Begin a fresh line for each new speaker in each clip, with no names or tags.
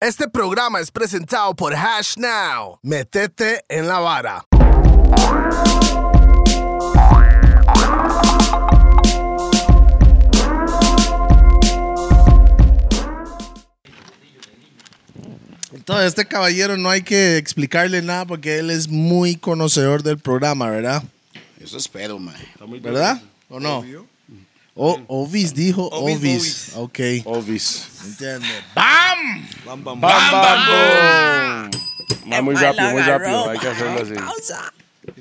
Este programa es presentado por Hash Now. Metete en la vara. Entonces, este caballero no hay que explicarle nada porque él es muy conocedor del programa, ¿verdad?
Eso espero, man.
¿Verdad? ¿O no? O, Ovis dijo Ovis.
Ovis,
Ok,
Obis.
entiendo.
Bam, bam, bam.
¡Bam, bam, bam! Ma, muy
Ma, la
rápido, muy
agarró,
rápido. Hay que
ma.
hacerlo así.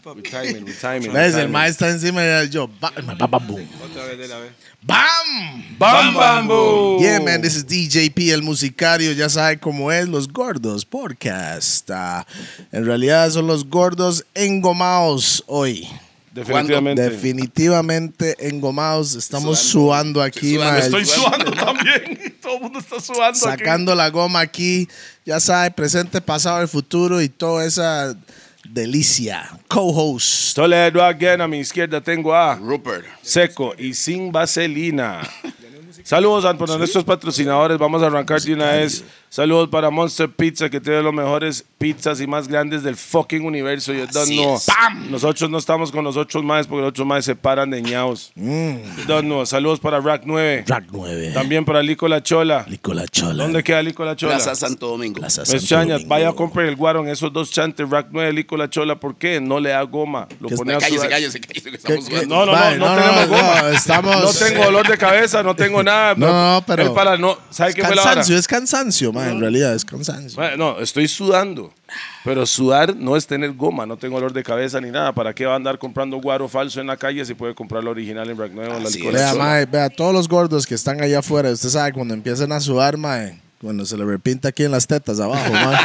papi.
With timing, with timing.
¿Ves?
with
El
timing.
maestro está encima y yo. ba- ba- ba- ba- boom.
Otra vez de la vez.
¡Bam!
¡Bam, bam, boom!
Yeah, man, this is DJP, el musicario. Ya sabe cómo es, Los Gordos Podcast. Ah, en realidad son los gordos engomados hoy.
Definitivamente.
Definitivamente engomados. Estamos sudando, aquí, ma,
Estoy
el-
sudando también. Todo el mundo está sudando
sacando la goma aquí. Ya sabe, presente, pasado, el futuro y toda esa delicia. Co-host.
Solo Edu again. A mi izquierda tengo a
Rupert.
Seco y sin vaselina. Saludos a por nuestros patrocinadores. Vamos a arrancar de una vez. Saludos para Monster Pizza, que tiene los mejores pizzas y más grandes del fucking universo. Y
Así
no.
es.
Nosotros no estamos con los ocho más porque los ocho más se paran de ñaos. Don no. Saludos para Rack 9.
Track 9.
También para Lico La Chola.
Nicola Chola.
¿Dónde queda Lico La Chola?
Plaza Santo Domingo.
Plaza
Mes
Santo
Chañas,
Domingo.
vaya a comprar el guarón, esos dos chantes, Rack 9, Lico La Chola, ¿por qué? No le da goma. Lo
Que
pone a
Cállese,
sudar.
cállese, cállese. que estamos
qué-
jugando.
No, no,
Vale,
no, no,
no,
tenemos
no,
goma.
no, estamos-
No tengo dolor de cabeza, no tengo nada.
Pues, eh. No, no, pero-
Es para no. ¿Sabe qué fue la hora?
Cansancio, es cansancio, man. En realidad es cansancio.
No, estoy sudando. Pero sudar no es tener goma, no tengo dolor de cabeza ni nada. ¿Para qué va a andar comprando guaro falso en la calle si puede comprar lo original en Rack 9 o en la
Así
licola
es.
Vea,
Chola?
mae, vea, todos los gordos que están allá afuera, usted sabe, cuando empiezan a sudar, mae, cuando se le repinta aquí en las tetas abajo, mae.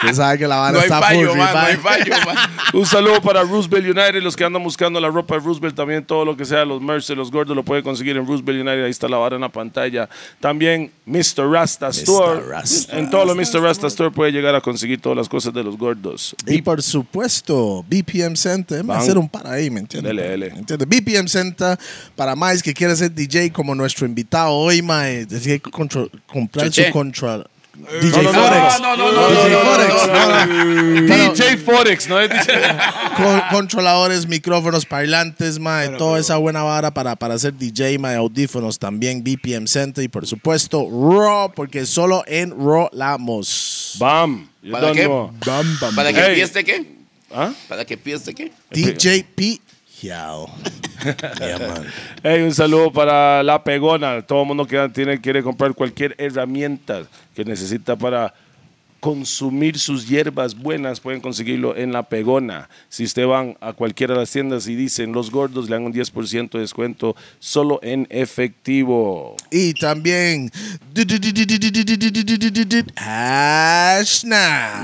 usted sabe que la vara
No hay
está
fallo,
full,
man. No
mae.
hay fallo, man.
Un saludo para Roosevelt United, los que andan buscando la ropa de Roosevelt, también todo lo que sea, los merch, de los gordos, lo puede conseguir en Roosevelt United, ahí está la vara en la pantalla. También Mr. Rasta Store.
Rasta.
En todo lo Mr. Rasta Store puede llegar a conseguir todas las cosas de los gordos.
Y por supuesto, BPM Center, va a
Van.
hacer un para ahí, ¿me entiendes?
Dele, dele.
¿Me entiende? BPM Center, para más que quiere ser DJ como nuestro invitado hoy, mae, decía que contro- comprar
Cheche.
su control. DJ
no, no,
Forex.
no, no, no,
DJ
no, no,
Forex.
no,
no, no. Pero-
DJ Forex, ¿no?
Con- controladores, micrófonos, parlantes, mae, toda esa buena vara para, para hacer DJ, mae, audífonos también, BPM Center y por supuesto Raw, porque solo en Raw lamos.
Bam. Yo
¿Para
don't
qué?
know.
Bam, bam,
¿Para
bam.
que
Ey.
pieste qué?
¿Ah?
¿Para que pieste qué?
DJ P. Yao. Yeah, man.
Hey, un saludo para la pegona. Todo el mundo que tiene, quiere comprar cualquier herramienta que necesita para consumir sus hierbas buenas, pueden conseguirlo en la pegona. Si usted van a cualquiera de las tiendas y dicen los gordos, le dan un 10% de descuento solo en efectivo.
Y también Hash now.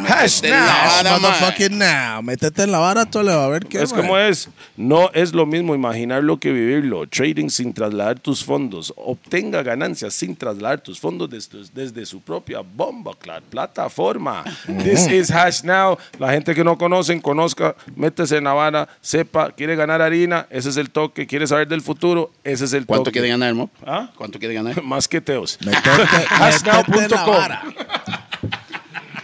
Hash now.
Hash
Ahora, mae.
motherfucking now. Métete en la vara, tú le va a ver qué.
Es
mae.
como es. No es lo mismo imaginarlo que vivirlo. Trading sin trasladar tus fondos. Obtenga ganancias sin trasladar tus fondos desde, desde su propia bomba, claro, plataforma. This is Hash Now. La gente que no conocen, conozca, métese en Habana, sepa, quiere ganar harina, ese es el toque, quiere saber del futuro, ese es el
¿Cuánto
toque.
quiere ganar, Mop?
¿Ah?
¿Cuánto quiere ganar?
Más que teos.
Metete,
Hashnow.com.
metete en la vara.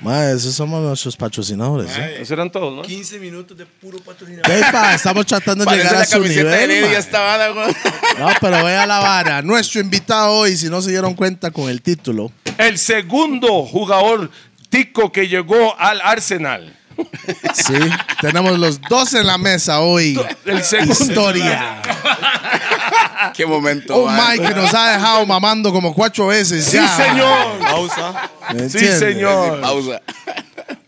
Mae, esos somos nuestros patrocinadores. ¿eh?
Esos eran todos, ¿no?
15 minutos de puro patrocinador.
Ey, pa, estamos tratando de
Parece
llegar a
la
su
camiseta de
nivel.
Lady
ma.
esta vara, güey.
No, pero ve a la vara. Nuestro invitado hoy, si no se dieron cuenta con el título,
El segundo jugador tico que llegó al Arsenal.
sí, tenemos los dos en la mesa hoy.
El segundo.
Historia.
Qué momento,
Un
man.
Mike que nos ha dejado mamando como cuatro veces
Sí,
ya.
señor.
Pausa.
¿Me
Sí,
entiendes?
señor.
Pausa.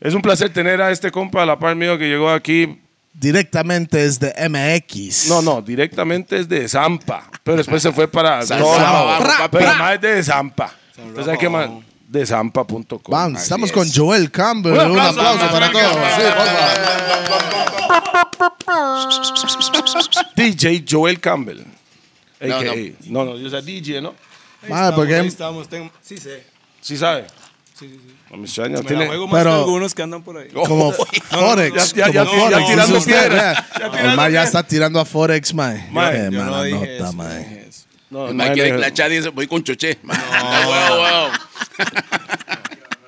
Es un placer tener a este compa a la par mío que llegó aquí.
Directamente desde MX.
No, no, directamente es de Zampa. Pero después se fue para.
San
No,
Rafa,
no,
vamos,
pra-
papi.
pero más de Zampa. Entonces hay
Rafa,
que más.
vamos.
De Zampa.com.
Vamos, estamos
es.
con Joel Campbell.
Un
Un
aplauso,
aplauso,
vamos,
para
venga,
todos.
vamos.
Sí, por favor.
DJ Joel Campbell.
No,
AKA. No, no, yo soy DJ, ¿no?
Ahí
Madre,
estamos,
porque-
ahí estamos. Tengo- Sí, sé.
Sí, sabe.
Sí, sí, sí.
No me extraña,
Me
tiene- Oh,
la juego más
Pero-
que algunos que andan por ahí.
Como Forex.
ya- ya-
como
ya- ya
Forex,
tirando
dice usted,
piedra.
vea.
Ya
El
tirando
mae ya
piedra.
está tirando a Forex, mae.
Mae,
Eh,
yo
Yo
mala
no dije
nota,
eso,
mae.
no dije eso.
Oh, No,
El
no,
man quiere
no, no.
clachar y dice, voy con Choché. man. Wow, wow.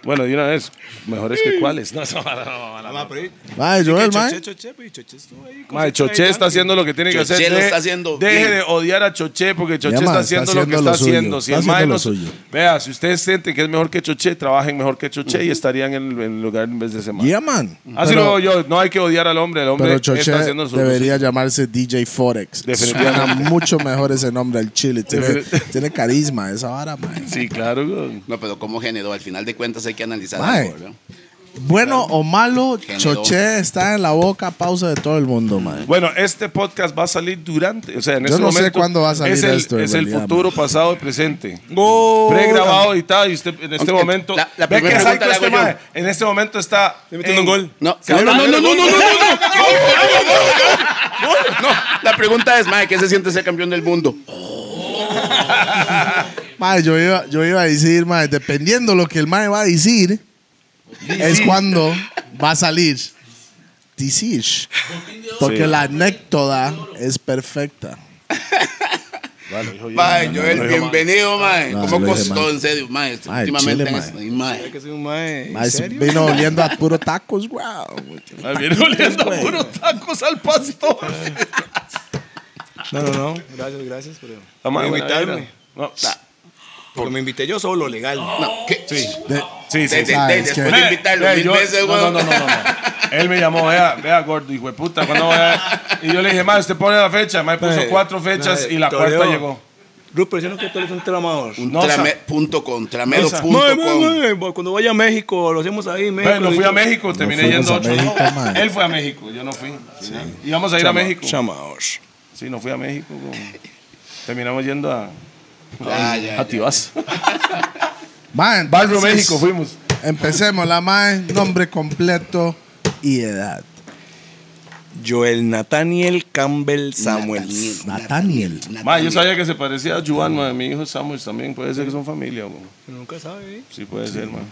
Bueno, de una vez, mejores que cuáles. No, no, no, no.
Mamá, por ahí.
Mae, Joel,
Que
mae.
Choché, Choché, pues, Choché estuvo ahí con
Mae,
su
Choché está
traidante.
haciendo lo que tiene que
Choché
hacer.
lo
De-
está haciendo
Deje
bien.
de odiar a Choché porque Choché
Ya,
está,
mae,
haciendo lo que está
lo suyo,
haciendo. Si
está
el mae
haciendo
no-
lo suyo.
Vea, si ustedes sienten que es mejor que Choché, trabajen mejor que Choché y estarían en el, en el lugar en vez de ese mae.
Yeah, man.
Así
Pero-
lo veo yo. No hay que odiar al hombre. El hombre
Pero Choché
está haciendo su
debería llamarse DJ Forex.
Definitivamente.
Suena mucho mejor ese nombre al chile. Tiene,
Defini-
tiene carisma esa vara, mae.
Sí, claro. güey.
No, pero como generó, al final de cuentas hay que analizar
Mae.
algo, ¿verdad?
Bueno o malo,
Generó.
Choché está en la boca pausa de todo el mundo, mae.
Bueno, este podcast va a salir durante, o sea, en
Yo
este
no sé
momento
cuándo va a salir
es el,
esto, en
Es el
realidad,
futuro, pasado y presente. Pregrabado, editado y usted en este
Ok,
momento.
la- la
ve
primera
que es
pregunta
alto
la
este
hago yo.
mae. En este momento está
Le metiendo un gol.
No,
Sí, no, no, no, no, no, no,
No, la pregunta es, Mae, ¿qué se siente ser campeón del mundo?
Mae, yo iba, yo iba a decir, mae, dependiendo lo que el mae va a decir, es cuando va a salir. Decir. Porque
Sí.
la anécdota es perfecta.
Mae, Joel, bienvenido, Mae.
No,
¿Cómo
lo dije
costó,
mal.
en serio, Mae? esto
Mae,
Últimamente,
chile,
en esto,
Hay
Mae.
que ser un mae, ¿en
Mae,
serio?
vino oliendo a puro tacos, wow.
Ay, Viene oliendo a puros tacos al pastor.
No, no, no. Gracias, gracias por,
Ah, mae,
por
buena
invitarme.
vibra. No,
Porque me invité yo solo, legal.
No, ¿qué?
De-
Sí, sí,
De-
sí.
de-
Ah,
de-
es que-
Después de invitarlo
Eh,
mil
yo-
veces,
no, no,
weón.
no, no, no, no. Él me llamó, vea, vea, gordo, hijo de puta, ¿cuándo voy a-?" Y yo le dije, mae, usted pone la fecha. Mae puso
Mae,
cuatro fechas
mae,
y la
toreo.
cuarta llegó.
Rupert, yo no creo que tú eres un tramador.
Un
No,
trame-
sa-
punto com, tramero
sa-
punto
Mae,
com.
mae, mae, Cuando vaya a México, lo hacemos ahí. en México,
Bueno, fui
y-
a México, terminé
fuimos
yendo
a
a otro
México,
lado.
man.
Él fue a México, yo no fui. Y Íbamos a ir a México.
Tramador.
Sí, no fui a México. como- Terminamos yendo a,
Ah, ya,
a
ya.
Tibás.
Mae,
Barrio
entonces,
México fuimos.
Empecemos la mae, nombre completo y edad.
Joel Nathaniel Campbell Samuels.
Nathaniel.
Ma, yo sabía que se parecía a Juan, ma, mi hijo Samuel también. Puede ser que son familia, bro.
Nunca sabe. ¿eh?
Sí, puede ser, man.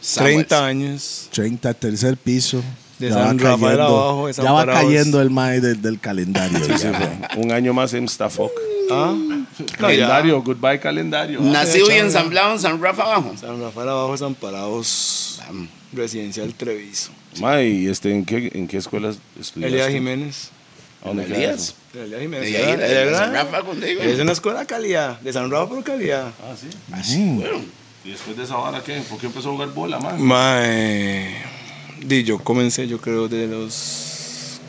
Samuels.
30 años.
30, tercer piso.
De San Rafael abajo, de San
ya va
Paraguas.
cayendo el mae del, del calendario. ya.
Un año más en Stafford.
Ah,
Calendario, goodbye calendario.
Nacido y ensamblado en San Rafa abajo.
San Rafael abajo, San Parados. Residencial Treviso.
Ma, ¿y este, en qué, en qué escuelas estudiaste?
Elías Jiménez.
¿A dónde queda
Elías.
eso?
Elías
De
Jiménez.
ahí,
¿verdad?
de- de
¿verdad?
San Rafa contigo.
Es una escuela de calidad. De San Rafael, pero calidad.
Ah, sí.
Mm.
¿Y después de esa hora qué? ¿Por qué empezó a jugar bola, ma?
Mae. Di, yo comencé, yo creo, de los.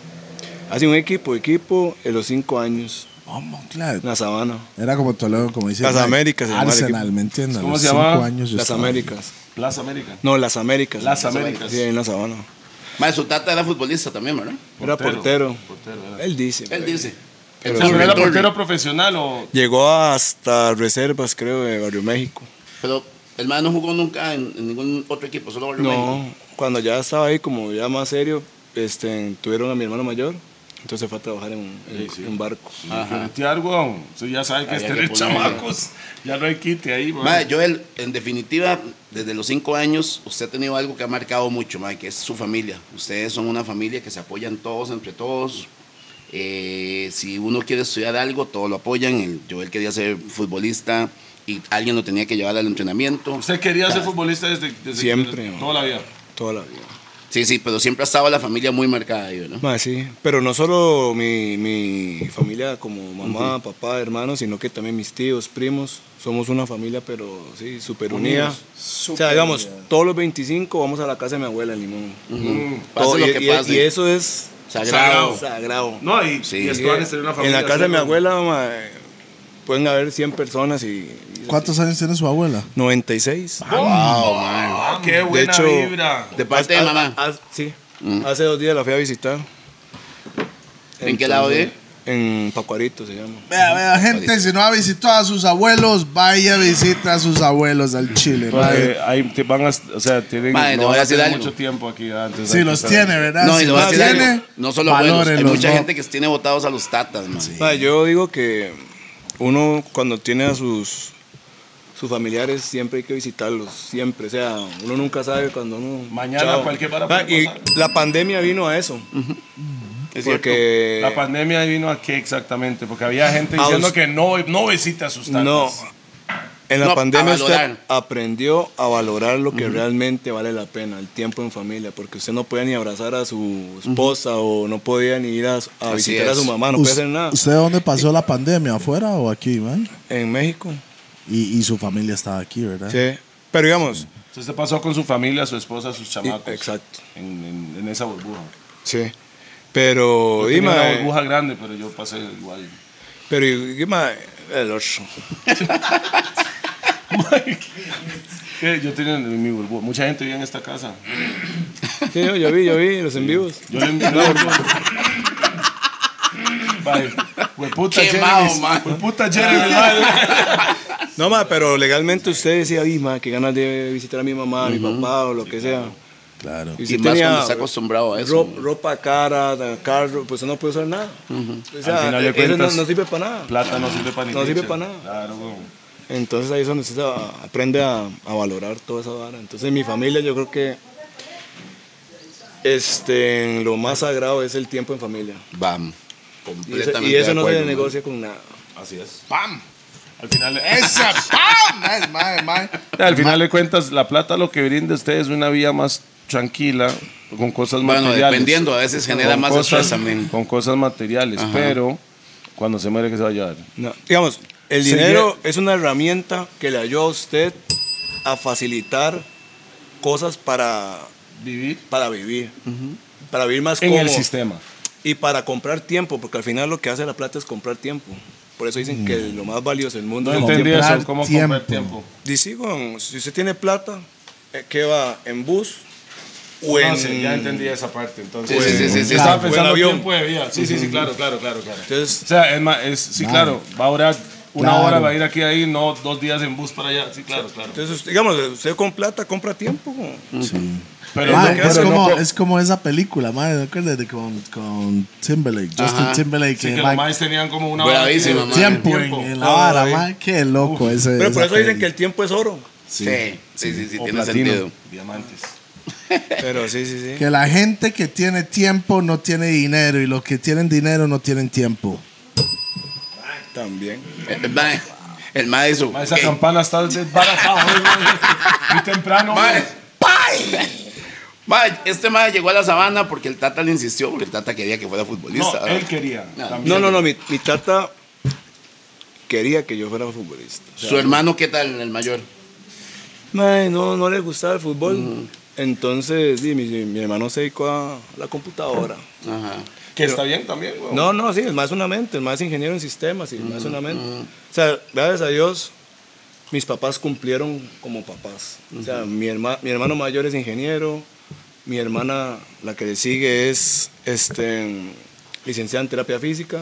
Hace un equipo, equipo, en los cinco años,
Vamos, claro.
en la sabana.
Era como Toledo, como dice.
Las
Mike,
Américas se llamaba el
Arsenal,
equipo.
¿me entiendes? A
¿Cómo
los
se
cinco
llamaba?
años yo
Las
estaba-
Américas.
Plaza América.
No, las Américas.
Las Américas.
Sí, en la sabana.
Mae, su tata era futbolista también, ¿verdad?
Era portero.
Portero, era.
Él dice.
Él
pero-
dice.
O
Pero
sea, ¿no era
Torre.
portero profesional o...?
Llegó hasta reservas, creo, de Barrio México.
Pero el mae no jugó nunca en, en ningún otro equipo, solo Barrio México.
No, cuando ya estaba ahí, como ya más serio, este, tuvieron a mi hermano mayor. Entonces fue a trabajar en, en- en barco. Ah,
Filetear, weón. Eso ya sabe que este es
Había que
tener
ponerle.
chamacos. Ya no hay quite ahí, weón.
Mae, Joel, en definitiva, desde los cinco años, usted ha tenido algo que ha marcado mucho, mae, que es su familia. Ustedes son una familia que se apoyan todos entre todos. Eh, si uno quiere estudiar algo, todos lo apoyan. El Joel quería ser futbolista y alguien lo tenía que llevar al entrenamiento. Ah,
¿Usted quería ser futbolista desde, desde-
Siempre,
desde-
man.
toda la vida?
Toda la vida.
Sí, sí, pero siempre ha estado la familia muy marcada ahí, ¿no?
Mae, sí, pero no solo mi, mi familia como mamá, papá, hermanos, sino que también mis tíos, primos. Somos una familia, pero sí, súper unida. o sea, digamos, todos los 25 vamos a la casa de mi abuela en Limón.
Pase
Todo-
lo
y,
que
y-
pase.
y eso es
Sagrado.
sagrado.
No, y,
Sí.
y
Sí,
esto antes tenía una familia.
en la casa de
¿sí?
mi abuela mae, pueden haber 100 personas y... y-
¿Cuántos años tiene su abuela?
96.
Ah, qué buena
hecho,
vibra.
De parte de
Haz-
mamá. Mm.
haz- sí. Hace dos días la fui a visitar.
¿En qué lado
Entonces,
vive?
En Pacuarito se llama.
Vea, vea, gente, si no ha visitado a sus abuelos, vaya visita a sus abuelos al Chile.
Porque ahí te van a, o sea, tienen
Madre,
no
le voy
van
a
a
decir
tener
algo.
mucho tiempo aquí antes.
Si
Hay
los
que
tiene,
saber.
¿verdad?
No, y
si
le voy a
los
decir algo,
tiene,
No solo buenos, hay
valórenlos,
mucha
¿no?
gente que tiene votados a los tatas, man.
Ma, yo digo que uno cuando tiene a sus sus familiares siempre hay que visitarlos, siempre, o sea, uno nunca sabe cuando uno
Mañana cualquier vara
Ma,
puede
y
pasar.
la pandemia vino a eso.
Es cierto.
Porque
La pandemia vino aquí exactamente, porque había gente
A
diciendo
us-
que no, no visite a sus tatas.
no En la
No, a
pandemia usted
valorar.
aprendió a valorar lo que realmente vale la pena, el tiempo en familia, porque usted no podía ni abrazar a su esposa o no podía ni ir a, a
Así
visitar a
es.
su mamá, no podía hacer nada.
¿Usted dónde pasó la pandemia? ¿Afuera o aquí, man?
En México,
Y, y su familia estaba aquí, ¿verdad?
sí. Pero digamos,
Entonces se pasó con su familia, su esposa, sus chamacos.
exacto.
En, en- en esa burbuja.
sí. Pero,
Yo
di,
tenía
mae,
una burbuja grande, pero yo pasé igual.
pero, di, mae, el ocho.
Eh, Yo tenía mi burbuja. Mucha gente vive en esta casa.
Sí, yo, yo vi, yo vi los en vivos.
Yo le envié una burbuja. Mae, Hueputa
Quemado,
Jeremy.
mae.
Hueputa Jeremy, mae.
No, ma, pero legalmente usted decía, ay, ma, que ganas de visitar a mi mamá, a mi papá o lo que sea.
Claro.
Y más cuando está acostumbrado a eso.
ro- ropa cara, da- carro, pues no puede usar nada. O sea, e-,
Al final de
eso no-
cuentas-
no, sirve para nada.
Plata no sirve para ni
No sirve
leche.
para nada.
Claro, weón.
Entonces ahí es donde usted se va- aprende a, a valorar toda esa vara. Entonces mi familia yo creo que este, lo más sagrado es el tiempo en familia.
Bam.
Y eso,
Completamente.
y eso
de
no
acuerdo,
se
man.
negocia con nada.
Así es.
¡Pam!
Al final,
¡Esa! ¡Pam! Nice, mae, mae.
al final de cuentas, la plata lo que brinda a ustedes es una vía más tranquila, con cosas
Bueno,
materiales.
dependiendo, a veces genera
Con
más
cosas-
estrés también.
Con cosas materiales,
Ajá.
pero cuando se muere, que se va a llevar?
No. Digamos, el
Se
dinero es una herramienta que le ayuda a usted a facilitar cosas para,
Vivir
para vivir. Para vivir más
en
cómodo.
el sistema.
Y para comprar tiempo, porque al final lo que hace la plata es comprar tiempo. Por eso dicen que lo más valioso del mundo
Mm. No
es el
entendí
tiempo.
comprar
eso, cómo comprar
tiempo.
tiempo.
Dice, weón, si usted tiene plata, eh, ¿qué va? ¿En bus? ¿O
No
en...?
sé, ya entendí esa parte. Entonces,
Sí, sí, sí, sí, sí.
estaba
Claro.
pensando
Buen avión.
tiempo de vida. Sí, sí, sí, claro, claro, claro, claro. O
Entonces,
sea, es más, es, sí, claro, va a durar una
Claro.
hora, va a ir aquí ahí, no dos días en bus para allá. Sí, claro, claro.
entonces, usted- digamos, usted con plata compra tiempo. weón.
Pero
Mae,
no
es,
creas que no
como,
po-
es como esa película, mae, ¿te acuerdas de con, con Timberlake? Justin
Ajá.
Timberlake.
Sí,
que,
que
mae,
los maes tenían como una
Bravísima, mae.
tiempo en,
tiempo.
en la
Ah,
vara,
ahí.
mae. Qué loco ese.
Pero por
esa
eso dicen
peli.
que el tiempo es oro.
Sí, sí, sí, sí,
O
tiene
platino,
sentido.
Diamantes.
Pero sí, sí, sí.
Que la gente que tiene tiempo no tiene dinero y los que tienen dinero no tienen tiempo.
También.
El, el Eh, mae, el mae hizo,
Ma, esa
ok,
campana está desbaratada hoy, güey. Muy temprano.
mae,
güey.
¡Pai! Mae, este mae llegó a la sabana porque el Tata le insistió, porque el Tata quería que fuera
No,
futbolista.
él quería. también.
No, no, no, mi, mi tata quería que yo fuera futbolista.
Su hermano, ¿qué tal? El mayor.
Mae, no, no le gustaba el fútbol. Entonces, sí, mi, mi hermano se dedicó a la computadora.
Ajá.
Que está bien también, güey.
No, no, sí, el más una mente, el más ingeniero en sistemas, y el más una mente. O sea, gracias a Dios, mis papás cumplieron como papás. O sea, mi, herma- mi hermano mayor es ingeniero, mi hermana, la que le sigue, es este, licenciada en terapia física.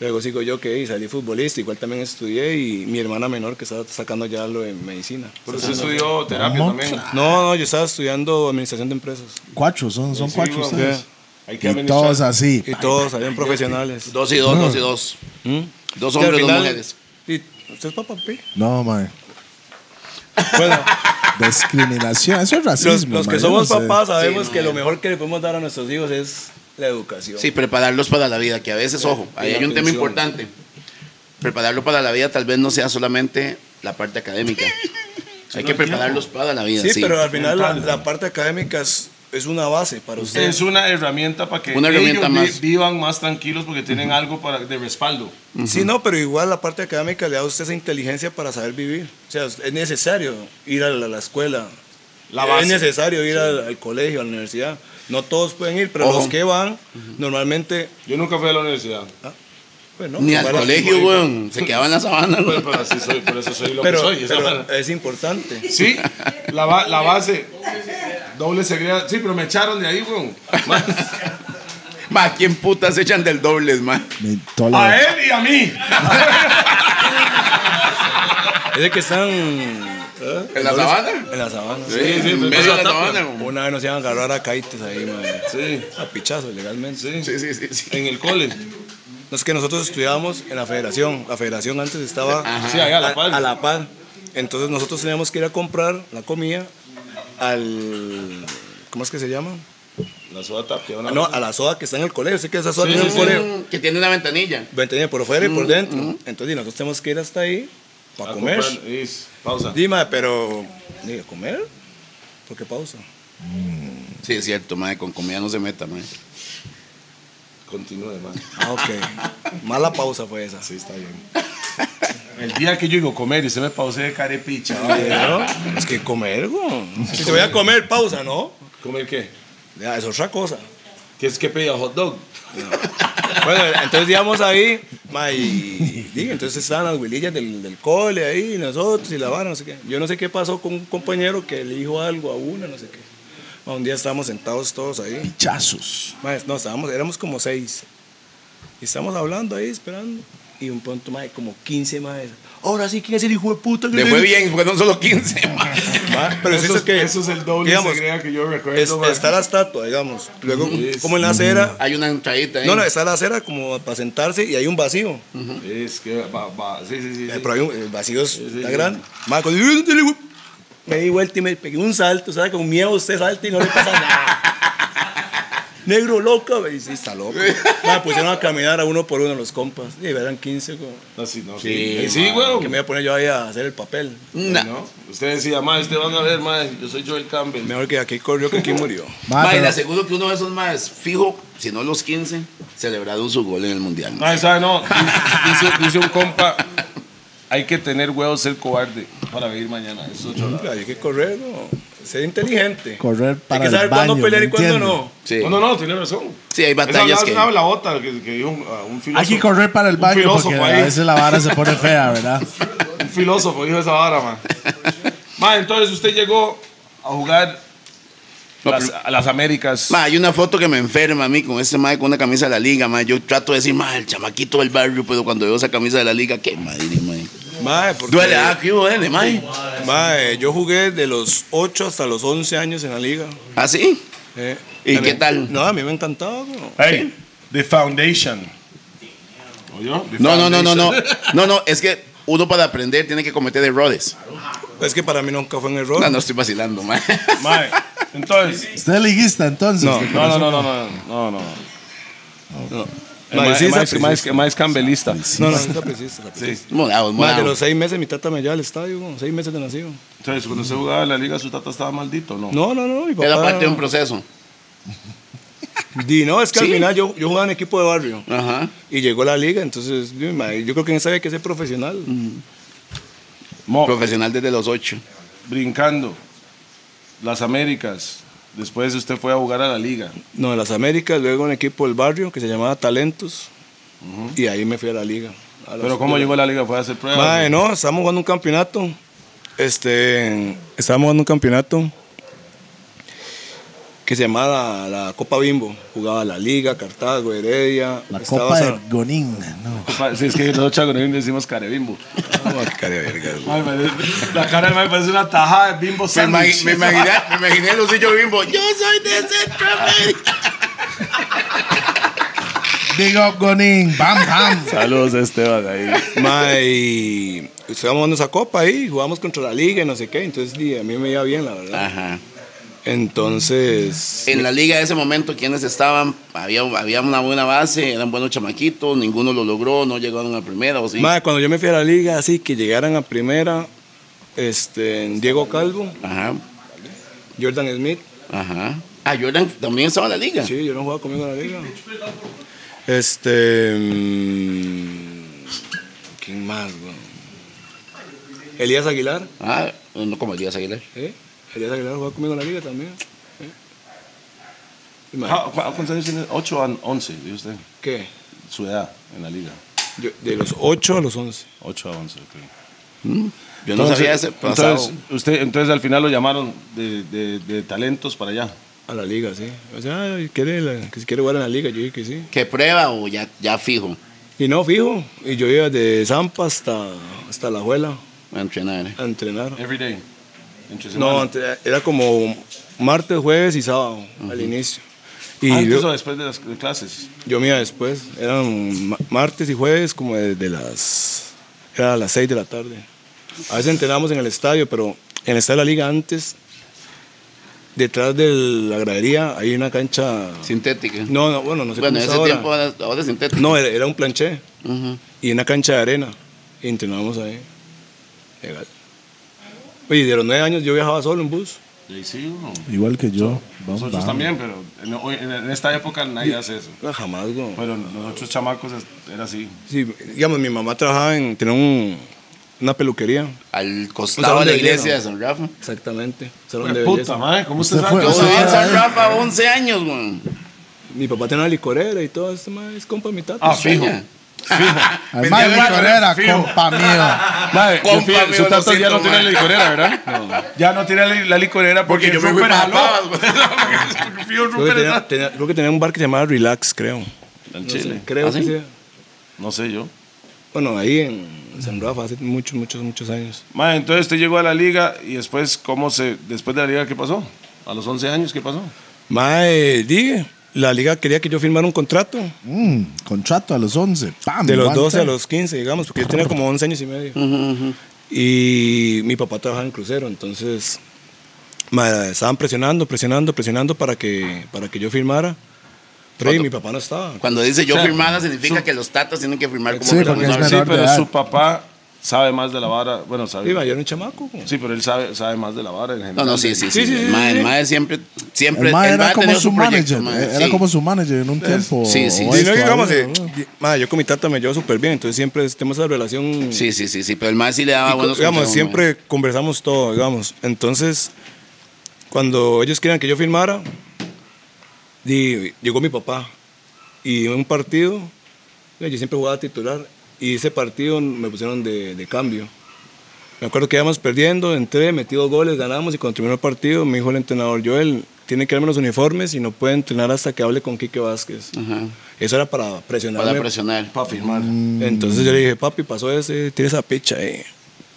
Luego sigo yo que y salí futbolista, igual también estudié, y mi hermana menor que está sacando ya lo de medicina.
Pero usted estudió terapia
No,
también.
claro.
No, no, yo estaba estudiando administración de empresas.
Cuatro, son, son
Sí,
cuatro
güey. pues,
ustedes.
Hay que
Y
administrar.
todos así.
Y todos salían profesionales.
Dos y dos, dos y dos.
¿Mm?
Dos
Y al
hombres,
final-
dos mujeres.
y- ¿Usted es papá, pi?
No, mae.
Bueno,
Discriminación. Eso es racismo.
los, los
mae,
que
yo
somos
no sé.
papás sabemos
Sí,
que
no,
lo mejor que le podemos dar a nuestros hijos es la educación.
Sí, prepararlos para la vida, que a veces, ojo, ahí
la
hay un tema
atención.
importante. Prepararlo para la vida tal vez no sea solamente la parte académica. Hay que prepararlos para la vida,
Sí,
sí.
pero al final la,
Mental.
la parte académica es, es una base para usted.
Es una herramienta para que
Una herramienta
ellos vi-
más.
vivan más tranquilos porque tienen algo para, de respaldo.
Sí, no, pero igual la parte académica le da a usted esa inteligencia para saber vivir. O sea, es necesario ir a la, la escuela.
La base.
Es necesario ir al, al colegio, a la universidad. No todos pueden ir, pero
Ojo.
los que van, normalmente...
Yo nunca fui a la universidad.
pues, no,
Ni
van
al
a-
colegio, weón. Se quedaban en la sabana,
Pero,
weón.
pero así soy, por eso soy lo
Pero,
que soy. esa
pero
vara.
es importante.
Sí, la, ba- la base. Doble segregación. Sí, pero me echaron de ahí, güey.
Ma, ¿quién putas echan del dobles, ma?
Me- todo lo-
A él y a mí.
Es de que están... ¿eh?
¿En la sabana?
En la sabana.
Sí, sí, en medio de la sabana, weón.
Una vez nos iban a agarrar a caites ahí, madre.
Sí,
A pichazos, legalmente.
Sí, sí, sí. sí.
en el cole.
No es que nosotros estudiábamos en la federación. La federación antes estaba
Sí, allá a la par.
a, a la par. Entonces nosotros teníamos que ir a comprar la comida al. ¿Cómo es que se llama? Ah,
La soda tapia. una-
No, a la soda que está en el colegio. Sé que esa soda
Sí,
tiene
sí, Mm,
un colegio.
Que tiene una ventanilla.
Ventanilla por fuera y por dentro. Entonces y nosotros tenemos que ir hasta ahí. para comer.
Pausa.
Dime, pero. Digo, ¿comer? ¿Por qué pausa?
Sí, es cierto, mae, con comida no se meta, mae.
Continúe, man.
Ah, ok. Mala pausa fue esa.
Sí, está bien. El día que yo digo comer y se me pausé de carepicha.
Pero, es que comer, güey. Si se voy a comer, pausa, ¿no?
¿Comer qué?
Ya, es otra cosa.
¿Qué es que pedía hot dog?
Bueno, entonces íbamos ahí, ma, y, y entonces estaban las huelillas del, del cole ahí, y nosotros y la vara, no sé qué. Yo no sé qué pasó con un compañero que le dijo algo a una, no sé qué. Ma, un día estábamos sentados todos ahí.
Chazos.
Ma, no, estábamos, éramos como seis. Y estábamos hablando ahí, esperando. Y un punto, más como 15 más. Ahora sí, ¿quién es el hijo de puta? que
Le
le-
fue bien, fueron solo 15, mae.
Ma, pero eso, es que,
eso es el doble
digamos,
segrega que yo recuerdo.
es-
man.
está la estatua, digamos. Luego,
Yes.
como en la acera.
Hay una entradita ahí.
No, no, está la acera como para sentarse y hay un vacío.
Es que va, va. Sí, sí, sí.
Eh,
sí.
Pero hay un, el vacío es-
Sí, sí,
está
sí.
grande. Ma, cuando- me di vuelta y me pegué un salto. ¿Sabes? Con miedo usted salta y no le pasa nada. Negro loco, me dice, está loco. Ma, pusieron a caminar a uno por uno los compas. Y eran 15, güey.
No, sí, no,
Sí,
sí. Sí,
man.
güey.
Que me voy a poner yo ahí a hacer el papel.
Nah.
¿No? Usted decía, ma, usted van a ver, ma, yo soy Joel Campbell.
Mejor que aquí corrió que aquí murió.
Ma,
Mae,
pero-
le aseguro que uno de esos más fijo, si no los 15, celebrado su gol en el mundial. mae.
Ma, ¿sabe? Ah, No, dice, dice un compa, hay que tener huevos ser cobarde para vivir mañana. Eso es otra-
Hay que correr, no. Ser inteligente.
Correr para
Hay que
el
saber cuándo
baño,
pelear y
¿me
cuándo
entiendes?
no.
Sí.
No, no, no, tiene razón.
Sí, hay
Esa
batallas
hablaba-
que-
hablaba la bota que, que dijo un, a un filósofo.
Hay que correr para el
Un
baño
filósofo
porque
ahí.
a veces la vara se pone fea, ¿verdad?
Un filósofo dijo esa vara, man. Ma, entonces usted llegó a jugar
No,
las- a las Américas.
Ma, hay una foto que me enferma a mí con ese mae con una camisa de la liga, mae. Yo trato de decir, mae, el chamaquito del barrio, pero cuando veo esa camisa de la liga, qué madre, mae.
Ma, porque-
Duele, ah, qué duele, mae.
Mae, yo jugué de los 8 hasta los 11 años en la liga.
¿Ah, sí?
Eh,
¿Y
a mí-
qué tal?
No, a mí me encantaba. bro.
Hey, The Foundation. ¿Oyó? The
No, no, no, no, no.
Foundation.
No, no, es que uno para aprender tiene que cometer errores.
Es que para mí nunca fue un error.
No, no estoy vacilando, mae.
Mae, entonces.
Usted es liguista, entonces.
No.
No, no, no, no, no, no, no.
No.
Mae,
Mae, sí,
mae,
esa
sí, mae,
precisa.
es- mae es campbellista.
No, no, esa precisa, esa precisa.
Morados,
Mae, de los
morados.
seis meses mi tata me lleva al estadio, bro, seis meses de nacido.
Entonces, cuando se jugaba en la liga, su tata estaba maldito, ¿no?
No, no, no, mi papá.
Era parte de un proceso.
Di, no, es que
Sí.
al final yo, yo jugaba en equipo de barrio
Ajá.
y llegó la liga, entonces di, mae, yo creo que en esa había que ser profesional.
Mo,
Profesional desde los ocho.
brincando. Las Américas. Después usted fue a jugar a la liga.
No, en las Américas, luego un equipo del barrio que se llamaba Talentos y ahí me fui a la liga. A los-
Pero ¿cómo llegó a la liga? ¿Fue a hacer pruebas?
Mae, no, estamos jugando un campeonato. Este, estábamos jugando un campeonato que se llamaba la, la Copa Bimbo. Jugaba la Liga, Cartago, Heredia.
La
estaba
copa de
San-
Gonín. No.
Sí, es que nosotros chagoneros decimos carebimbo.
Ah, qué cara de verga, güey.
Ay, mae, La cara del mae parece una tajada de bimbo
Me,
sándwich.
imagi- me imaginé, me imaginé el Lucillo Bimbo. Yo soy de Centroamérica.
Big up, Gonín. Bam, bam.
Saludos a Esteban ahí.
Mae, y estábamos jugando esa Copa ahí, jugamos contra la Liga y no sé qué. Entonces, di, a mí me iba bien, la verdad.
Ah.
Ajá.
Entonces,
En la liga de ese momento, quienes estaban, había, había una buena base, eran buenos chamaquitos, ninguno lo logró, no llegaron a primera o sí.
mae, cuando yo me fui a la Liga, así que llegaran a primera, este, Diego Calvo,
Ajá,
Jordan Smith.
ajá. Ah, Jordan también estaba en la liga.
Sí, yo no jugaba conmigo en la liga. Este. mm, ¿Quién más, güey? Elías Aguilar,
Ah, no como Elías Aguilar.
¿eh? Elías Aguilar jugaba conmigo en la liga también. ¿eh? Y, ma,
Ah, ¿cu- ¿Cuántos años tiene? 8 a 11, dice usted.
¿Qué?
Su edad en la liga.
Yo- de los 8 a los 11.
8 a 11, ok.
Mm. Yo no sabía ese pasado.
entonces, usted, entonces al final lo llamaron de, de- de talentos para allá.
A la liga, sí. O sea, ay, ¿quiere la- que si quiere jugar en la liga, yo dije que sí.
¿Qué prueba o ya, ya fijo
Y no, fijo. Y yo iba de Zampa hasta, hasta La Juela
a entrenar? ¿eh?
a entrenar.
Every day. Entre
No,
semana.
ante- era como martes, jueves y sábado al inicio. Y
Antes
yo-
o Ah, después de las de clases.
Yo mira después, eran ma- martes y jueves como desde las era a las 6 de la tarde. A veces entrenábamos en el estadio, pero en el estadio de la liga antes detrás de la gradería hay una cancha
Sintética.
No, no, bueno, no sé
bueno, en ese
cómo es ahora.
tiempo ahora, ahora es sintética.
No, era, era un planché
Ujú.
y una cancha de arena y entrenábamos ahí. Legal. Oye, de los nueve años yo viajaba solo en bus.
Sí, sí, uno.
Igual que yo. Vamos,
Nosotros
vamos.
también, pero en, hoy- en- en esta época nadie hace eso.
No, jamás, güey.
Pero nosotros chamacos es- era así.
Ah, Sí, digamos, mi mamá trabajaba en. tenía un- una peluquería.
Al
Un
costado
salón
de la
de
iglesia
belleza.
de San Rafa.
Exactamente.
Fue Pues, puta, madre, ¿cómo usted
Usted
sabe
fue-
que
Yo
O
eso
sea,
viví en
era?
San Rafa 11 años, güey.
Mi papá tenía una licorera y todo esto, más es compa de mi tata.
Ah, fijo.
Al madre
Vendía
licorera,
fijo.
compa mío.
Madre,
Compa,
yo fui-
amigo,
su
lo
tata ya
siento,
no tiene
man.
la licorera, ¿verdad? Ya no tiene la, la licorera porque,
Porque yo me fui
Rupert
para
jaló.
Pavas, güey.
Porque fijo,
Creo que,
Rupert
tenía,
está-
tenía- creo que tenía un bar que se llamaba Relax, creo.
En
No sé,
Chile.
creo
¿Ah,
que
sí?
sea.
No sé yo.
Bueno, ahí en San Rafa hace muchos, muchos, muchos años.
Madre, entonces usted llegó a la liga y después, ¿cómo se. Después de la liga, ¿qué pasó? A los 11 años, ¿qué pasó?
Mae, dije, la liga quería que yo firmara un contrato
Mm, contrato a los 11. Pam,
de los
guante.
12 a los 15, digamos, porque yo tenía como 11 años y medio. Y mi papá trabajaba en crucero, entonces mae, estaban presionando, presionando, presionando para que, para que yo firmara. Pero ahí mi papá no estaba.
Cuando dice yo
O sea,
firmada, significa
su-
que los tatas tienen que firmar como
Sí, porque es
responsables.
Sí,
menor de
pero
edad.
su papá sabe más de la vara. Bueno, sabe.
Iba, yo era un chamaco. güey.
Sí, pero él sabe, sabe más de la vara en general.
No, no, sí, sí, sí.
Sí, sí,
el
sí,
mae-
sí.
el mae siempre, siempre,
El mae
el mae
era
ha
como
tenido
su
proyecto,
manager.
mae,
Era
sí.
como su manager en un tiempo.
sí, sí.
o
Sí,
Y
esto,
no, digamos,
ahora,
eh, di- mae, yo con mi tata me llevo súper bien, entonces siempre tenemos esa relación.
Sí, sí, sí, sí, pero el mae sí le
Y
daba
co-
buenos
digamos,
consejos,
siempre conversamos todo, digamos. Entonces, cuando ellos querían que yo firmara, di- llegó mi papá. Y en un partido, eh, yo siempre jugaba titular, y ese partido me pusieron de, de cambio. Me acuerdo que íbamos perdiendo, entré, metí dos goles, ganamos, y cuando terminó el partido, me dijo el entrenador, Joel, tiene que darme los uniformes y no puede entrenar hasta que hable con Quique Vázquez.
mae. Ajá,
Eso era para presionarme.
Para presionar.
Para firmar.
Entonces yo le dije, papi, pasó ese, tira esa picha ahí.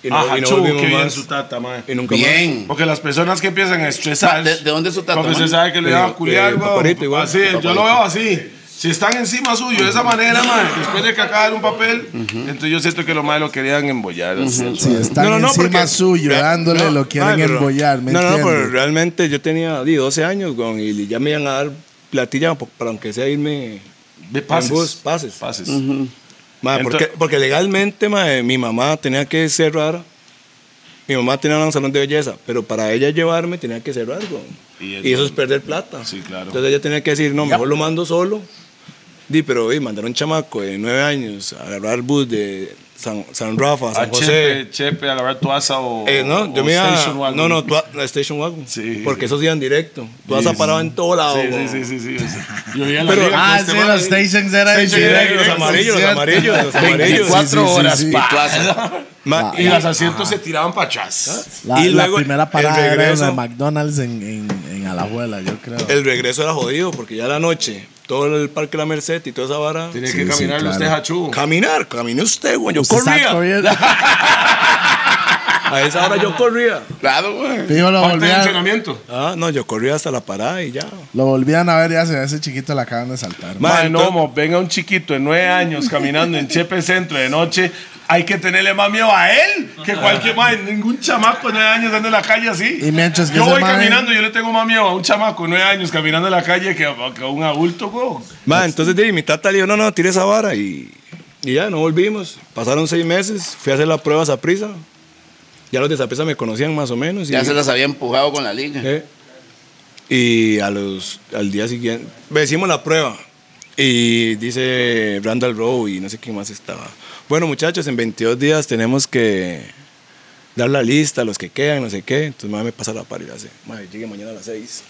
Y no,
Ajá,
y no
chu,
volvimos
qué bien
más.
su tata, mae.
Y nunca
Bien.
Porque las personas que empiezan a estresar.
¿De- de dónde es su tata,
Porque
man?
se sabe que le
De-
van a culiar,
de
weón.
Paparito igual.
Así, yo lo veo así. Si están encima suyo de esa manera, man, después de que acabar un papel, entonces yo siento que los más lo querían embollar.
Si
así, suave.
están
No, no, no,
encima
porque-
suyo,
Rea-
dándole
no,
lo quieren
madre, pero-
embollar. ¿me
No, no,
entiende?
pero realmente yo tenía di, 12 años, weón, y ya me iban a dar platilla po- para aunque sea irme.
De pases.
En bus, pases.
Pases.
Ma,
Ento-
porque, porque legalmente ma, eh, mi mamá tenía que ser rara. Mi mamá tenía un salón de belleza, pero para ella llevarme tenía que ser algo.
Y
Y,
el-
eso es perder plata.
Sí, claro.
Entonces ella tenía que decir, no, mejor lo mando solo. Di, pero ey, mandar a un chamaco de nueve años a agarrar bus de San, San Rafa, a San
A
José.
Chepe, Chepe, agarrar tu asa o.
Eh, no, yo
o
me iba-
Station Wagon.
No, no, tú a- a Station Wagon.
Sí.
Porque esos iban directo. Tú
Sí,
has
sí.
parado en todo lado.
Sí, sí,
güey.
sí, sí, sí, sí. Yo vi a la
Pero-
liga con
Ah,
este
sí,
man.
los stations eran
Stations
indirectos,
eran
Los amarillos, los
¿cierto?
amarillos, los amarillos.
24
Sí, sí, sí,
horas,
sí. Ah.
pa.
Tuaza.
Ma-
Y las asientos se tiraban para atrás.
La,
Y
la
luego
primera
el
parada era
regreso.
la de McDonald's en, en, en Alajuela, yo creo.
El regreso era jodido porque ya la noche, todo el parque La Merced y toda esa vara.
Tenía
Sí,
que
sí,
caminar
claro.
usted, Hachú.
Caminar, camine usted, güey. Yo
Usted está
corría.
corriendo.
A esa hora yo corría.
Claro, güey.
Fijo, lo,
Parte del
volvían,
entrenamiento.
Ah, no, yo corría hasta la parada y ya.
lo volvían a ver y hace ese chiquito la acaban de saltar.
Ma-
Mae, no,
entonces-
mo, venga un chiquito de nueve años caminando en Chepe Centro de noche, hay que tenerle más miedo a él que cualquier mae. Ningún chamaco de nueve años anda en la calle así.
Y mientras que
yo
ese
voy
mae-
caminando, yo le tengo más miedo a un chamaco de nueve años caminando en la calle que a, que a un adulto, weón.
Ma, entonces di, mi tata le dijo, no, no, tire esa vara y, y ya, no volvimos. Pasaron seis meses, fui a hacer las pruebas a prisa. Ya los de Saprisa me conocían más o menos. y-
Ya se las había empujado con la liga.
Eh, Y a los, al día siguiente, ve, hicimos la prueba. Y dice Randall Rowe y no sé quién más estaba. Bueno, muchachos, en 22 días tenemos que dar la lista a los que quedan, no sé qué. Entonces, madre, me pasa la par y la hace. Madre, llegue mañana a las 6.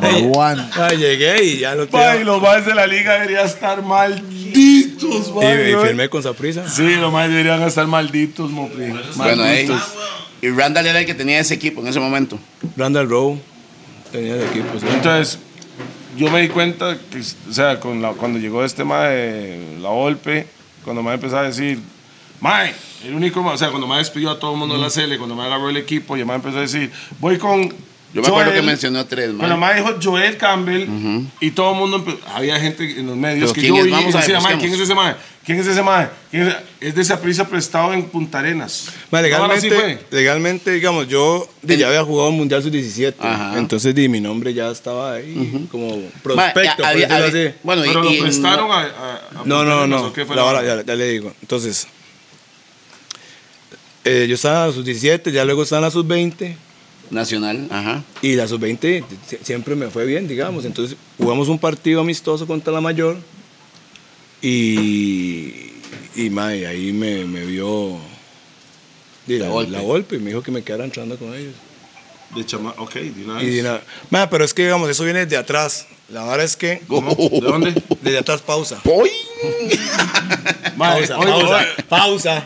De one.
llegué y ya lo
Mae,
tengo.
los maes de la liga deberían estar malditos,
Y,
mae.
y
weón.
firmé con Saprisa.
Sí, los maes deberían estar malditos, mo. pri.
Bueno, ahí.
Malditos.
Y Randall era el que tenía ese equipo en ese momento.
Randall Rowe tenía el equipo. sí.
Entonces, yo me di cuenta, que, o sea, con la- cuando llegó este tema de la golpe, cuando me empezó a decir, Mae, el único, mae", o sea, cuando me despidió a todo el mundo de la CL, cuando me agarró el equipo, y me empezó a decir, voy con
Yo me acuerdo
Joel.
que mencionó tres, mae.
Bueno, más dijo Joel Campbell y todo el mundo. empe- Había gente en los
Pero
medios que
¿quién
yo
es?
vi
Vamos
y
a ver,
decía, "Mae, ¿quién
busquemos.
es ese mae? ¿Quién es ese mae? ¿Quién es, es de esa prisa prestado en Punta Arenas.
Ma,
Ahora sí
legalmente,
fue.
legalmente, digamos, yo de, ya había jugado Mundial Sub-17.
Ajá.
Entonces, di, mi nombre ya estaba ahí como
Mae,
prospecto,
había-
por decirlo
había-
así.
Bueno, y-
Pero lo
y en-
prestaron a, a- a Punta
No, no,
Arenas,
no.
¿o qué fue
La
la
hora,
vara?
ya, ya le digo. Entonces, eh, yo estaba en la sub-17, ya luego estaba en la sub-20.
Nacional, ajá.
Y la sub-20 sie- siempre me fue bien, digamos. Entonces, jugamos un partido amistoso contra la mayor. Y. Y mae, ahí me, me vio. di, la,
La Volpe.
la golpe y me dijo que me quedara entrando con ellos.
De chama, ok, de una
Y
vez.
di nada. Mae, pero es que, digamos, eso viene de atrás. La verdad es que.
¿Cómo? ¿De dónde?
Desde atrás, pausa.
Hoy.
Mae,
Pausa,
oigo,
pausa,
mae.
pausa.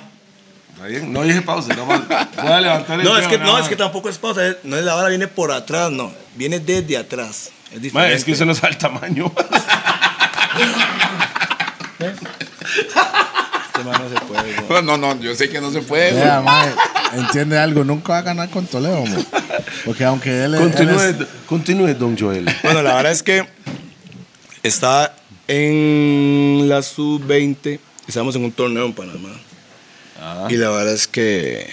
Está bien, no dije pausa, no, mae. voy a levantar el
No, es
dedo,
que,
nada
no, es
más.
que tampoco es pausa. es- No es la vara, viene por atrás, no. Viene desde atrás. Es diferente.
Mae, es que eso no es al tamaño.
Este man no se puede. ¿no?
No, no, yo sé que no se puede. güey.
Vea, mae, entiende algo, nunca va a ganar con Toledo, mo. porque aunque él, él es...
Continúe, continúe, don Joel.
Bueno, la verdad es que está en la sub-20. Estamos en un torneo en Panamá.
Ah.
Y la verdad es que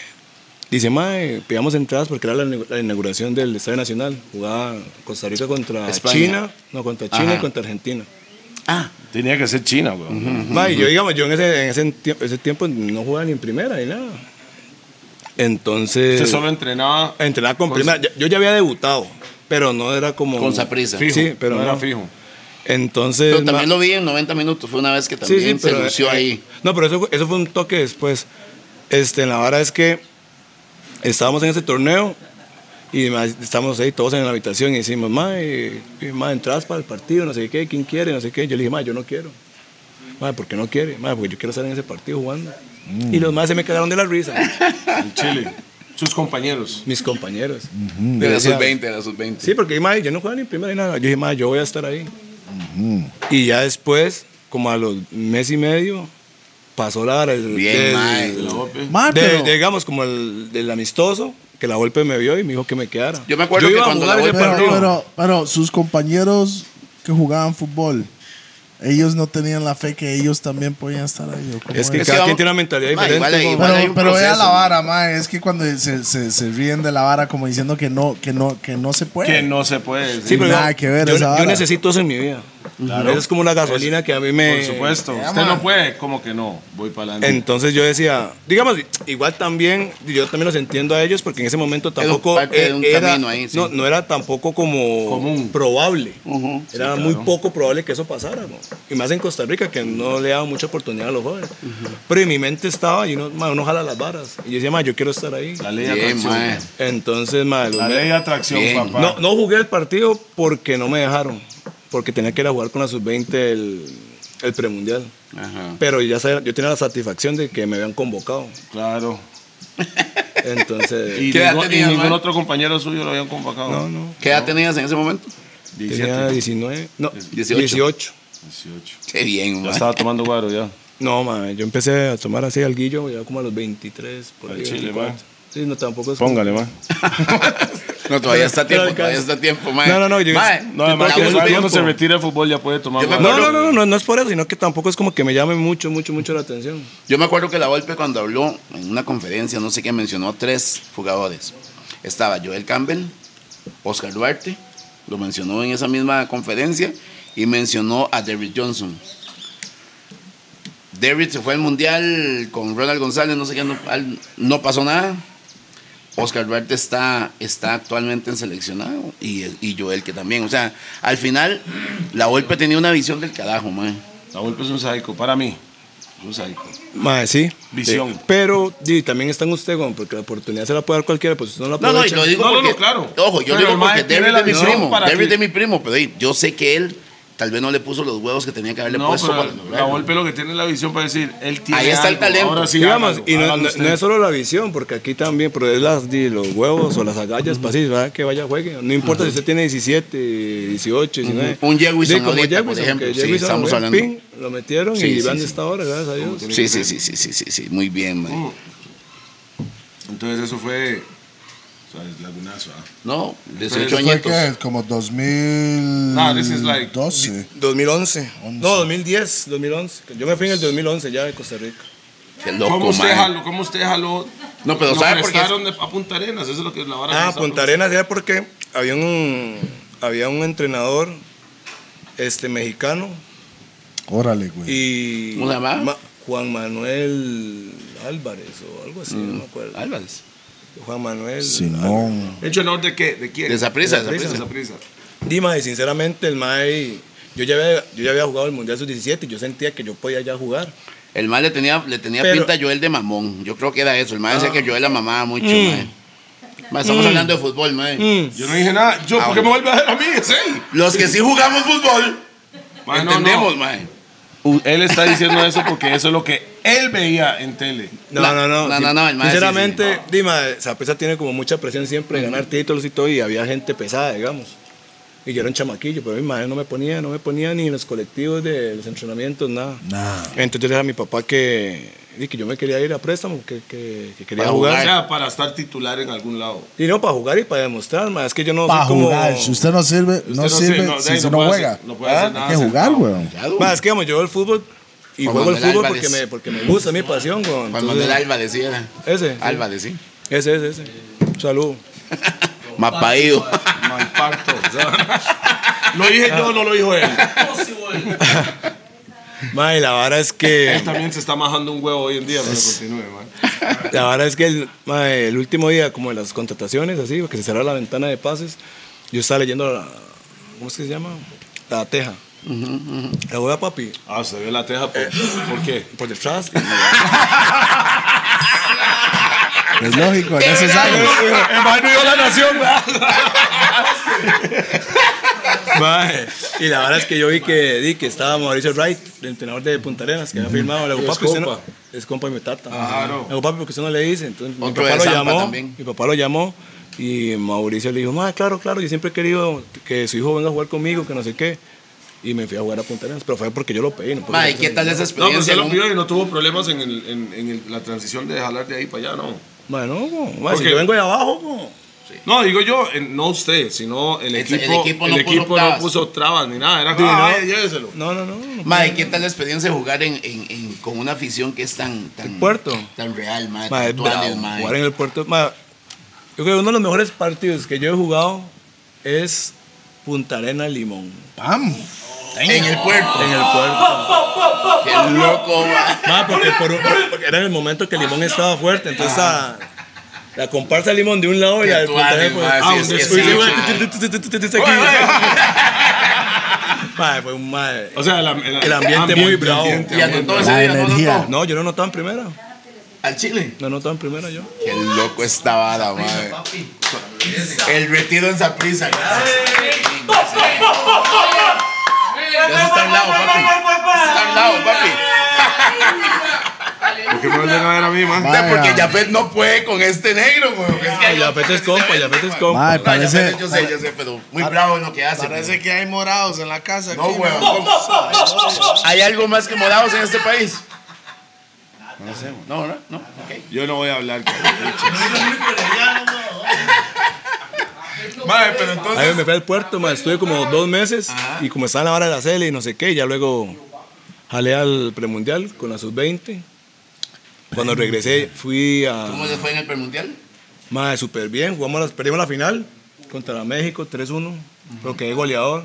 dice, mae, pidamos entradas porque era la, ine- la inauguración del Estadio Nacional. Jugaba Costa Rica contra
España.
China. No, contra China y
Ajá.
contra Argentina.
Ah,
Tenía que ser China, weón.
Mae, yo digamos, yo en ese, en ese, tiemp- ese tiempo no jugaba ni en primera ni nada. Entonces...
Usted solo entrenaba
Entrenaba con
Con-
primera. Ya- Yo ya había debutado, pero no era como...
Con Saprissa.
Fijo, sí, pero
no era
no.
fijo.
Entonces...
pero también
ma-
lo vi en 90 minutos. Fue una vez que también se
pero,
lució
eh,
ahí.
No, pero eso, fue- eso fue un toque después. Este, la verdad es que estábamos en ese torneo y ma, estábamos ahí todos en la habitación y decimos, ma, y, y, ma, entras para el partido, no sé qué, quién quiere, no sé qué. Yo le dije, ma, yo no quiero. Ma, ¿por qué no quiere? Ma, porque yo quiero estar en ese partido jugando. Y los más se me cagaron de la risa,
En Chile. Sus compañeros.
mis compañeros.
De la
decía-
sub-20, de la sub-20.
Sí, porque ma, yo no jugaba ni en primera ni nada. Yo dije, ma, yo voy a estar ahí. Y ya después, como a los mes y medio, pasó la hora del-
Bien,
del-
ma.
de la OPE.
Mae,
de-
pero-
de- digamos, como el del amistoso, que la golpe me vio y me dijo que me quedara.
Yo me acuerdo que
iba a
cuando
jugar
la
ese
Volpe-
pero,
partido.
pero, pero sus compañeros que jugaban fútbol, ellos no tenían la fe que ellos también podían estar ahí. ¿o cómo
Es que
Es que
cada
vamos-
quien tiene una mentalidad
Ma,
diferente.
igual ahí-
¿no?
pero,
hay un
pero vea
proceso,
la vara, mae, es que cuando se, se- se ríen de la vara como diciendo que no, que no, que no se puede.
Que no se puede.
Sí,
decir.
pero
nada
yo-
que ver
yo,
esa
yo
vara.
necesito eso en mi vida. Eso es como una gasolina que a mí me...
Por supuesto.
Ya,
Usted
man.
no puede, como que no. Voy para adelante.
Entonces yo decía, digamos, igual también, yo también los entiendo a ellos porque en ese momento tampoco e-
parte de un
era,
camino ahí, sí.
no, no era tampoco como
Común.
probable,
Ujú,
era muy poco probable que eso pasara, ¿no? y más en Costa Rica que no le daba mucha oportunidad a los jóvenes, pero en mi mente estaba, y uno, ma, uno jala las varas, y yo decía, ma, yo quiero estar ahí,
La ley de
Bien,
atracción.
mae.
entonces, ma, los
La
me-
ley de atracción,
Bien.
papá.
no, no jugué el partido porque no me dejaron, porque tenía que ir a jugar con la sub-20 el, el premundial.
Ajá.
Pero ya sabía- yo tenía la satisfacción de que me habían convocado.
Claro.
Entonces,
Y,
¿Qué edad
ningún, y
tenía,
ningún
man?
otro compañero suyo lo habían convocado.
no, no.
¿Qué edad tenías en ese momento?
Tenía
17,
19, no,
18.
18.
18.
Qué bien,
Ya
güey.
estaba tomando guaro ya.
No, man, yo empecé a tomar así al guillo ya como a los 23, por
Al
ahí,
chile,
24.
man.
Sí, no, tampoco es...
Póngale, man.
No, todavía está
Pero
tiempo, todavía
alcanza.
está tiempo, mae.
No, no, no, yo-
Mae,
No,
la
además, que
sub-20
cuando se retira el fútbol ya puede tomar
Yo me
No,
guaro.
no, no, no, no, no es por eso, sino que tampoco es como que me llame mucho, mucho, mucho la atención.
Yo me acuerdo que la Volpe cuando habló en una conferencia, no sé qué, mencionó a tres jugadores. Estaba Joel Campbell, Oscar Duarte, lo mencionó en esa misma conferencia, y mencionó a Derrick Johnson. Derrick se fue al Mundial con Ronald González, no sé qué, no, al- no pasó nada. Oscar Duarte está, está actualmente en seleccionado y, y Joel que también. O sea, al final la Volpe tenía una visión del carajo, man.
La golpe es pues, un sádico. Para mí, es un sádico.
Madre, sí.
Visión.
Sí. Pero y también está en usted, güey, porque la oportunidad se la puede dar cualquiera, pues usted no la
No,
puede
no, y lo digo
No, no,
porque,
no, claro.
Ojo, yo
Pero el
digo
mae
porque
tiene
David
la
es mi
visión
primo.
para
David
que-
es mi primo, pero ey, yo sé que él tal vez no le puso los huevos que tenía que haberle
No,
puesto
pero
para
la
lograrlo.
golpe lo que tiene es la visión para decir, él tiene
Ahí está el
algo,
talento.
Ahora sí,
digamos,
hágalo,
y no,
hágalo
no-
usted.
no es solo la visión, porque aquí también, pero es las, di, los huevos o las agallas, para así, ¿verdad? que vaya a juegue. No importa si usted tiene 17, 18, 19.
Un Jewison
como
ahorita, por
Jewison,
ejemplo,
que
sí,
Jewison,
estamos
ven,
hablando.
ping, lo metieron
Sí,
y
sí,
van
sí.
está ahora, gracias a Dios.
Sí,
Mm.
sí, sí, sí, sí, sí, sí, muy bien, man.
Entonces eso fue So it's lagunazo. ¿ah? Huh?
No, 18
Pero
¿Qué fue
añitos.
que es? Como 2000.
No, this is like-
12.
2011. No, 2010, 2011. Yo me fui en el 2011 ya de Costa Rica.
Qué
¿Cómo
loco,
usted
man.
jaló? ¿Cómo usted jaló?
No, pero
Lo
¿sabe por qué?
prestaron de- a Punta Arenas, eso es lo que es la hora.
Ah, Punta Arenas, ya porque había un, había un entrenador este, mexicano
Órale, güey.
y...
¿Cómo se llamaba?
Ma- Juan Manuel Álvarez o algo así, no me acuerdo.
Álvarez.
Juan Manuel.
Simón.
¿Hecho en orden de qué? ¿De quién?
De Saprissa,
De Saprissa,
Saprissa.
Saprissa.
Dima, y sinceramente el Mae, yo ya, había, yo ya había jugado el Mundial Sub-17 y yo sentía que yo podía ya jugar.
El mal le tenía, le tenía
Pero-
pinta a Joel de mamón. Yo creo que era eso. El mal
Ah.
decía que Joel la mamaba mucho, man. Man, Estamos hablando de fútbol, man.
Yo no dije nada.
Ah,
Yo, ¿por qué me vuelve a ver a mí? Es él.
Los que sí jugamos fútbol,
Man, no,
entendemos,
no.
man.
U- Él está diciendo eso porque eso es lo que él veía en tele.
No,
La-
no, no.
no,
sí.
no, no, el mae sí,
sinceramente, Mm.
sí,
Dima, Zapesa tiene como mucha presión siempre de ganar títulos y todo y había gente pesada, digamos. Y yo era un chamaquillo, pero mi madre no me ponía, no me ponía ni en los colectivos de los entrenamientos, nada.
Nah.
Entonces yo le dije a mi papá que, di que yo me quería ir a préstamo, que, que- que quería
Para
O
jugar.
jugar.
sea, para estar titular en algún lado.
Y no, para jugar y para demostrar, ma, es que yo no
Para
soy como...
jugar. Si usted no sirve, no
Usted no
sirve.
sirve, no,
si
ahí
usted
no
no,
puede
juega.
hacer- no puede hacer
Ah,
nada,
Hay que jugar,
sentado.
güey.
Ma, es que vamos, yo veo el fútbol y
Juan
juego el
Manuel
fútbol
Álvarez.
porque me, porque me gusta a mí, pasión, güey.
Juan
Entonces,
Manuel Álvarez, sí era.
Ese, sí.
Álvarez, sí.
ese, ese, ese. Salud.
Mapaído.
Mal parto. o sea. lo dije yo, no lo dijo él.
Ma, y la vara es que...
Él también se está majando un huevo hoy en día, pero continúe, man.
La verdad es que el, mae, el último día, como de las contrataciones, así, que se cerró la ventana de pases, yo estaba leyendo la. ¿Cómo es que se llama? La teja. La boda, papi.
Ah, se ve la teja. ¿Por, ¿por qué?
Por detrás.
Es lógico, es necesario.
Hermano, yo la nación,
Mae, y la verdad es que yo vi que, di que estaba Mauricio Wright, el entrenador de Punta Arenas, que había firmado. Le digo,
Es
papi, usted
compa.
no- es compa de mi tata.
Claro.
Le digo, papi, porque usted no le dice. Entonces, mi
Otro de
papá lo
Zampa
llamó.
también.
Mi papá lo llamó. Y Mauricio le dijo, ma, claro, claro, yo siempre he querido que su hijo venga a jugar conmigo, que no sé qué. Y me fui a jugar a Punta Arenas, pero fue porque yo lo pedí. No porque
Man, ¿y
yo-
¿qué tal esa
No, pero
experiencia?
se lo
no? pues,
pidió y no tuvo problemas en, el- en- en el- la transición de jalar de ahí para allá, ¿no?
Ma, no, mo, ma, si
Porque-
yo vengo de abajo, mo.
No, digo yo, eh, no usted, sino el
El- el
equipo. El equipo no,
puso
puso,
trabas.
trabas ni nada. Era
Sí,
como,
¿no?
"Ay, lléveselo".
No, no, no. no.
Mae, ¿qué tal la experiencia de jugar en, en- en- con una afición que es tan, tan,
El puerto.
tan real, mae?
Ma, es
tan tuanes,
bravo,
mae?
Jugar en el puerto. ma, yo creo que uno de los mejores partidos que yo he jugado es Punta Arena Limón.
Pam.
En el puerto.
En el puerto.
Qué loco, mae.
Ma, porque, por un- porque era en el momento que Limón estaba fuerte. Entonces la, la comparsa de Limón de un lado y
Qué
la de Punta
tuanes,
Arena. pues,
ma, sí,
ah,
es
un
que
descuido,
sí,
ma,
ma.
tu, tu, tu, tu, tu, tu, tu, tu, aquí. Ma, fue un ma-
O sea, la-
El ambiente muy bravo.
Y anotó ese
La
día, no
energía.
anotó.
No, yo no notaba en primera.
Al Chile.
No notaba en primera yo.
Qué loco esta vara, mae. El retiro en Zaprisa. Eso está al lado, papi. Eso está al lado, papi.
Porque me vuelven a ver a mí, man.
Vaya.
Porque Jafet no puede con este negro, güey. Es que hay
Ya es compa, ya es compa.
Mae,
No, ya sé,
parece.
yo sé, yo sé, pero muy bravo en lo que hace. güey.
que hay morados en la casa.
No, güey. ¿Hay algo más que morados en este país? No sé, güey. No, no, no. ok.
Yo no voy a hablar. Madre, pero entonces.
Ahí me fui al puerto, ma, estuve como dos meses y como estaba la vara de la cele y no sé qué, ya luego jalé al premundial con la sub-20. Cuando regresé fui
¿Cómo
a...
les fue en el premundial?
Madre, súper bien, jugamos las, perdimos la final contra México 3-1, pero quedé goleador.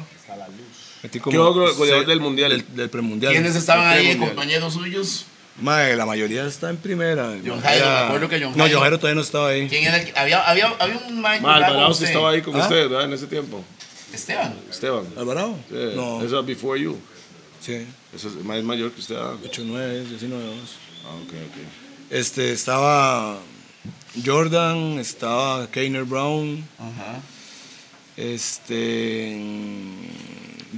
Metí como
Quedó go- goleador
se-
del mundial.
Del, del premundial.
¿Quiénes estaban
el
ahí,
premundial.
compañeros suyos?
Madre, la mayoría está en primera.
John
Era-
Jairo, me acuerdo que John
No,
Jairo-
John Jairo todavía no estaba ahí.
¿Quién era el que- había, había, había un Mike
Mal,
bravo,
Alvarado sí
usted.
estaba ahí con
¿Ah?
ustedes, ¿verdad? En ese tiempo.
Esteban.
Esteban.
¿Alvarado?
Sí.
No,
Eso es Before You.
sí,
Eso es más mayor que usted. Ah,
8-9, 19-2.
Ah, ok, ok.
Este, estaba Jordan, estaba Keiner Brown,
Ajá.
este,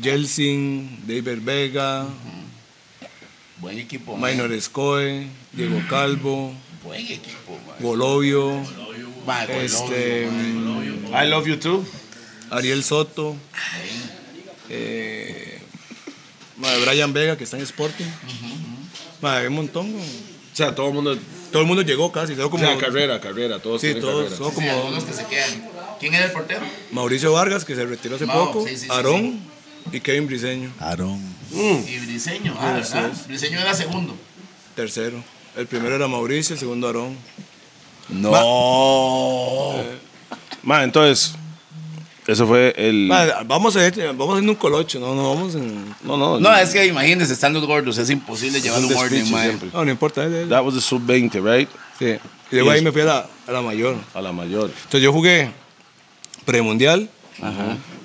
Jelsin, David Vega,
Buen equipo. man.
Minor Escoe, Diego Calvo,
Buen equipo, man.
Golovio,
Man, Golovio,
este,
man.
I love you too.
Ariel Soto, eh, madre, Brian Vega que está en Sporting. Madre, un montón. güey.
O sea, todo el mundo
Todo el mundo llegó casi, solo
O
como.
sea, carrera, carrera, todos
Sí,
tienen
todos,
carrera.
solo
Sí,
como
Este, algunos que se quedan. ¿Quién era el portero?
Mauricio Vargas, que se retiró hace
Mao,
poco,
sí, sí, sí,
Aarón y Kevin Briseño,
Aarón.
Y Briseño. Ah,
Sí,
¿verdad?
sí.
Briseño era segundo.
tercero. El primero era Mauricio, el segundo Aarón.
No.
Ma, entonces, eso fue el.
Ma, Vamos a este- vamos haciendo un colocho, no, no vamos en.
no, no,
No, es que imagínense, están los gordos, es imposible llevar un orden,
despiche
mae.
siempre.
No, no importa. él- él-
That was the sub-20, right?
sí. Y luego ahí me fui a la, a la mayor.
A la mayor.
Entonces yo jugué premundial.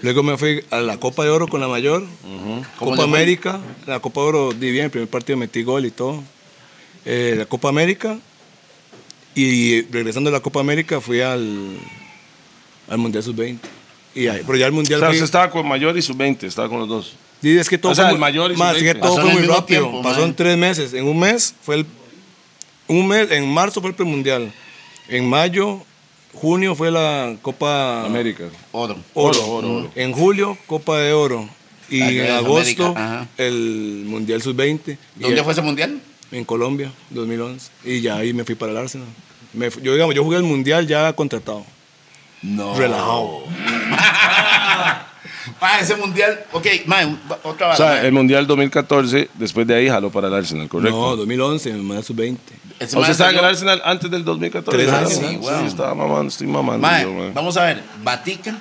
Luego me fui a la Copa de Oro con la mayor.
¿Cómo
Copa
le fue?
América. La Copa de Oro di bien, el primer partido metí gol y todo. Eh, la Copa América. Y regresando a la Copa América fui al, al Mundial Sub-20. Y ahí, pero ya el
O
Mundial
sea,
fui-
usted estaba con mayor y sub-20, estaba con los dos.
y es que todo
O sea,
fue
el
muy-
mayor y su
más, es que
veinte.
todo
Pasó
fue
en el
muy
mismo
rápido.
tiempo,
pasó
man.
en tres meses. En un mes fue el un mes, en marzo fue el premundial. En mayo, junio fue la Copa
América.
Oro.
Oro.
Oro, oro, oro.
En julio, Copa de Oro. Y
Ah,
en
ya es
agosto,
América, ajá.
el Mundial Sub-20. Y
¿Dónde
ya-
fue ese mundial?
En Colombia, 2011. Y ya ahí me fui para el Arsenal. Me fu- yo, digamos, yo jugué el Mundial ya contratado.
No.
Relajado.
Pa, ese mundial. Ok, mae, otra
O
vez.
sea, el Mundial 2014, después de ahí jaló para el Arsenal,
No,
¿correcto?
2011, en el Mundial Sub-20.
o sea, estaba en el Arsenal antes del 2014.
Tres
¿verdad?
años.
Sí,
Sí, weón.
estaba mamando, estoy mamando.
Mae,
yo, man.
vamos a ver, Batica,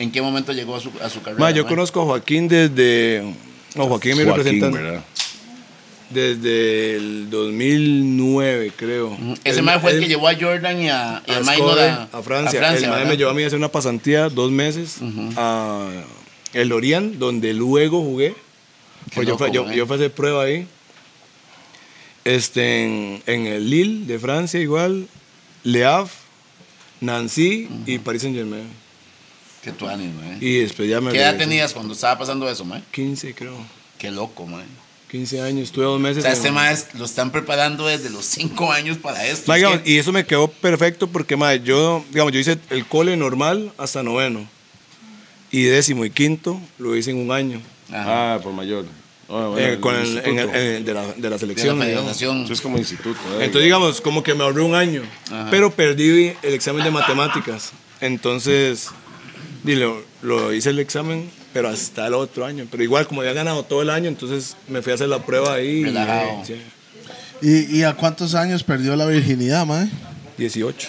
¿en qué momento llegó a su, a su carrera?
Ma, yo
mae?
conozco a Joaquín desde. No, Joaquín me
Joaquín,
representa
¿verdad?
desde el 2009, creo.
Ese
Él-
mae fue el
él-
que llevó a Jordan y a, y a
a
Mike
Scott,
Nola-
a Francia.
a Francia,
el mae me
¿verdad?
llevó a mí a hacer una pasantía dos meses a El Orient, donde luego jugué. Pues yo,
loco,
fui, yo,
mae.
yo fui a hacer prueba ahí. Este, en, en el Lille de Francia, igual. Le Havre, Nancy y Paris Saint Germain.
Qué tuanis, mae.
Y después ya me.
¿Qué edad
regresé.
tenías cuando estaba pasando eso, mae?
15, creo.
Qué loco, mae.
15 años, estuve dos meses.
O sea,
en-
este mae es- lo están preparando desde los cinco años para esto.
Ma,
Es
digamos,
que-
y eso me quedó perfecto porque ma, yo, digamos, yo hice el cole normal hasta noveno. Y décimo y quinto lo hice en un año.
Ajá.
Ah, por mayor. Ah, bueno,
eh, con el, en el-
instituto.
en el de, la, de la
de la
selección. digamos.
federación.
Eso es como instituto. eh.
Entonces, digamos, como que me ahorré un año. Pero perdí el examen de matemáticas. Entonces, y lo, lo hice el examen, pero hasta el otro año. Pero igual, como había ganado todo el año, entonces me fui a hacer la prueba ahí.
Relajado.
eh, sí,
¿Y, y a cuántos años perdió la virginidad, mae?
18.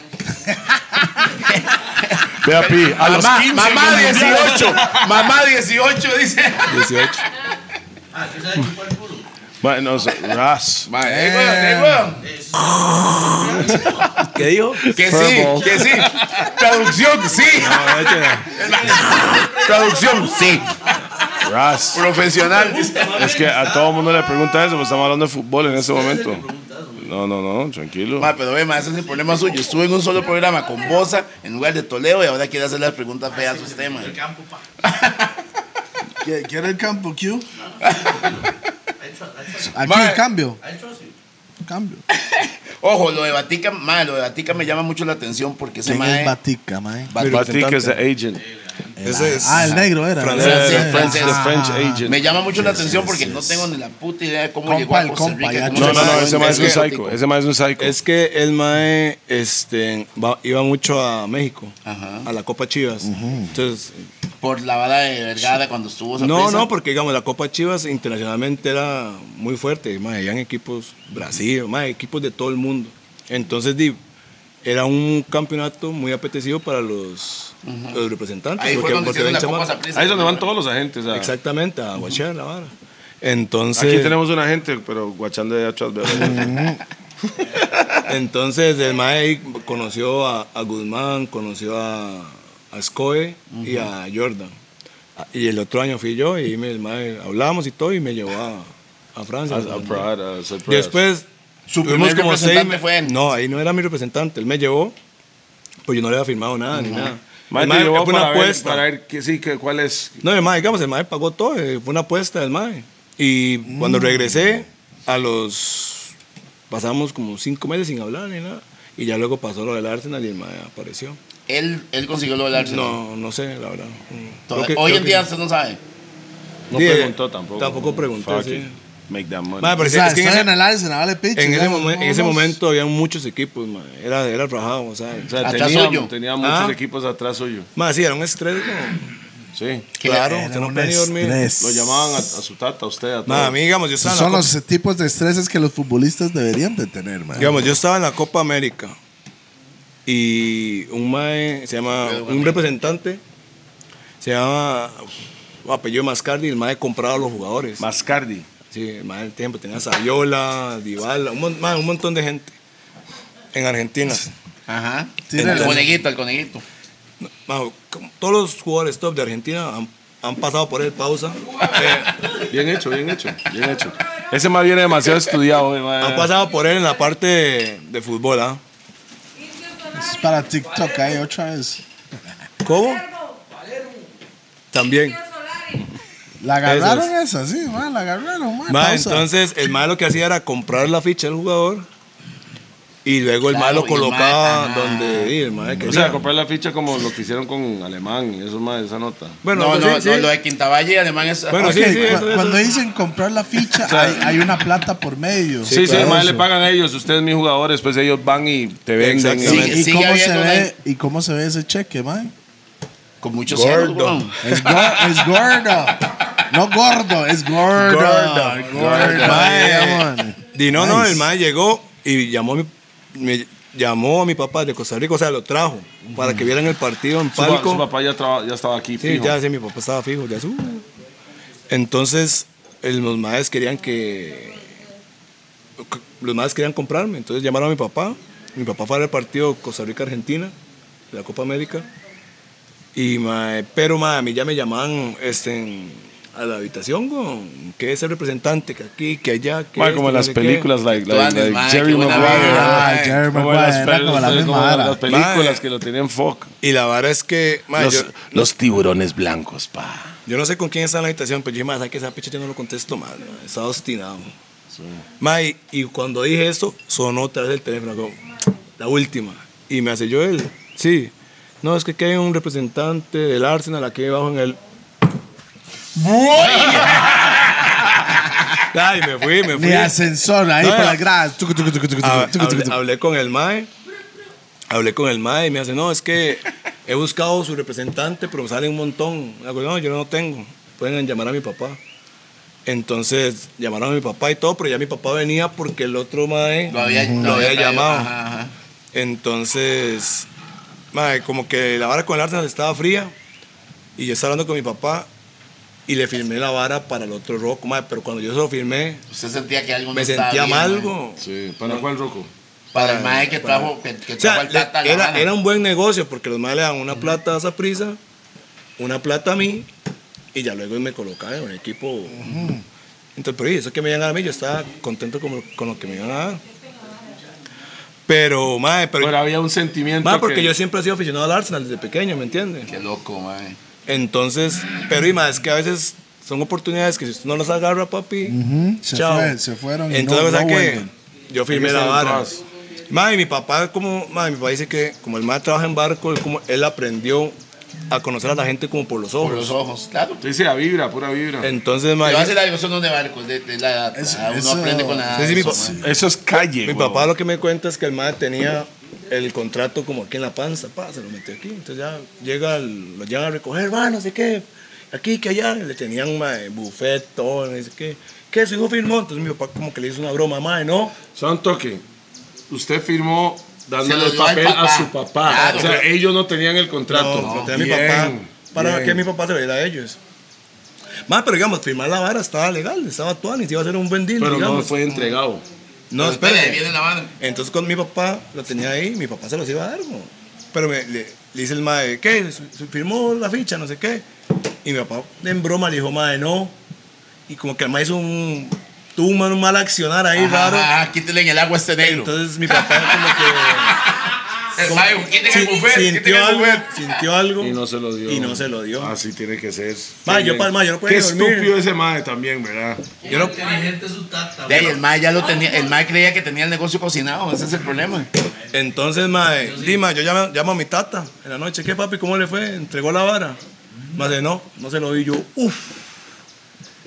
Vea, Pi, a los
mamá,
15
mamá
del Mundial.
18. mamá 18, dice.
18.
Ma, no, so- ras.
Mae, eh, weón, eh, weón.
¿Qué dijo?
Que sí, que sí. Traducción, sí.
No, de hecho, no.
Traducción, sí.
Ras.
Profesional.
Es que a todo el mundo le pregunta eso, pues estamos hablando de fútbol en ese momento. No, no, no, tranquilo.
Ma, pero ve, ma, ese es el problema suyo. Estuve en un solo programa con Bosa en lugar de Toledo y ahora quiere hacer las preguntas feas a sus temas.
¿Quiere el campo, Q? Aquí
Mae.
cambio. Cambio.
Ojo, lo de Batica, ma, lo de Batica me llama mucho la atención porque ese
¿Quién es
mae
Batica, mae?
Batik es the agent.
Ese es-
Ah, el negro era.
Francés,
¿verdad?
francés,
Ah,
francés.
The French
ah,
agent.
me llama mucho la atención
yes,
porque
yes.
no tengo ni la puta idea de cómo
Compa,
llegó a
el
Costa
compa, ya
Rica. cómo
No, no, no,
se-
ese
cómo
mae es
se-
un
cómo se-
psycho. Ese mae es un psycho.
Es que el mae este, va- iba mucho a México,
Ajá.
a la Copa Chivas. Entonces,
Por la vara de Vergara cuando estuvo
no,
Saprissa.
no, porque digamos, la Copa Chivas internacionalmente era muy fuerte. Mae, habían equipos Brasil, mae, equipos de todo el mundo. Entonces, di, era un campeonato muy apetecido para los, los representantes.
Ahí fue
porque-
donde
porque
hicieron la
ven
Copa
chamacos.
Saprissa.
Ahí es donde van todos los agentes. ah.
Exactamente, a guachear la vara. Entonces,
Aquí tenemos un agente, pero guachando de atrás. ¿verdad?
Entonces el mae ahí conoció a, a Guzmán, conoció a, a Scoe y a Jordan. A- Y el otro año fui yo y me, el mae hablamos y todo y me llevó a, a Francia.
A- a Pratt, a Sir Pratt.
Mm. Después
Su
tuvimos
primer representante
me-
fue él.
No, ahí no era mi representante, él me llevó, pues yo no le había firmado nada ni nada.
Mae,
El
te llevó
fue
para ver- para ver qué- sí, que- cuál es.
no, el mae, digamos, el mae pagó todo, eh, fue una apuesta del mae. Y
Mm.
cuando regresé, a los. Pasamos como cinco meses sin hablar ni nada. Y ya luego pasó lo del Arsenal y el mae apareció.
Él, él consiguió lo del Arsenal.
No, no sé, la verdad. Mm,
Toda-
creo que-
Hoy
creo
en
que-
día usted no sabe.
No
Sí, eh,
preguntó tampoco.
Tampoco pregunté,
Fuck
sí.
it.
make that money.
Mae, pero
O
es
sea,
es que en
están
ese-
en el Arsenal, vale, picho,
En ese,
ya,
momen- en ese
vámonos.
momento había muchos equipos, man. Era, era rajado, o sea.
O sea,
Atrás
tenía,
suyo.
tenía muchos
Ah.
equipos atrás suyo.
Más, sí, era un estrés, como-
Sí.
Claro,
Era
usted no
un
puede ni dormir.
estrés.
Lo llamaban a, a su tata, a usted, a
Ma,
todo.
a mí, digamos, yo estaba, en
Son
la Copa,
los tipos de estreses que los futbolistas deberían de tener, man.
digamos, yo estaba en la Copa América y un mae, se llama, un representante, se llama, apellido Mascardi, el mae compraba a los jugadores.
Mascardi.
Sí, el mae del tiempo, tenía a Saviola, Dybala, un, mon- mae, un montón de gente en Argentina.
Ajá.
Tiene
el
la-
coneguito, el coneguito.
Mae, como todos los jugadores top de Argentina han, han pasado por él, pausa. Eh,
Bien hecho, bien hecho, bien hecho.
Ese más viene demasiado estudiado. eh,
han
mae.
pasado por él en la parte de, de fútbol, ¿ah?
Es para TikTok ahí otra vez.
¿Cómo? También.
La agarraron
Eso
esa, sí, man, la agarraron, man.
Ma,
Pausa.
entonces el malo lo que hacía era comprar la ficha del jugador y luego el
Claro,
malo
y el
colocaba
mae, ajá.
donde sí, el mae
O
quería.
sea, comprar la ficha como lo que hicieron con Alemán, y eso más, esa nota.
bueno,
no,
pues,
no,
sí,
no,
sí.
lo de Quintavalle y Alemán es.
Bueno,
Ok,
sí, sí,
cu-
eso, eso.
cuando dicen comprar la ficha, hay, hay una plata por medio.
Sí, sí,
claro,
más
sí.
le pagan a ellos, ustedes mis jugadores, pues ellos van y te venden.
¿Y,
Exactamente.
y
Sigue
cómo se
habiendo
ve, ¿Y cómo se ve ese cheque, man?
con muchos
Gordo.
celos, weón.
Es, go- es gordo. No gordo, es gordo.
Gordo,
Gordo,
Mae,
yeah, man.
Di, no, no,
Nice.
el mae llegó y llamó a mi, me llamó a mi papá de Costa Rica, o sea, lo trajo para que vieran el partido en
Su, pa-
palco.
su papá ya, traba- ya estaba aquí.
Sí,
fijo.
ya, sí, mi papá estaba fijo, ya su. Entonces, el- los madres querían que. que- Los madres querían comprarme. Entonces llamaron a mi papá. Mi papá fue al partido Costa Rica-Argentina, de la Copa América. Y, mae, pero, mae, a mí ya me llamaban este, en- a la habitación, con, que es el representante, que aquí, que allá. Que
Mae,
esto,
como en
no
las
sé qué.
películas, like,
Actuando,
like- like
mae,
Jerry
qué buena
Maguire.
vibra.
Ah, Jerry
Como en las,
Maguire, era como la
pel- como
misma
en las
vara.
películas
Mae.
que lo tenían fuck.
Y la verdad es que, mae, yo,
tiburones blancos, pa.
yo no sé con quién está en la habitación, pero yo dije, mae, ¿sabes qué? Esa picha yo no lo contesto más, mae, estaba obstinado. Mae, y cuando dije eso, sonó otra vez el teléfono, como, la última. Y me hace yo él, sí. No, es que aquí hay un representante del Arsenal aquí abajo en el. Ay, me fui, me fui.
Ni ascensor, ahí
No, Ah,
por
ya.
las gradas. Tucu, tucu, tucu, tucu,
Hab-
tucu, tucu,
hablé,
tucu.
ah,
hablé con el MAE. Hablé con el MAE y me hace, no, es que he buscado su representante, pero me sale un montón. Le digo, no, yo no tengo. Pueden llamar a mi papá. Entonces llamaron a mi papá y todo, pero ya mi papá venía porque el otro MAE
Lo había,
lo había
traído.
llamado.
Ajá, ajá.
Entonces, mae, como que la vara con el Arsenal estaba fría y yo estaba hablando con mi papá y le firmé la vara para el otro roco, mae, pero cuando yo se lo firmé,
Usted sentía que algo no
me
estaba
sentía
bien,
mal,
man.
go.
Sí, ¿para cuál roco?
Para el mae que trajo, que, que
O sea,
trajo al Tata. a
le-
La
era,
Habana.
era un buen negocio porque los maes le dan una plata a esa prisa, una plata a mí y ya luego me colocaba en un equipo. Entonces, pero y eso que me iban a dar a mí, yo estaba contento con, lo- con lo que me iban a dar. Pero, mae, pero,
Pero había un sentimiento.
mae, porque
que-
yo siempre he sido aficionado al Arsenal desde pequeño, ¿me entiendes?
Qué loco, mae.
Entonces, pero y más, es que a veces son oportunidades que si usted no las agarra, papi,
Ujú, se
chao.
fue- se fueron y
Entonces,
no-
o sea
no
que
vuelven.
yo firmé
Hay que
la
ser
vara.
atrás.
Ma, y mi papá, como, ma, mi papá dice que como el ma trabaja en barco, él, como, él aprendió a conocer a la gente como por los ojos.
Por los ojos, claro.
Sí, sí, la vibra, pura vibra.
Entonces, ma,
Yo
dice-
hace la son de barcos, de, de la edad.
Eso-
uno
eso-
aprende con la edad.
Sí, sí, mi
eso,
pa-
mae.
Eso es calle,
mi
weón.
papá lo que me cuenta es que el ma tenía el contrato como aquí en la panza, pa, se lo metió aquí. Entonces ya llega, el- lo llegan a recoger, va, no sé qué, aquí, que allá, le tenían ma, buffet, todo, no sé qué. ¿Qué? Su hijo firmó. Entonces mi papá como que le hizo una broma, ma, no.
Son toque. Usted firmó
Se
dándole
lo
el
dio al
papel
papá.
a su papá.
Claro.
o sea, ellos no tenían el
No,
contrato.
lo tenía mi
Bien,
papá. Para
bien.
que mi papá se lo diera a ellos. Ma, pero digamos, firmar la vara estaba legal, estaba actual, y se iba a hacer un buen deal.
Pero no
digamos.
fue entregado.
No,
Pero espere,
espere.
viene la mano.
Entonces cuando mi papá lo tenía ahí, mi papá se los iba a dar, güey. Pero me- le, le dice el mae, ¿qué? ¿Su- su- ¿Firmó la ficha? No sé qué. Y mi papá en broma le dijo, mae, no. Y como que el mae hizo un... Tuvo un mal, un mal accionar ahí
Ajá,
raro.
ajá, quítele en el agua a este negro.
Entonces mi papá como que...
el mae, quítele
sin-
el buffet, quítele
sintió,
el
algo,
buffet.
sintió algo.
Y no se lo dio.
Y no se lo dio.
Así tiene que ser.
Ma, yo
Qué
pa- ma, yo no podía
Qué
dormir.
estúpido ese madre también, ¿verdad?
Yo no-
De ahí, el mae ya lo tenía, el mae creía que tenía el negocio cocinado, ese es el problema.
Entonces, mae, Dima, yo llamo, llamo a mi tata en la noche. ¿Qué, papi? ¿Cómo le fue? ¿Entregó la vara? Me dice, no, no se lo di yo. Uf.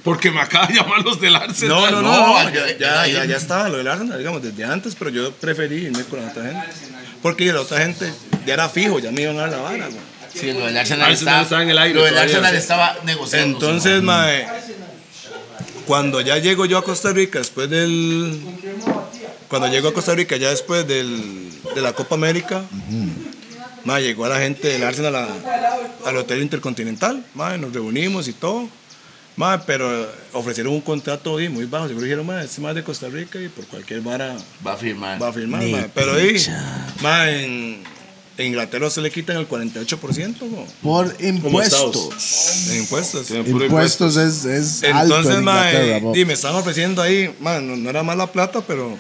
Porque me acaba de llamar los del Arsenal.
No, no, no,
No,
no, ya,
ya- ya-
ya, ya, ya estaba lo del Arsenal, digamos, desde antes, pero yo preferí irme con la otra gente. Porque la otra gente ya era fijo, ya me iban a dar la vara, güey.
Sí, lo del Arsenal,
Arsenal
estaba,
Ah, estaba en el aire
Lo del
todavía,
Arsenal
sí.
estaba negociando.
Entonces, mae, cuando ya llego yo a Costa Rica, después del. Cuando llego a Costa Rica, ya después del, de la Copa América, mae, llegó a la gente del Arsenal a- al Hotel Intercontinental, mae, nos reunimos y todo. mae, pero ofrecieron un contrato di, muy bajo. Seguro dijeron, mae, este mae es de Costa Rica y por cualquier vara
Va a firmar.
va a firmar.
Ni
mae. Pero ahí,
picha.
mae, en, en Inglaterra se le quitan el 48% mo,
Por impuestos.
Estados.
de impuestos.
Puro impuesto.
Impuestos es, es alto
Entonces, eh,
en Inglaterra,
mae,
bo.
y me están ofreciendo ahí, mae, no, no era mala plata, pero,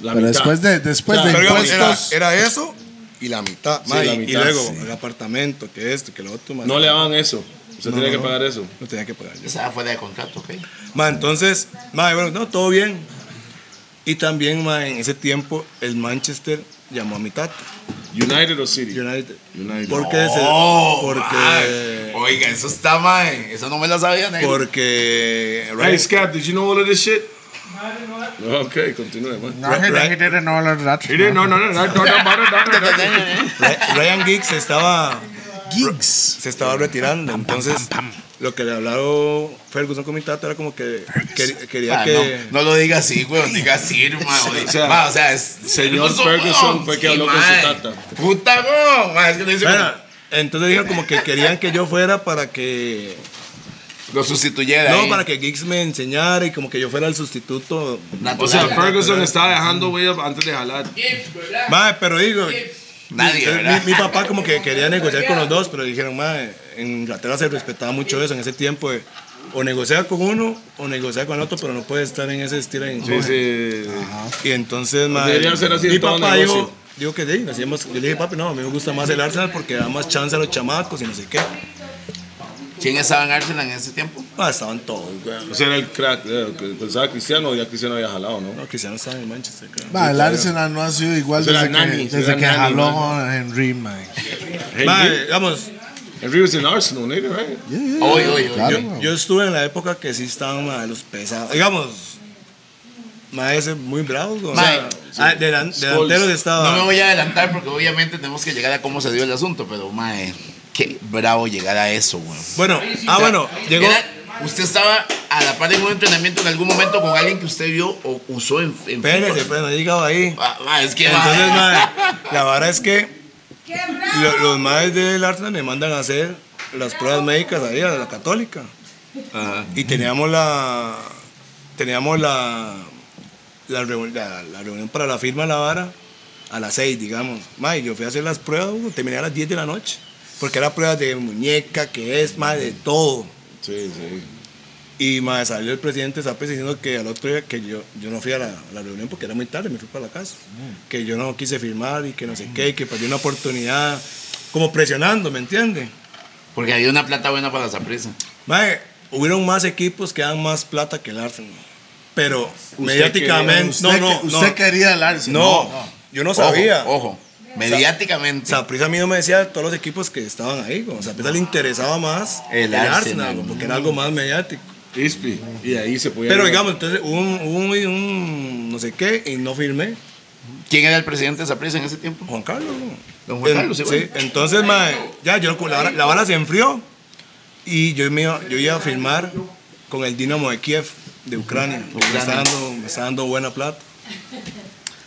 La
Pero
mitad.
después de, después de
pero digamos, era,
impuestos,
era eso y la mitad,
Sí,
mae,
la
y-
mitad,
y luego
sí.
el apartamento, que esto, que lo otro, mae.
No le daban eso. Usted
No,
tenía que
no.
pagar eso.
Lo tenía que pagar yo.
Estaba fuera de contrato, ¿ok?
Mae, entonces, mae, bueno, no, todo bien. Y también, mae, en ese tiempo, el Manchester llamó a mi tata,
United o City.
United.
United.
Porque, se-
Oh,
porque,
man. Oiga, eso está, mae. Eso no me lo sabía, negro.
porque,
Hey,
Ryan-
Scott, did you know all of this shit? Ok, continúe, man.
No, he- he didn't know all of that.
He didn't- No, no, no, no, no, no, no, no, no, no.
eh.
Ryan Giggs estaba
Gigs.
se estaba retirando. Entonces, lo que le hablaron Ferguson con mi tata era como que quer- quería
Ah,
que.
no, no lo diga así, güey. Diga así, hermano. O sea,
sea,
ma, o sea es,
señor Ferguson fue que habló con su
mae.
tata.
Puta, güey. ma, Es que le dice
Bueno, entonces dijeron como que querían que yo fuera para que.
como- lo sustituyera.
No,
ahí.
para que Giggs me enseñara y como que yo fuera el sustituto.
Natural.
O sea, Ferguson estaba dejando huella antes de jalar.
Mae, pero digo.
Nadie,
entonces
¿verdad?
eh, mi, mi papá como que quería negociar con los dos, pero dijeron, mae, en Inglaterra se respetaba mucho eso en ese tiempo. de o negociar con uno o negociar con el otro, pero no puede estar en ese estilo. en
Sí, sí.
Y entonces, mae,
Debería Pues ser así en
mi
todo
papá
negocio.
dijo, dijo que sí, nacimos- yo le dije, papi, no, a mí me gusta más el Arsenal porque da más chance a los chamacos y no sé qué.
¿Quién estaba en Arsenal en ese tiempo?
Ah, estaban todos, güey.
O sea, era el crack. eh, que Pensaba Cristiano, ya Cristiano había jalado, ¿no?
No, Cristiano estaba en Manchester, creo.
Ma, el Arsenal no ha sido igual
Será
desde
Nani,
que, desde
será
que
Nani,
jaló a Henry, man.
Mae,
Henry,
digamos,
Henry was in Arsenal, nigga, right?
Oye, oye, oye.
Claro,
yo, yo estuve en la época que sí estaban mae, los pesados. Digamos, mae, ese muy bravos, güey. O sea,
Mae,
ah, delan- delanteros
No me
estaba.
voy a adelantar porque obviamente tenemos que llegar a cómo se dio el asunto, pero mae, qué bravo llegar a eso, güey.
Bueno, ah, bueno, llegó.
Era- usted estaba a la par de un entrenamiento en algún momento con alguien que usted vio o usó en, en
Espérense,
FIFA.
pero no he llegado ahí.
Ah, ah, es que
Entonces,
mae,
mae, la vara es que lo- los madres del Arsenal me mandan a hacer las pruebas médicas ahí a la católica. Y teníamos la teníamos la la, reu- la- la reunión para la firma de la vara a las 6, digamos. Mae, yo fui a hacer las pruebas, güey, terminé a las 10 de la noche. Porque era pruebas de muñeca, que es, más de todo.
Sí, sí.
Y mae, salió el presidente Zapes diciendo que al otro día que yo, yo no fui a la, a la reunión porque era muy tarde, me fui para la casa. Que yo no quise firmar y que no sé qué, y que perdí una oportunidad, como presionando, ¿me entiendes?
porque había una plata buena para esa prisa.
Mae, hubieron más equipos que dan más plata que el Arsenal. Pero
Pero
mediáticamente.
usted
No,
que-
no,
Usted
no.
quería el Arsenal.
no, yo no sabía.
Ojo, ojo. mediáticamente.
Saprissa a mí no me decía todos los equipos que estaban ahí. como Saprissa le interesaba más
El
el,
Arsenal.
Arsenal, como porque era algo más mediático.
Ispi. Y ahí se podía.
Pero
llegar.
digamos, entonces hubo un, hubo un, un no sé qué y no firmé.
¿Quién era el presidente de esa prisa en ese tiempo?
Juan Carlos.
Don Juan
En-
Carlos, sí,
sí,
bueno.
entonces, mae, ya yo la vara, la vara se enfrió y yo, me iba, yo iba a firmar con el Dinamo de Kiev de Ucrania, porque me está dando, me está dando buena plata.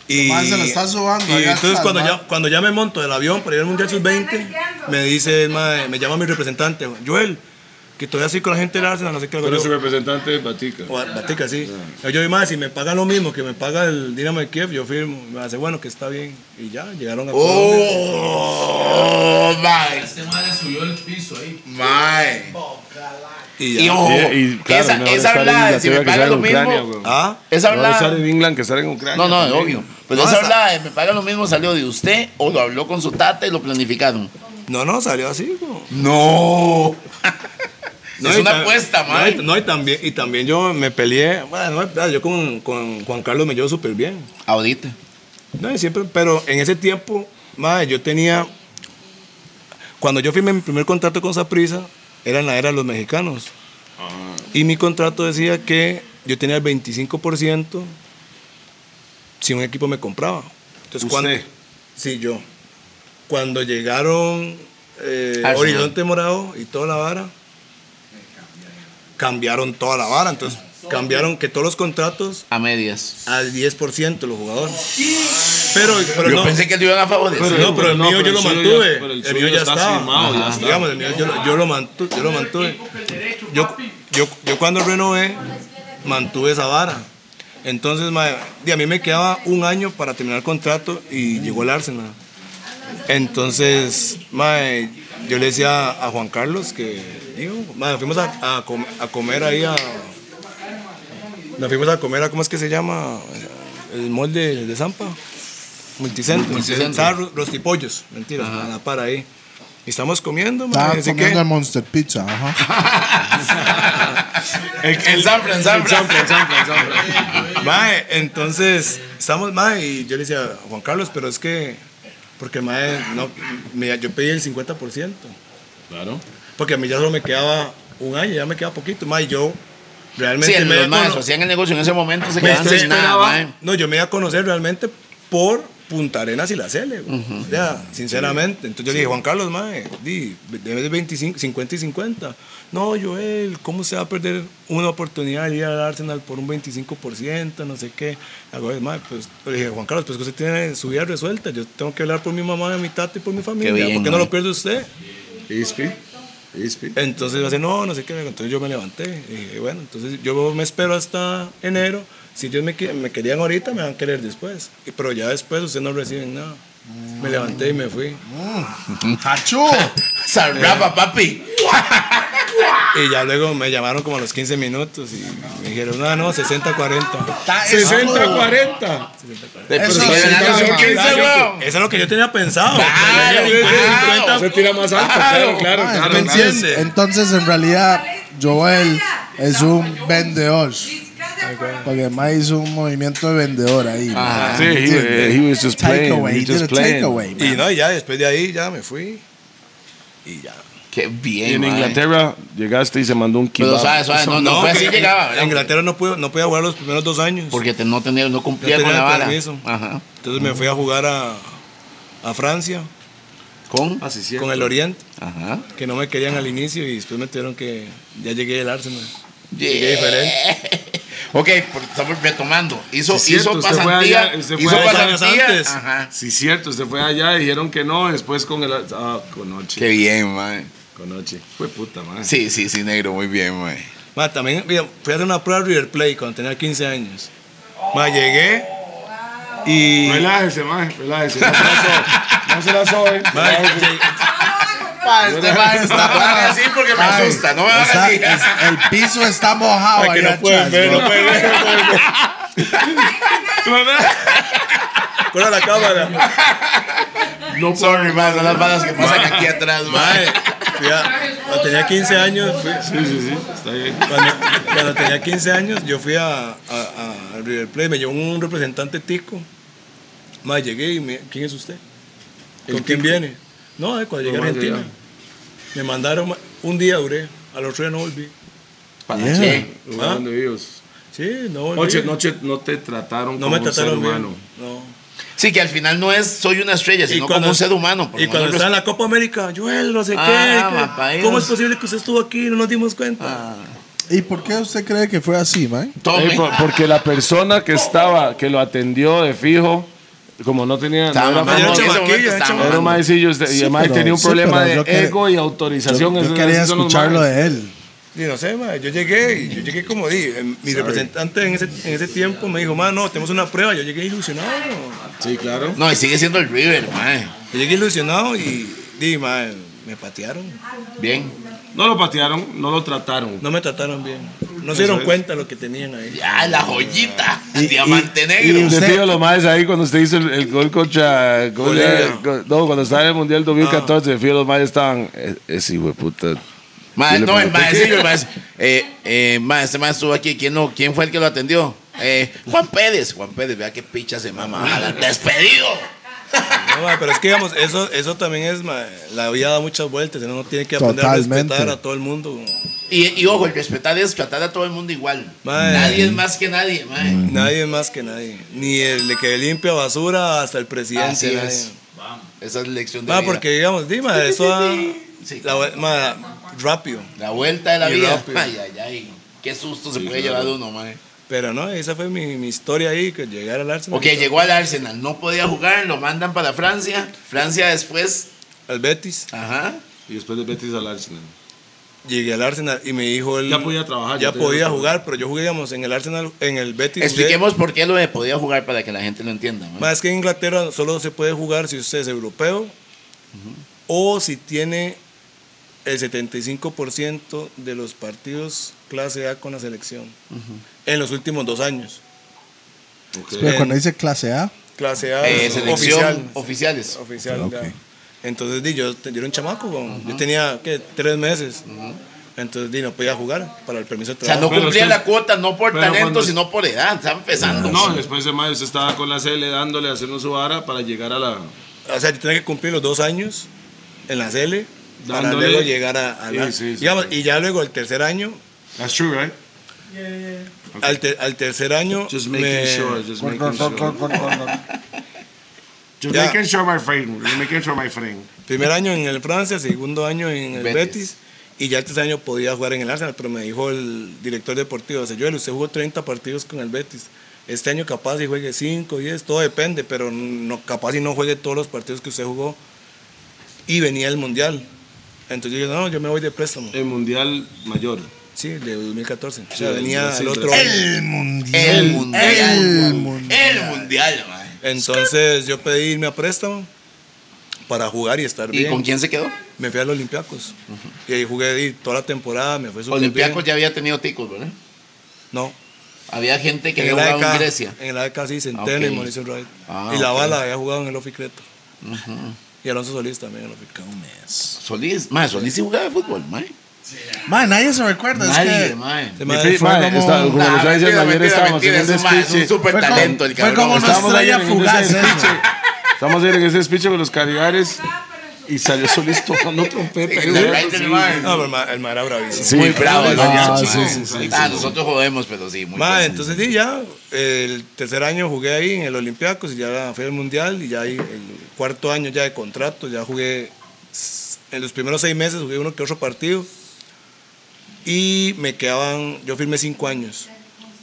Y,
Mae, se la está sobando
y
allá
entonces
atrás,
cuando
mae.
ya, cuando ya me monto del avión para ir al Mundial Sub-20, me dice, mae, me llama mi representante, Joel, que estoy así con la gente del Arsenal, no sé qué.
Pero su
Yo,
representante es Batica.
o Batica, sí. Yo, más si me pagan lo mismo que me paga el Dinamo de Kiev, yo firmo. Me hace, bueno, que está bien. Y ya, llegaron a Colombia.
Oh, mae.
Este madre subió el piso ahí.
Mae.
Y ya.
Y ojo,
Y- y, claro,
esa,
mejor
esa
estar en
hablada, de si me
Inglaterra que
pagan
estar
lo
en
mismo.
Ucrania, güey.
¿Ah,
esa
Mejor estar
hablada.
en England que estar en Ucrania.
No, no, es
también.
obvio. Pero
No,
esa
hasta-
hablada de me pagan lo mismo salió de usted o lo habló con su tata y lo planificaron.
no, no, salió así. güey.
No. es
y
una
tam-
apuesta,
no,
mae.
y- No, y también, y también yo me peleé. Bueno, no, yo con, con Juan Carlos me llevo súper bien.
Ahorita.
No, y siempre, pero en ese tiempo, madre, yo tenía. Cuando yo firmé mi primer contrato con Saprisa, era en la era de los mexicanos. Y mi contrato decía que yo tenía el 25% si un equipo me compraba. Entonces, cuando,
Usted.
sí, yo. Cuando llegaron eh,
Arsenal.
Horizonte Morado y toda la vara, cambiaron toda la vara. Entonces, cambiaron que todos los contratos
A medias.
al 10% los jugadores. Pero, pero
Yo
no.
pensé que te iban a
Pero
favorecer.
no, pero el
No,
mío
pero
yo
el
lo
suyo ya-
mantuve.
pero el
el,
suyo
mío
ya
ya
está
está.
firmado, ya
Ajá.
está.
Digamos, el mío yo, lo- yo lo mantuve. Yo lo mantuve. Yo, yo, yo cuando renové, mantuve esa vara. Entonces, mae, y a mí me quedaba un año para terminar el contrato y llegó el Arsenal. Entonces, mae, yo le decía a Juan Carlos que, digo, mae, fuimos a, a com- a comer ahí a... Nos fuimos a comer a, ¿cómo es que se llama? El molde de Zampa. Multicentro.
Multicentro.
Estaba Ro- Rostipollos, mentira, a la par ahí. Y estamos comiendo, mae,
Estaba
así
comiendo
que-
el Monster Pizza, ajá.
El, el Sanfra, el Sanfra.
Mae, entonces estamos, mae, y yo le decía a Juan Carlos, pero es que, porque mae, no, mira, yo pedí el 50%. Claro. Porque a mí ya solo me quedaba un año, ya me quedaba poquito, mae, yo
Sí,
realmente me
los
había
más
cono-
hacían el negocio en ese momento, se
me
quedaban sin nada,
esperaba-
mae.
No, yo me iba a conocer realmente por Punta Arenas y la Cele, güey. O sea, sinceramente. Entonces yo le dije, Juan Carlos, mae, di, debes de 25, 50 y 50. No, Joel, ¿cómo se va a perder una oportunidad de ir al Arsenal por un 25%? No sé qué. Hago, mae, pues, le dije, Juan Carlos, pues que usted tiene su vida resuelta. Yo tengo que hablar por mi mamá, mi tata y por mi familia.
bien,
¿Por qué no
mae.
lo pierde usted?
Ispi. Ispi.
Entonces yo decía, no, no sé qué. Entonces yo me levanté. Y dije, bueno, entonces yo me espero hasta enero. Si ellos me, qui- me querían ahorita, me van a querer después. Y- Pero ya después ustedes no reciben nada. Me levanté y me fui.
¡Hachu!
Sanrapa, papi.
Y ya luego me llamaron como a los 15 minutos y me dijeron, no, no, 60-40.
Está eso.
60-40.
Pero
Eso
si
sí,
quieren
sí,
algo,
sí,
son
sí,
15,
sí,
weón.
Eso es lo que yo tenía pensado.
Claro,
Pero ya llegué a
claro.
50.
Se tira más alto, Ah, claro, claro.
Ah,
claro, claro.
entonces,
entiende.
entonces, en realidad, Joel es un vendedor. Porque Mae hizo un movimiento de vendedor ahí. Ah,
Sí, he, he was just playing.
Takeaway,
he
he did a
just playing.
takeaway.
Y
man.
no, y ya después de ahí ya me fui. Y ya.
Qué
Y
bien,
en
mae.
Inglaterra llegaste y se mandó un kebab.
Pero suave, suave, no, no, fue
que
así
en-
llegaba,
En
¿verdad?
Inglaterra no pude, no podía jugar los primeros dos años.
Porque te- no tenía, no cumplía
No
con
tenía
la vara.
permiso.
Ajá.
Entonces me fui a jugar a, a Francia
Con.
Ah, sí, cierto.
con el Oriente,
Ajá.
que no me querían al inicio y después me tuvieron que ya llegué del Arsenal.
Yeah. Ok, porque estamos retomando. Hizo,
Sí, cierto,
hizo
usted fue
pasantía.
allá, usted fue
hizo
allá
años
pasantía.
antes.
Ajá.
Sí, cierto, usted fue allá, dijeron que no, después con el. Ah, con
Qué
Ochi.
bien, mae.
Con Ochi. Fue puta, madre.
Sí, sí, sí, negro, muy bien, mae.
Ma, también mira, fui a hacer una prueba de River Play cuando tenía 15 años. Ma, llegué y
Relájese, madre, relájese. No se la sobe. No se la sobe.
ma,
Relájese.
Pa, este mae está no me hagan así porque me
Ay,
asusta. No me hagan
está-
así.
es- el piso está mojado
que
ahí
no pueden
atrás.
ver,
bro.
no pueden ver. no pueden ver. Corra la cámara.
No, Sorry, mae, son las balas que pasan aquí atrás,
Ma, eh,
mae.
fui a- cuando tenía 15 años, fui-
Sí, sí, sí, está bien.
cuando, cuando tenía 15 años, yo fui a, a- a River Plate, me llevó un representante tico. Más llegué y me, ¿quién es usted? ¿Con quién viene? No, eh, cuando llegué a
Nomás
Argentina.
llegaba.
Me mandaron, ma- un día duré, al otro día no volví.
Panache.
Jugando ellos.
Sí, no volví.
Noche, noche, no te trataron
no
como
me
un ser
trataron bien.
humano.
No.
Sí, que al final no es soy una estrella, sino como un ser humano. por
Y
lo
cuando
menos
estaba en la Copa América, Joel, no sé
Ah,
qué, que-
papayos.
¿Cómo es posible que usted estuvo aquí y no nos dimos
Ah.
cuenta?
¿Y por qué usted cree que fue así, man?
tome.
Eh, por- porque la persona que estaba, que lo atendió de fijo, como no tenía.
Estaba
no era
mamando,
famoso,
en ese
chamaquillo,
momento
era
estaba
chamaquillo.
era
mamando.
un maecillo, este- y
Sí,
además
pero-
tenía un
sí,
problema
pero
de
yo quería-
ego y
Yo,
autorización.
yo
esos-
quería
esos son los
escucharlo
maes.
de él.
Y no sé, ma, yo llegué, y yo llegué como di, eh, mi representante en ese, en ese tiempo me dijo, ma, no, tenemos una prueba, yo llegué ilusionado, ma.
Sí, claro.
No, y sigue siendo el River, mae.
yo llegué ilusionado y di, ma, me patearon,
Bien.
No lo patearon, no lo trataron.
no me trataron bien, no se dieron cuenta lo que tenían ahí.
Ya, la joyita. Diamante negro.
Y usted
Usted-
vio lo más ahí cuando usted hizo el, el gol contra. gol de-
Bolivia.
go- no, cuando estaba en el Mundial
Ah.
2014, fío, los más estaban. "E- Ese hijo de puta.
Ma-
Yo le
no, el
pregunté,
maestro, el maestro. Eh, eh, ma, este maestro estuvo aquí. ¿Quién, no, ¿Quién fue el que lo atendió? Eh, Juan Pérez. Juan Pérez, vea qué picha se mama. Ala, Despedido.
No, mae, pero es que digamos, eso, eso también es, mae, la vida da muchas vueltas, uno tiene que aprender a
Totalmente.
respetar a todo el mundo.
Y, y ojo, el respetar es tratar a todo el mundo igual.
Mae.
Nadie es más que nadie, mae.
Nadie es más que nadie, ni el de que limpia basura hasta el presidente.
Así
nadie.
es. Esa es la lección de
Mae,
vida.
porque digamos, dime, eso da
Sí.
la vue- mae, rápido.
La vuelta de la
Y
vida.
rápido.
Ay, ay, ay. Qué susto se puede llevar uno, mae.
Pero no, esa fue mi, mi historia ahí, que llegar al Arsenal.
Ok, llegó al Arsenal, no podía jugar, lo mandan para Francia. Francia después,
Al Betis,
ajá.
Y después de Betis al Arsenal.
llegué al Arsenal y me dijo él...
Ya podía trabajar,
Ya
ya tenía
podía
otro-
jugar, pero yo jugué, digamos, en el Arsenal, en el Betis.
Expliquemos por qué lo de podía jugar para que la gente lo entienda. mae.
Más que en Inglaterra solo se puede jugar si usted es europeo o si tiene el 75% de los partidos clase A con la selección en los últimos dos años.
Pero Pues, cuando dice clase A,
Clase A
Eh, selección
oficial.
oficiales.
Oficial, ya. Entonces di, yo, te- yo era un chamaco, weón. yo tenía ¿qué? tres meses. Entonces di, no podía jugar para el permiso de
O sea,
trabajo.
no
Pero
cumplía
usted-
la cuota, no por
pero
talento,
cuando-
sino por edad. Está empezando.
No, después de mayo usted estaba con la CL dándole, haciendo su vara para llegar a la.
O sea, yo tenía que cumplir los dos años en la CL para
Dándole.
luego llegar a, a la-
Sí, sí, sí,
digamos,
sí.
Y ya luego el tercer año
That's true, right?
Al, ter- al tercer año.
Just making
me-
sure, just making sure. Just
Ya.
making sure, my friend. Just making sure, my friend.
Primer año en el Francia, segundo año en el Betis.
Betis.
Y ya el tercer año podía jugar en el Arsenal, pero me dijo el director deportivo, "Dice, Joel, usted jugó 30 partidos con el Betis. Este año capaz y juegue 5, 10, todo depende, pero no, capaz y no juegue todos los partidos que usted jugó. Y venía el Mundial. Entonces yo dije, no, yo me voy de préstamo.
El mundial mayor.
Sí, de 2014. O sea,
Sí,
venía
sí,
el
sí,
otro
sí.
año.
El mundial. El mundial,
mundial.
mae.
Entonces yo pedí irme a préstamo para jugar y estar
¿Y
bien.
con quién se quedó?
Me fui a los Olympiacos. Y ahí jugué ahí toda la temporada, me fue súper
Olympiacos
bien.
ya había tenido ticos, ¿verdad?
No.
Había gente que
en
había
el
jugado
AEK,
en Grecia. Ah,
En el AEK sí, Centeno
ok.
y Mauricio Wright.
Ah,
y la
ok.
bala había jugado en el Ofi Creta. Y Alonso Solís también en el Ofi Creta.
Solís, mae, Solís sí jugaba de fútbol, mae.
Mae, nadie se recuerda. es
Nadie,
que
mae.
Ese
Mi
madre
pri-
fue
madre,
como-
está- como
Nah,
lo estaba diciendo
mentira,
ayer,
mentira,
estábamos en
mentira,
un
ese mae es un
despiche.
super talento, el
fue
cabrón.
como una
Estábamos
estrella
ayer en un
fugaz.
despiche.
ese.
Estamos ayer en ese speech con los carigares y salió Solís tocando trompeta.
Sí, el right del mae.
No, pero el ma- el ma era bravísimo.
muy bravo, el
Ah,
mariachi,
sí,
mae.
sí,
sí,
Ah,
sí.
nosotros jodemos, pero sí, muy
Ma,
bravo.
entonces sí, ya el tercer año jugué ahí en el Olympiacos y ya fue el Mundial y ya ahí el cuarto año ya de contrato, ya jugué s- en los primeros seis meses jugué uno que otro partido y me quedaban, yo firmé cinco años.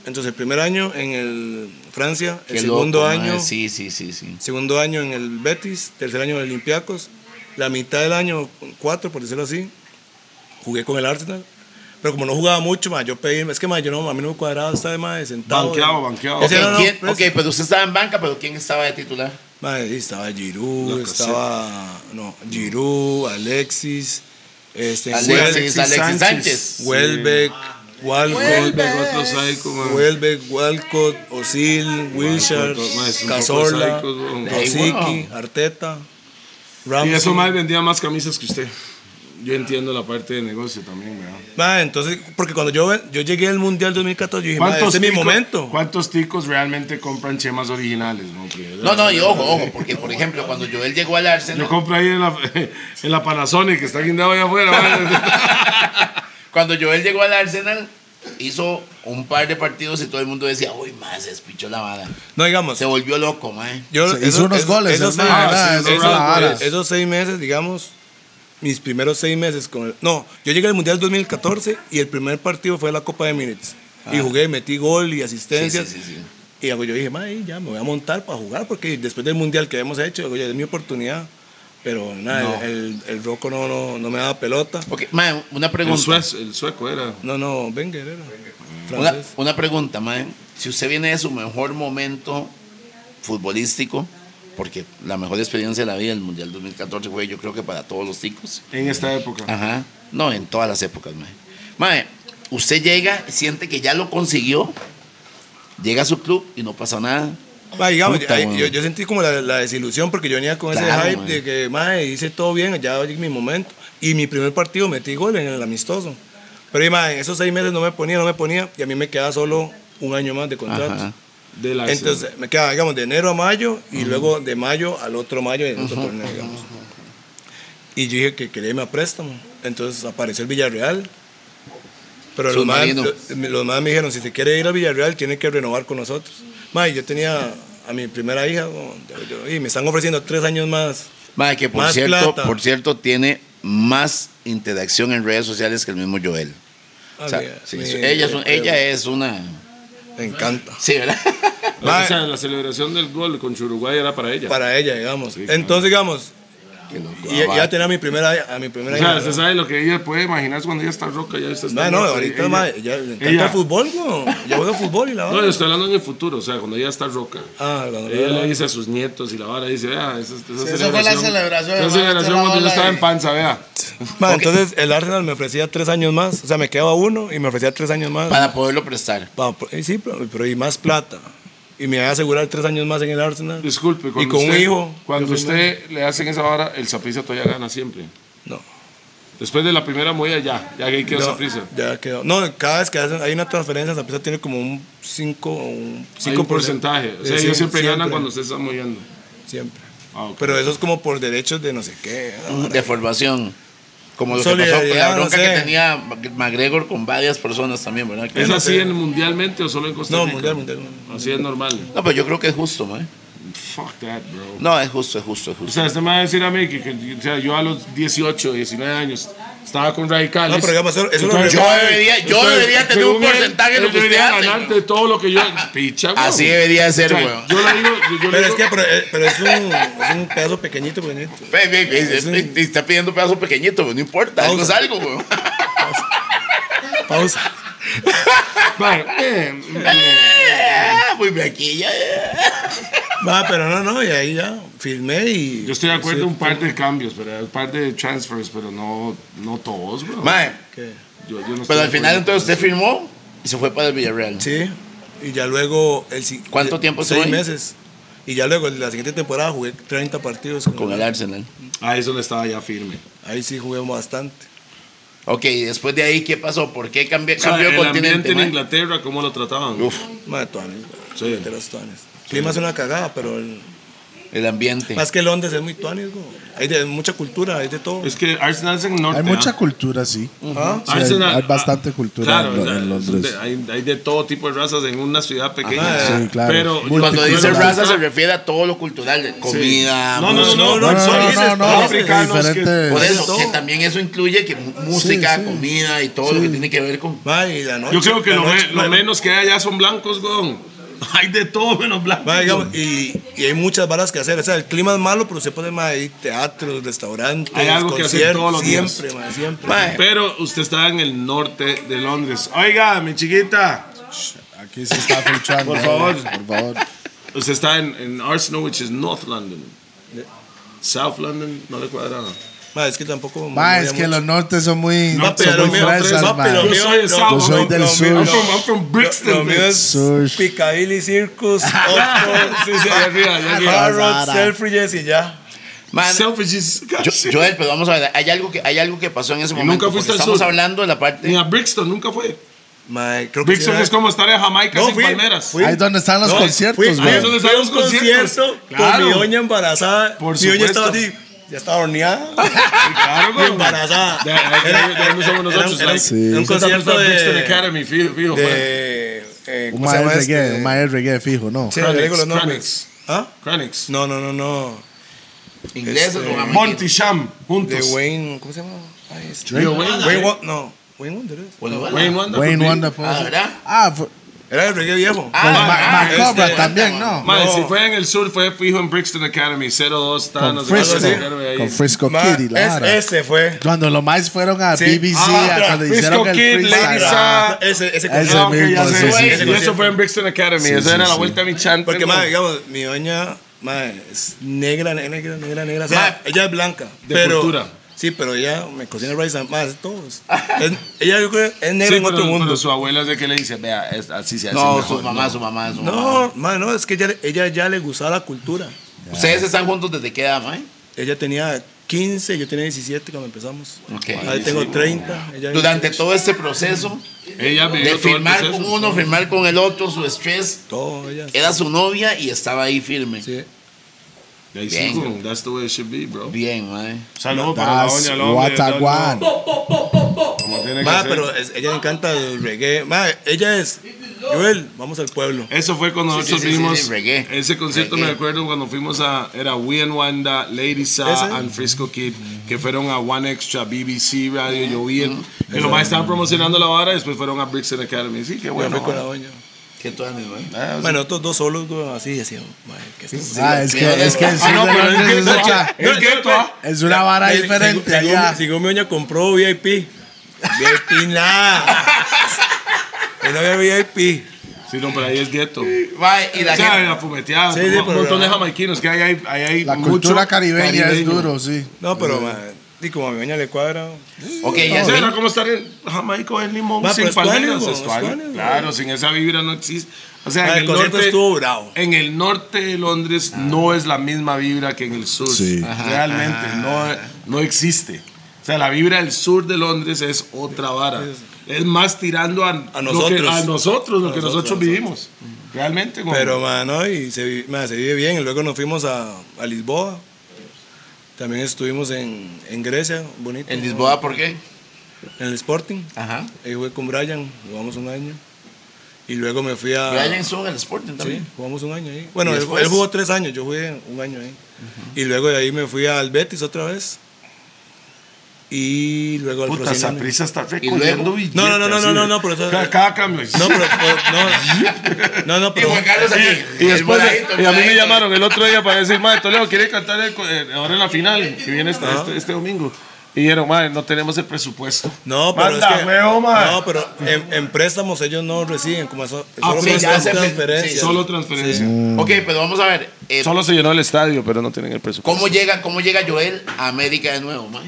Entonces el primer año en el Francia, el
Qué loco,
segundo
mae.
año,
Sí, sí, sí, sí.
segundo año en el Betis, tercer año en el Olympiacos, la mitad del año, cuatro por decirlo así, jugué con el Arsenal. Pero como no jugaba mucho, ma, yo pedí, es que ma, yo no, a mí no me cuadraba esta de ma, de sentado.
Banqueado,
de-
banqueado.
Ok,
Ese no, no,
¿quién-
pues-
ok, pero usted estaba en banca, pero ¿quién estaba de titular?
Madre, sí, estaba Giroud, estaba no, Giroud, Alexis, este,
Alexis,
Welbeck,
Alexis Sánchez.
Welbeck, Walcott,
Vuelve, Ah, otro psycho, man.
Welbeck, Walcott, Ozil, Wilshere,
mae, es un
Cazorla,
poco psycho, weón.
Rosicky, Arteta,
Y eso más
Ramsey.
vendía más camisas que usted. Yo entiendo la parte de negocio también, ¿verdad?
Madre, entonces, porque cuando yo, yo llegué al Mundial 2014, yo dije, madre, este es mi
ticos-
momento.
¿Cuántos ticos realmente compran chemas originales? No, Porque-
No, no,
pues,
y ojo, ojo, porque por ejemplo, cuando Joel llegó al Arsenal,
Yo compro ahí en la, en la Panasonic que está guindado allá afuera. ¿verdad?
Cuando Joel llegó al Arsenal, hizo un par de partidos y todo el mundo decía, uy, más, se despichó la bala.
No, digamos,
Se volvió loco, mae.
Yo,
Se hizo unos goles,
Esos,
es
seis-
más,
ah, sí,
esos-
logró
esos-
goles.
esos seis meses, digamos, mis primeros seis meses con el- No, yo llegué al Mundial 2014 y el primer partido fue la Copa de Minutes.
Ah.
Y jugué, metí gol y
Sí,
asistencias.
sí, sí, sí.
Y luego yo dije, "Mae, ya me voy a montar para jugar porque después del Mundial que hemos hecho, digo, "Ya, es mi oportunidad. Pero nada, el, el, el Rocco no, no, no me daba pelota.
Ok, mae, una
el,
pregunta.
sueco, el sueco era.
No, no, Wenger era.
Una,
Francés.
una pregunta, mae. Si usted viene de su mejor momento futbolístico, porque la mejor experiencia de la vida, el Mundial 2014, fue yo creo que para todos los chicos.
En esta época.
Ajá. No, en todas las épocas, mae. Mae, usted llega, siente que ya lo consiguió, llega a su club y no pasa nada.
Ma, digamos,
Puta,
ahí-
weón.
yo, yo sentí como la, la desilusión porque yo venía con ese
Claro,
hype
man.
de que, mae, hice todo bien, ya oye mi momento. Y mi primer partido metí gol en el amistoso. Pero, mae, en esos seis meses no me ponía, no me ponía, y a mí me quedaba solo un año más de contrato.
Ajá.
Del Arsenal.
Entonces, me queda, digamos, de enero a mayo y luego de mayo al otro mayo en otro torneo, digamos. Y yo dije que quería irme a préstamo. Entonces apareció el Villarreal. Pero los más,
Submarino.
los más me dijeron, si te quiere ir al Villarreal, tiene que renovar con nosotros. Mae, yo tenía a mi primera hija bueno, yo- yo- y me están ofreciendo tres años más.
Mae, que por
Más
cierto,
plata.
por cierto, tiene más interacción en redes sociales que el mismo Joel.
Ah,
O sea,
mira,
sí,
me-
sí, ella, es un- ella es una.
Me encanta.
Sí, ¿verdad?
O sea, la celebración del gol contra Uruguay era para ella.
Para ella, digamos. Entonces, digamos, y, y ya tenía a mi primera, a mi
o
primera
sea,
hija.
usted sabe lo que ella puede imaginar cuando ella está roca. Ya está
Ah, No, no, ahorita, mae, ya le encanta
ella-
el fútbol, güey. Yo juego fútbol y la
No,
vara.
yo estoy hablando en el futuro, o sea, cuando ella está roca.
Ah, la- la- la-
Ella le dice a sus nietos y la vara dice, vea, esa, esa celebración.
esa fue la celebración,
Esa
hermano,
celebración
esa la
cuando yo
bola
estaba
de-
en panza, vea.
Ma, Entonces el Arsenal me ofrecía tres años más, o sea, me quedaba uno y me ofrecía tres años más.
Para poderlo prestar.
Pa- pa- eh, sí, pero, pero y más plata. Y me iba a asegurar tres años más en el Arsenal.
Disculpe, cuando
Y con un
usted,
hijo.
Cuando
Yo soy madre.
usted le hacen esa vara, el Saprissa todavía gana siempre.
No,
Después de la primera movida, ya, ya que quedó
no,
Saprissa.
ya quedó. No, cada vez que hacen, hay una transferencia, esa pieza tiene como un 5 un
Hay
cinco
un porcentaje. O sea,
Sí,
ellos siempre, ganan
siempre,
cuando usted está moviendo.
Siempre.
Ah, ok.
Pero eso es como por derechos de no sé qué.
Mm.
¿no?
De formación. Como lo que pasó con
Solidaridad,
la
no
bronca
sé.
que tenía McGregor con varias personas también, ¿verdad? Que-
¿Es así en mundialmente o solo en Costa
No,
Rica?
mundial, mundial.
Así es normal.
No, pero yo creo que es justo, mae.
Fuck that, bro.
No, es justo, es justo, es
O
justo.
sea, usted me va a decir a mí que, que- o sea, yo a los 18, 19 años estaba con radicales.
No, pero digamos, eso- eso lo-
Entonces,
Yo debería- yo debería tener un
según él,
porcentaje de
él
lo que usted
debería
hace,
ganar
bro.
de todo lo que yo. Picha, güey.
Así debería
O
Ah, ser,
sea,
weón.
Yo le digo. Yo, yo le
Pero es
digo-
que pero, eh, pero es, un, es un pedazo pequeñito, pequeñito.
Ve, ve, ve, es-
Sí.
y Está pidiendo un pedazo pequeñito, güey, no importa, algo es
Pausa.
algo, güey.
Pausa.
Bueno, eh,
Ah, Muy blanquilla. eh.
Va, pero no, no, y ahí ya firmé y.
yo estoy de acuerdo
Sí,
en un par de cambios, pero un par de transfers, pero no, no todos, bro.
Mae,
que-
Yo- yo no estoy
pero
de
al final
acuerdo.
entonces usted firmó y se fue para el Villarreal.
Sí. Y ya luego. El, si-
¿Cuánto
de-
tiempo
Seis
estuvo ahí?
meses. Y ya luego, la siguiente temporada jugué 30 partidos. Con
Con el Arsenal.
Ah, eso le estaba ya firme.
Ahí sí jugué bastante.
Ok, y después de ahí, ¿qué pasó? ¿Por qué cambió,
O sea,
cambió de
Ah, el ambiente
continente?
en
mae?
Inglaterra, ¿cómo lo trataban?
Uf,
Más de tuanes.
Sí.
Sí. tuanes. Clima es una cagada, pero. el-
el ambiente.
Más que Londres es muy tuanes, güey. Hay de mucha cultura, hay de todo. Ah.
Es que Arsenal es en el norte.
Hay mucha
¿ah?
cultura, sí.
Ajá.
Sí, hay- hay bastante cultura en Lo-
o sea,
en Londres.
hay, hay de todo tipo de razas en una ciudad pequeña.
Ajá, eh,
sí, claro.
Pero
Muy
Cuando dice
Multicultural.
raza se refiere a todo lo cultural, de comida,
No, no, no,
música.
no,
no, no,
son
no,
países,
no,
todos
no,
africanos que-
diferente.
Por
Es
eso,
todo.
que también eso incluye que mu- música,
sí.
comida y todo lo que tiene que ver con...
Ma, y la noche-
Yo creo que
la
lo,
noche-
me- lo
la-
menos que hay allá son blancos, weón. Hay de todo menos blancos.
Ma, digamos, y, y hay muchas varas que hacer. O sea, el clima es malo, pero se puede más ahí teatros, restaurantes,
Hay algo que hacer todos los días.
siempre, ma, siempre.
Mae,
Pero usted está en el norte de Londres. Oiga, mi chiquita,
Aquí se está fichando.
Por favor.
Por favor.
usted está en, en Arsenal, which is North London. South London, no le cuadra.
Ma, es que tampoco. me
Ma,
movía
es que
mucho.
los nortes son muy,
No,
son
pero
muy
mío,
fresas,
no,
ma.
pero
Yo
mío,
soy del
no,
South,
no,
Yo soy
no,
del
lo
sur.
mío-
I'm from, I'm from Brixton.
Lo, lo mío
bitch.
es
Sush.
Piccadilly Circus, otro, sí, sí,
Allá arriba, allá arriba.
Harrods, Selfridges y ya.
man,
Selfridges.
yo- Joel, pero vamos a ver, hay algo que, hay algo que pasó en ese
Y
momento.
nunca fuiste
porque
al
estamos
sur.
hablando de la
Ni
parte...
a Brixton nunca fue.
Ma, creo que
Brixton
sí,
es como estar en Jamaica
No,
sin
fui,
palmeras.
fui.
Ahí donde están los
No,
conciertos,
fui-
ahí es
güey.
donde
fui a
salen
un
los conciertos.
concierto
Claro.
con mi doña embarazada.
Por
mi doña estaba
supuesto.
así, ya estaba horneada.
Ah, Claro, É,
Y
güey.
embarazada.
De- de- de- de ahí no somos nosotros,
Era, era-
like.
era un
Eso también
concierto
fue Brixton é
de.
Academy, fijo, fijo, fue.
de eh,
Un
¿Cómo se llama
maestro
este?
reggae, un maestro reggae fijo, ¿no?
Sí, le digo los
Chronics,
nombres. ¿Ah?
Chronics.
No, no, no, no.
Ingleses
Este,
con
Monty Sham,
De
juntos.
Wayne. ¿Cómo se llama? Ay, este-
Yo, Wayne,
Wayne Wa- No. Wayne Wonder. ¿es?
Bueno,
Wayne Wonder.
Wayne
también.
Wonder. puede
Ah,
ser.
¿verdad?
Ah, fue-
Era el reggae viejo.
Ah,
Ma-
ah,
Ma- Macabra
este-
también, ¿no?
Madre,
No.
si fue en el sur, fue fijo en Brixton Academy. 02, está
Con
no sé qué,
Frisco.
Academy ahí.
Con Frisco
Ma,
Kid y la
es-
vara.
ese fue.
Cuando los más fueron a
Sí.
BBC,
Ah,
a cuando
Frisco
hicieron el
Kid, Lady
freestyle.
Sa-
Ah, ese, ese
Ese
concierto.
Ah, ok, ya
Sí,
sé.
sí,
Y
sí.
eso fue en Brixton Academy.
Sí,
Esa
sí,
era la
sí.
vuelta a mi chante.
Porque,
güey.
ma, digamos, mi doña, ma, es negra, negra, negra, negra. O sea,
Ma,
ella es blanca.
de
pero,
cultura.
Sí, pero ella me cocina rice and más, todos. Es- ella yo creo, es negra
Sí,
en
pero-
otro mundo.
pero su abuela es de que le dice, vea, es- así se hace
No,
mejor,
su mamá, su mamá, su mamá.
no, ma, no, es que ella, ella ya le gustaba la cultura.
Ustedes están juntos desde qué edad, mae?
Ella tenía 15, yo tenía 17 cuando empezamos.
Ok.
Ahí tengo 30. ella
Durante
18.
todo este proceso
Ella
de
vivió todo el
firmar con
este proceso.
uno, firmar con el otro, su estrés,
Todo, ella.
era su novia y estaba ahí firme.
Sí.
Ahí sí,
Bien.
como, That's the way it should be, bro.
Bien, mae.
Saludos para la
That's
doña López.
what I want.
Como tiene que
Ma,
ser.
pero es- ella le encanta el reggae. Ma, ella es. Joel, vamos al pueblo.
Eso fue cuando
Sí, sí,
nosotros
sí, sí,
vimos
sí, reggae.
ese concierto.
Reggae.
Me recuerdo cuando fuimos a era We and Wanda, Lady Sa
Ese.
and Frisco Kid, que fueron a One Extra, BBC Radio. Yo vi el, que nomás estaban promocionando la vara. Después fueron a Brixton Academy. Sí, qué
Bueno,
bueno.
fue con la doña.
Qué tuanes, mae.
Bueno, otros dos solos, güey, así decíamos, madre, ¿qué estamos
Ah,
haciendo?
es que, es que el sur
no,
de
pero es
Londres es
que-
otra-
Es que tú, ah,
es una vara
Me-
diferente
según-
allá.
Según, según mi doña compró VIP. VIP nada. Yo no había VIP.
pues.
Sí, no, pero ahí es gueto. O
Mae, y la
sea,
gente.
la fumeteada.
Sí, sí,
un
pero-
montón de jamaiquinos que hay, hay, hay, hay
La
mucho
cultura caribeña es
caribeño.
duro, sí.
No, pero, madre, y como a mi doña le cuadra.
Ok, ya
O sea,
sé.
era como estar en Jamaica en limón
Ma, pero
sin
es tuanes,
palmeras.
bo,
es
es
tuanes.
tuanes,
Claro, sin esa vibra no existe. O sea,
madre,
en
el
el
concierto
norte
estuvo bravo.
en el norte de Londres no es la misma vibra que en el sur.
Ah. Sí.
Realmente no, no existe. O sea, la vibra del sur de Londres es otra vara. Es más tirando a, Lo que,
nosotros.
a nosotros, lo que
A nosotros, a
nosotros,
nosotros.
vivimos. Realmente. como-
Pero, mano, y se, vi- madre, se vive bien. Y luego nos fuimos a, a Lisboa. También estuvimos en, en Grecia, bonito.
En Lisboa, ¿por qué?
En el Sporting.
Ajá.
Ahí jugué con Brian, jugamos un año. Y luego me fui a.
Brian estuvo en el Sporting
Sí,
también.
jugamos un año ahí. Bueno, él,
después?
él jugó tres años, yo jugué un año ahí. Y luego de ahí me fui al Betis otra vez. Y luego al
Puta, esa
Frosinone.
prisa está
luego?
recogiendo billetes.
No, no, no, no,
así
no, no,
de-
no, por eso-
Cada, cada cambio.
No, pero, pero- no, no, no,
Y
pero.
Juan Carlos aquí.
Y
el
después,
moradito, el
y a mí me
moradito.
llamaron el otro día para decir, madre, Toledo, ¿quiere cantar el co- eh, ahora en la final? Que viene
Ah.
este, este, este domingo. Y dijeron, madre, no tenemos el presupuesto.
No, pero
Manda,
es que,
huevo, madre.
no, pero en, en préstamos ellos no reciben, como eso, solo
sí, Ah, ya
prestan
se-
transferencias.
sí,
Solo transferencia.
Ok, pero vamos a ver. eh,
Solo se llenó el estadio, pero no tienen el presupuesto.
¿cómo, llega, ¿Cómo llega Joel a América de nuevo, mae?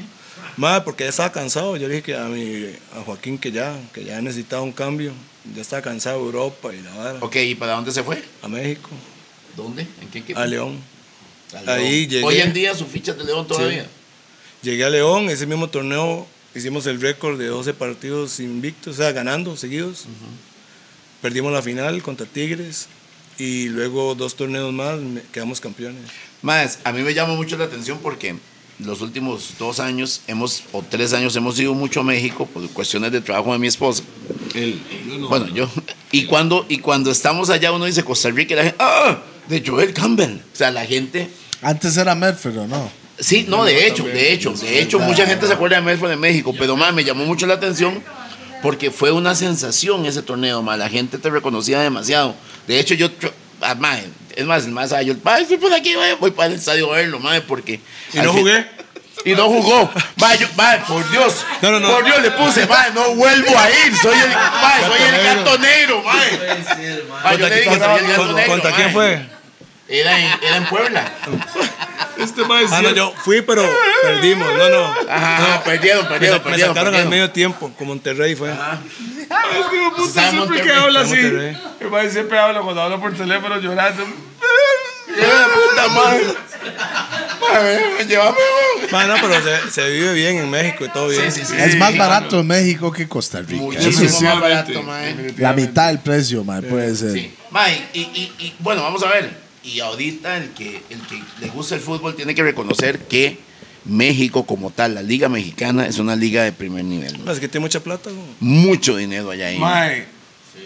Madre, porque ya estaba cansado. Yo le dije que a, mi, a Joaquín que ya, que ya necesitaba un cambio. Ya estaba cansado de Europa y la vara.
Ok, ¿y para dónde se fue?
A México,
¿Dónde? ¿En qué equipo?
a León.
Al
ahí llegué.
Hoy en día su ficha de León todavía.
Llegué a León, ese mismo torneo hicimos el récord de 12 partidos invictos, o sea, ganando seguidos. Perdimos la final contra Tigres y luego dos torneos más me- quedamos campeones.
Más, a mí me llama mucho la atención porque los últimos dos años hemos, o tres años hemos ido mucho a México por cuestiones de trabajo de mi esposa.
Él. Yo no.
Bueno, yo. Y cuando, y cuando estamos allá, uno dice Costa Rica y la gente, ¡ah! De Joel Campbell. O sea, la gente.
Antes era Medford, ¿o no?
Sí, no, de hecho, de hecho, de hecho, mucha gente se acuerda de Medford de México, pero más me llamó mucho la atención porque fue una sensación ese torneo, más la gente te reconocía demasiado. De hecho, yo, tr- ah, ma, es más, más ah, yo, "Ma, estoy por aquí, ma, voy para el estadio a verlo, madre, porque.
Y
al
no
fin-
jugué.
Y no jugó. Ma, yo- ma, por Dios.
No, no, no.
Por Dios le puse, ma, no vuelvo a ir. Soy el, ma, soy el gato negro, ma. Ma, Ah, yo le dije, soy el gato
¿Contra,
negro.
contra
ma.
quién fue?
Era en, era en Puebla.
Este mae es
Ah, no,
cierto.
yo fui, pero perdimos. No, no.
Ajá,
No,
perdieron, perdieron,
me, sa- me
perdieron.
sacaron al
perdieron.
medio tiempo, con Monterrey
Ah,
fue.
Ay, este hijo de puta
Está en
siempre que
Monterrey.
habla así.
Está en Monterrey.
El mae siempre habla cuando habla por teléfono llorando.
Lleva la puta madre. Madre, llévame, weón.
Ma, no, pero se, se vive bien en México y todo bien.
es más barato en México que Costa Rica.
Muchísimo más
Definitivamente.
barato, mae.
La mitad del precio, mae, puede ser.
Sí. Mae, y, y, y bueno, vamos a ver. Y ahorita el que, el que le gusta el fútbol tiene que reconocer que México como tal, la liga mexicana, es una liga de primer nivel. mae.
Ma, Es que tiene mucha plata. güey.
Mucho dinero allá ahí.
Mae,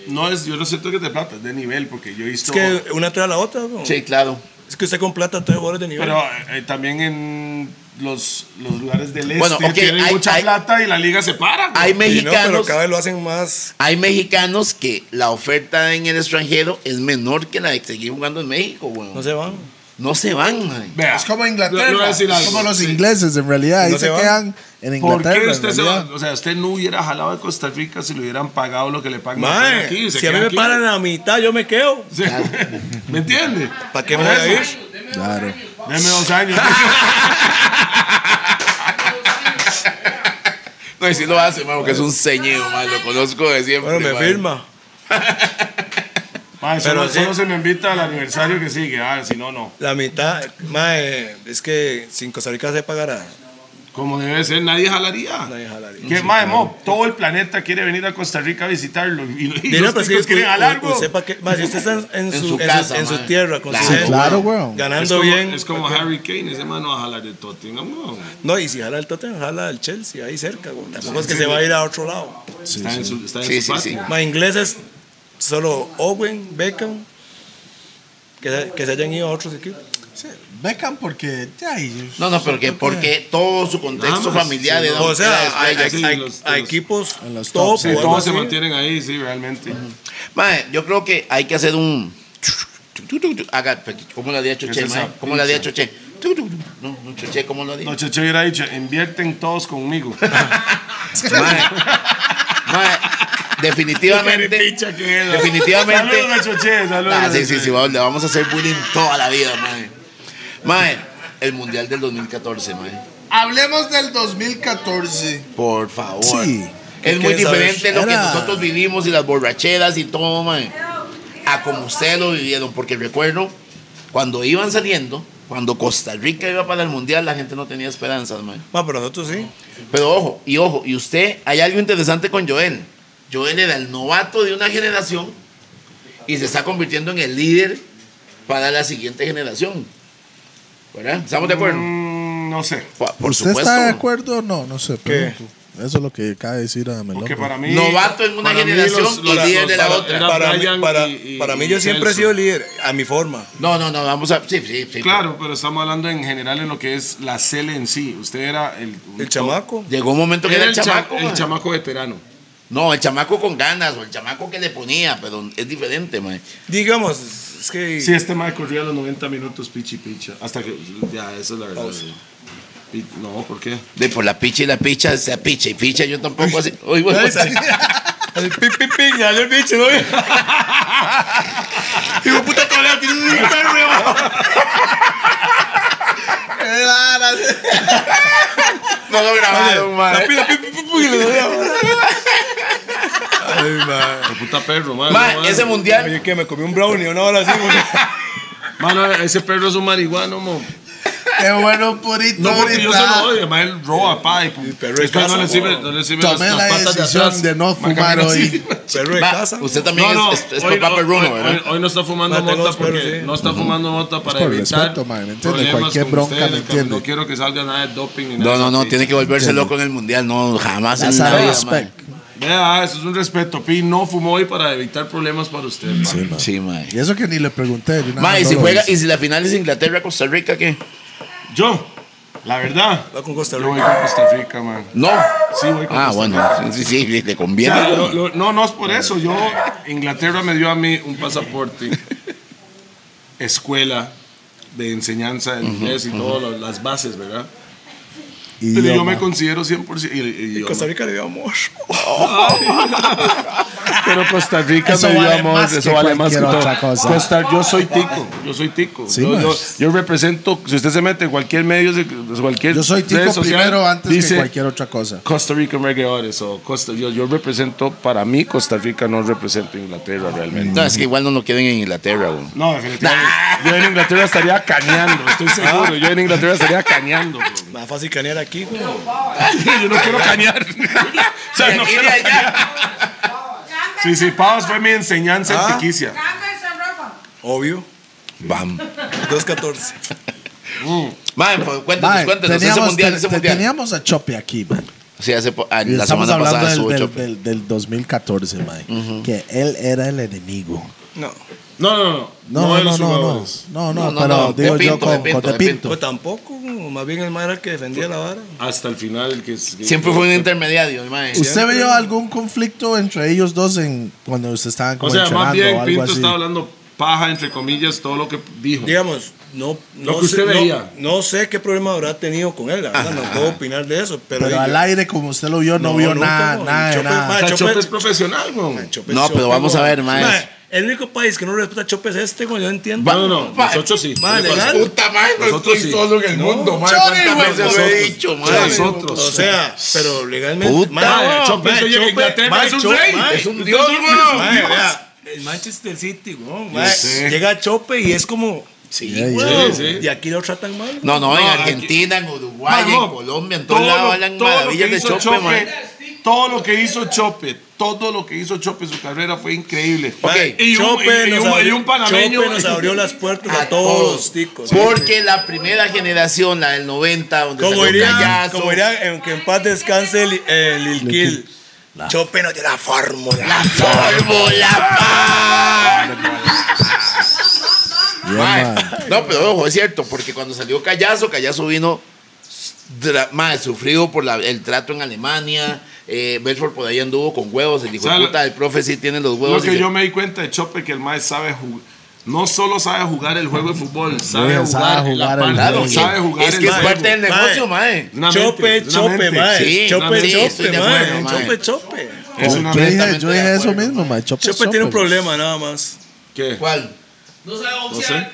no es, yo no siento que te plata, es de nivel, porque yo he visto.
Es que una trae a la otra. güey.
Sí, claro.
Es que usted con plata trae jugadores de nivel.
Pero eh, eh, también en los, los lugares del este
Bueno, ok,
tienen
hay-
mucha
hay-
plata y la liga se para. güey.
Hay
Y no, pero
mexicanos,
cada vez lo hacen más
hay mexicanos que la oferta en el extranjero es menor que la de seguir jugando en México, weón.
No se van.
No se van, mae.
Vea,
Es como
yo- yo voy a
Inglaterra,
decir
es
algo.
como los
Sí.
ingleses en realidad, ahí
¿No
se
se van?
quedan en
¿Por
Inglaterra.
qué
en
usted se va?
realidad.
O sea, usted no hubiera jalado de Costa Rica si le hubieran pagado lo que le pagan
Mae,
aquí. se
si a mí
queda
me
aquí.
paran a la mitad, yo me quedo.
Sí. ¿Me entiende?
¿Para qué me
Por
voy a
eso,
ir?
Claro.
Deme dos años.
No, y si lo hace, mae, porque es un ceñido, mae. Lo conozco de siempre.
Bueno, me
mae.
firma.
Mae, solo,
Pero sí.
solo se me invita al aniversario que sigue. Ah, si no, no.
La mitad, mae, es que sin Costa Rica se pagará
Como debe ser, nadie jalaría.
Nadie jalaría.
Que mae, mo, todo el planeta quiere venir a Costa Rica a visitarlo. Y, y los
pues,
ticos quieren jalar, güey.
Sepa que, ma, si usted está en, en
En
su,
su
en su-
casa,
en su
ma.
tierra, con su
Claro.
gente,
Sí,
claro, weón.
Es
ganando
como,
bien.
es como Harry Kane, ese man no va a jalar de Tottenham, weón.
No, y si jala el Tottenham, jala el Chelsea, ahí cerca, güey. Tampoco es que se va a ir a otro lado.
está en su, está en
Sí,
su
sí, sí.
patio.
Más ingleses, solo Owen, Beckham, que, se- que se hayan ido a otros equipos.
Beckham porque... ya, y-
No, no, porque, porque todo su contexto
Nada más,
familiar de
sí,
Don
O sea, hay, hay-
sí,
hay-
los-
hay
los-
equipos
en los
top.
tops,
Sí,
o algo
todos se
así.
mantienen ahí, sí, realmente.
Mae, yo creo que hay que hacer un. Haga, pues, ¿Cómo lo había hecho
Esa
Che,
es
mae?
la
¿Cómo lo había
pizza.
hecho Che? No, no, Che, ¿cómo lo ha dicho?
No, Cheche hubiera dicho, invierten todos conmigo.
Mae, mae,
Qué
definitivamente.
picha que es, ¿no?
Definitivamente.
Saludos a Choche, saludos.
Ah,
a
sí, sí,
Choche.
sí, vamos, le vamos a hacer bullying toda la vida, mae. Mae, el mundial del 2014, mae.
Hablemos del 2014.
Por favor.
Sí.
Es muy
¿Qué quieres
diferente lo que
Era-
nosotros vivimos y las borracheras y todo, mae. a Ah, como ustedes lo vivieron, porque recuerdo cuando iban saliendo, cuando Costa Rica iba para el mundial, la gente no tenía esperanzas, man.
Ma, Ah, pero nosotros sí.
Pero ojo, y ojo, y usted, hay algo interesante con Joel. Joel era el novato de una generación y se está convirtiendo en el líder para la siguiente generación. ¿Verdad? ¿Estamos de acuerdo?
Mm, no sé.
Por, por
¿Usted está de
supuesto.
acuerdo o no? No sé, pregunto. Eso es lo que cabe decir a Melón.
Porque
güey.
para mí.
Novato en una
para mí
generación y líder de la
para-
otra.
era
Para mí,
Brian
para-
y- y-
para mí
y
yo siempre he
Celso.
sido líder, a mi forma.
No, no, no, vamos a. Sí, sí, sí.
Claro, pero estamos hablando en general en lo que es la cele en sí. Usted era el.
El chamaco.
Llegó un momento que
Era el,
era el
cha-
chamaco.
el
man.
chamaco veterano.
no, el chamaco con ganas o el chamaco que le ponía, pero es diferente, man.
Digamos, es que.
Sí, este mae corría los 90 minutos pichi picha. Hasta que. Ya, esa es la
Oh,
verdad. sí. Pi- No, ¿por qué?
De por la picha y la picha, se picha y picha, yo tampoco así. Uy, bueno, o sea,
El pi, pi, pi, ya le bicho, ¿no?
Hijo de puta todavía tiene un perro debajo. No lo grabaron,
La
madre.
pila, pi, pi, pi, pi, y le doy. Ay, ma.
De puta perro, man.
Ma, ese mundial.
Oye, que me comí un brownie una hora así, güey.
Mano, ese perro es un marihuano, mo.
Qué bueno, purito.
No, porque yo se
ahorita.
lo odio, ma, él roba, pa. Y, pu-
perro de
es que
casa,
no le sirve,
wow.
no le sirve
Tomé la decisión de no fumar hoy.
Perro de
ma,
casa.
usted también
No, no,
es, es- es
hoy,
papá
no,
perruno,
hoy-
¿verdad?
hoy- hoy no está fumando
Ma, tengo
mota
los perros,
porque
sí.
no está fumando mota para
por
evitar
respeto, ma, ¿me entiende?
problemas
Cualquier
con
bronca,
ustedes,
¿me
cabrón.
entiende?
No quiero que salga nada de doping ni
No,
nada.
no, no,
de
tiene
esa
que volverse loco en el mundial, no, jamás en la
sabe,
vida,
respect.
picha. Vea, eso es un respeto. Pi no fumó hoy para evitar problemas para usted. ma.
ma. Sí, ma.
Y eso que ni le pregunté. yo nada
Ma,
más
y
no
si
lo
juega,
hice.
y si la final es Inglaterra-Costa Rica, ¿qué?
Yo, la verdad,
Va con Costa
yo voy
Rica.
con Costa Rica, man.
No.
Sí, voy con
Ah,
Costa
bueno, sí, sí, sí, le
O
conviene.
sea, lo- lo- no, no es por eso. Yo, Inglaterra me dio a mí un pasaporte, escuela de enseñanza del inglés y todas las bases, ¿verdad? Pero yo
Idioma.
me considero 100% y- y- idioma.
Costa Rica le dio amor.
Pero Costa Rica
Eso
me dio
vale
amor,
más que
eso vale más que
cualquier
todo.
otra cosa.
Costa- yo soy tico, yo soy tico.
Sí,
yo,
man.
yo- yo represento, si usted se mete en cualquier medio, de- de cualquier
Yo soy tico
red social,
primero antes
dice,
que cualquier otra cosa.
Costa Rican Reggaeones o Costa, yo, yo represento, para mí Costa Rica no represento Inglaterra realmente.
No, es que igual no lo quieren en Inglaterra, güey.
No, definitivamente. Ah. Yo en Inglaterra estaría cañando, estoy seguro. Yo en Inglaterra estaría cañando. bro.
Más fácil canear aquí, güey.
Yo no quiero cañar. o sea, Eh, no
Ir
quiero
allá.
cañar. Sí, sí, Pavos fue mi enseñanza
Ah.
en Tiquicia.
Obvio.
Bam.
2.14.
Mae, pues, cuéntanos,
Mae,
cuéntanos, ese
teníamos,
mundial,
te-
ese
te-
mundial.
teníamos a Chope aquí, man.
Sí, hace po- ah,
Y
la
estamos
semana
hablando
pasada
del,
estuvo
del,
Chope.
del, del 2014, man. Que él era el enemigo.
No.
No, no, no.
No, no,
de los
no, no.
jugadores.
No, no,
No, no,
pero
no, de
digo yo
Pinto,
con,
de
con
Pinto,
De
de Pinto.
Pinto.
Pues tampoco, más bien el madre era el que defendía la vara.
Hasta el final. el que- que-
Siempre fue un intermediario, el mae.
¿Usted vio algún conflicto entre ellos dos en, cuando ustedes estaban como
O sea, más
entrenando o
bien
algo
Pinto
así?
estaba hablando paja, entre comillas, todo lo que dijo.
Digamos, no, no,
Lo que usted
sé, no-
veía.
no sé qué problema habrá tenido con él, la verdad, no puedo opinar de eso, pero,
Pero
yo-
al aire, como usted lo vio, no,
No,
vio
nunca,
nada,
no.
nada, de
Chope,
nada.
O sea,
Chope-
Chope es profesional, güey.
Chope,
No, pero
Chope,
vamos a
güey.
ver, mae.
pues, Mae, El único país que no respeta a Chope es este, güey, yo entiendo.
No, no, no.
Va-
Nosotros sí.
Mae, legal.
Puta madre, no
Nosotros
estoy
sí.
solo en el mundo, madre.
Chori, güey,
¿Cuántas veces
nosotros.
lo he dicho,
O sea,
madre?
nosotros.
O sea, pero legalmente.
Puta,
mae,
Chope, eso llega a Inglaterra,
mae,
es un
Chope,
rey,
mae,
es un
dios,
mae,
weón.
vea, El Manchester City, weón, mae,
sé.
Llega Chope y es como.
Sí,
Yeah,
güey.
sí.
¿Y aquí lo tratan mal?
No, no, en
No,
Argentina, en Uruguay,
Mae, no.
en Colombia, en todos lados hablan
todo lo
maravillas
que
de
hizo eh,
Chope, mae.
Todo lo que hizo Chope, todo lo que hizo Chope, su carrera fue increíble.
Ok.
Y un,
Chope
y, y
nos
un- y
abrió-
un panameño.
Chope nos abrió las puertas a, todos los ticos.
Porque la primera generación, la del 90, donde
Como
salió
diría,
Callazo,
como diría, en que en paz descanse el, el Lil Kill. Chope nos dio la fórmula.
la fórmula.
Yeah,
Mae,
man.
No, pero ojo, es cierto, porque cuando salió Callazo, Callazo vino dra- mae, sufrido por la- el trato en Alemania. Eh, Belfort por ahí anduvo con huevos. El hijo
O sea,
de
lo-
puta del profe sí tiene los
Lo
huevos. y
que
se-
yo me di cuenta de Chope que el mae sabe jugar. No solo sabe jugar el juego de fútbol, sabe
Bien,
jugar,
sabe
la
jugar el
parte,
Claro,
juego.
sabe jugar
es
el
que es
juego.
parte del
Mae.
negocio, mae.
Una
Chope,
mente, una
eh,
chope,
mente.
mae.
Sí,
chope,
una mente.
chope,
Estoy de
mae.
acuerdo, mae.
Chope, chope.
Es una
yo
mente.
dije, yo dije eso mismo, man. Chope,
Chope
chope.
tiene un problema nada más.
¿Qué?
¿Cuál?
No sabe boxear.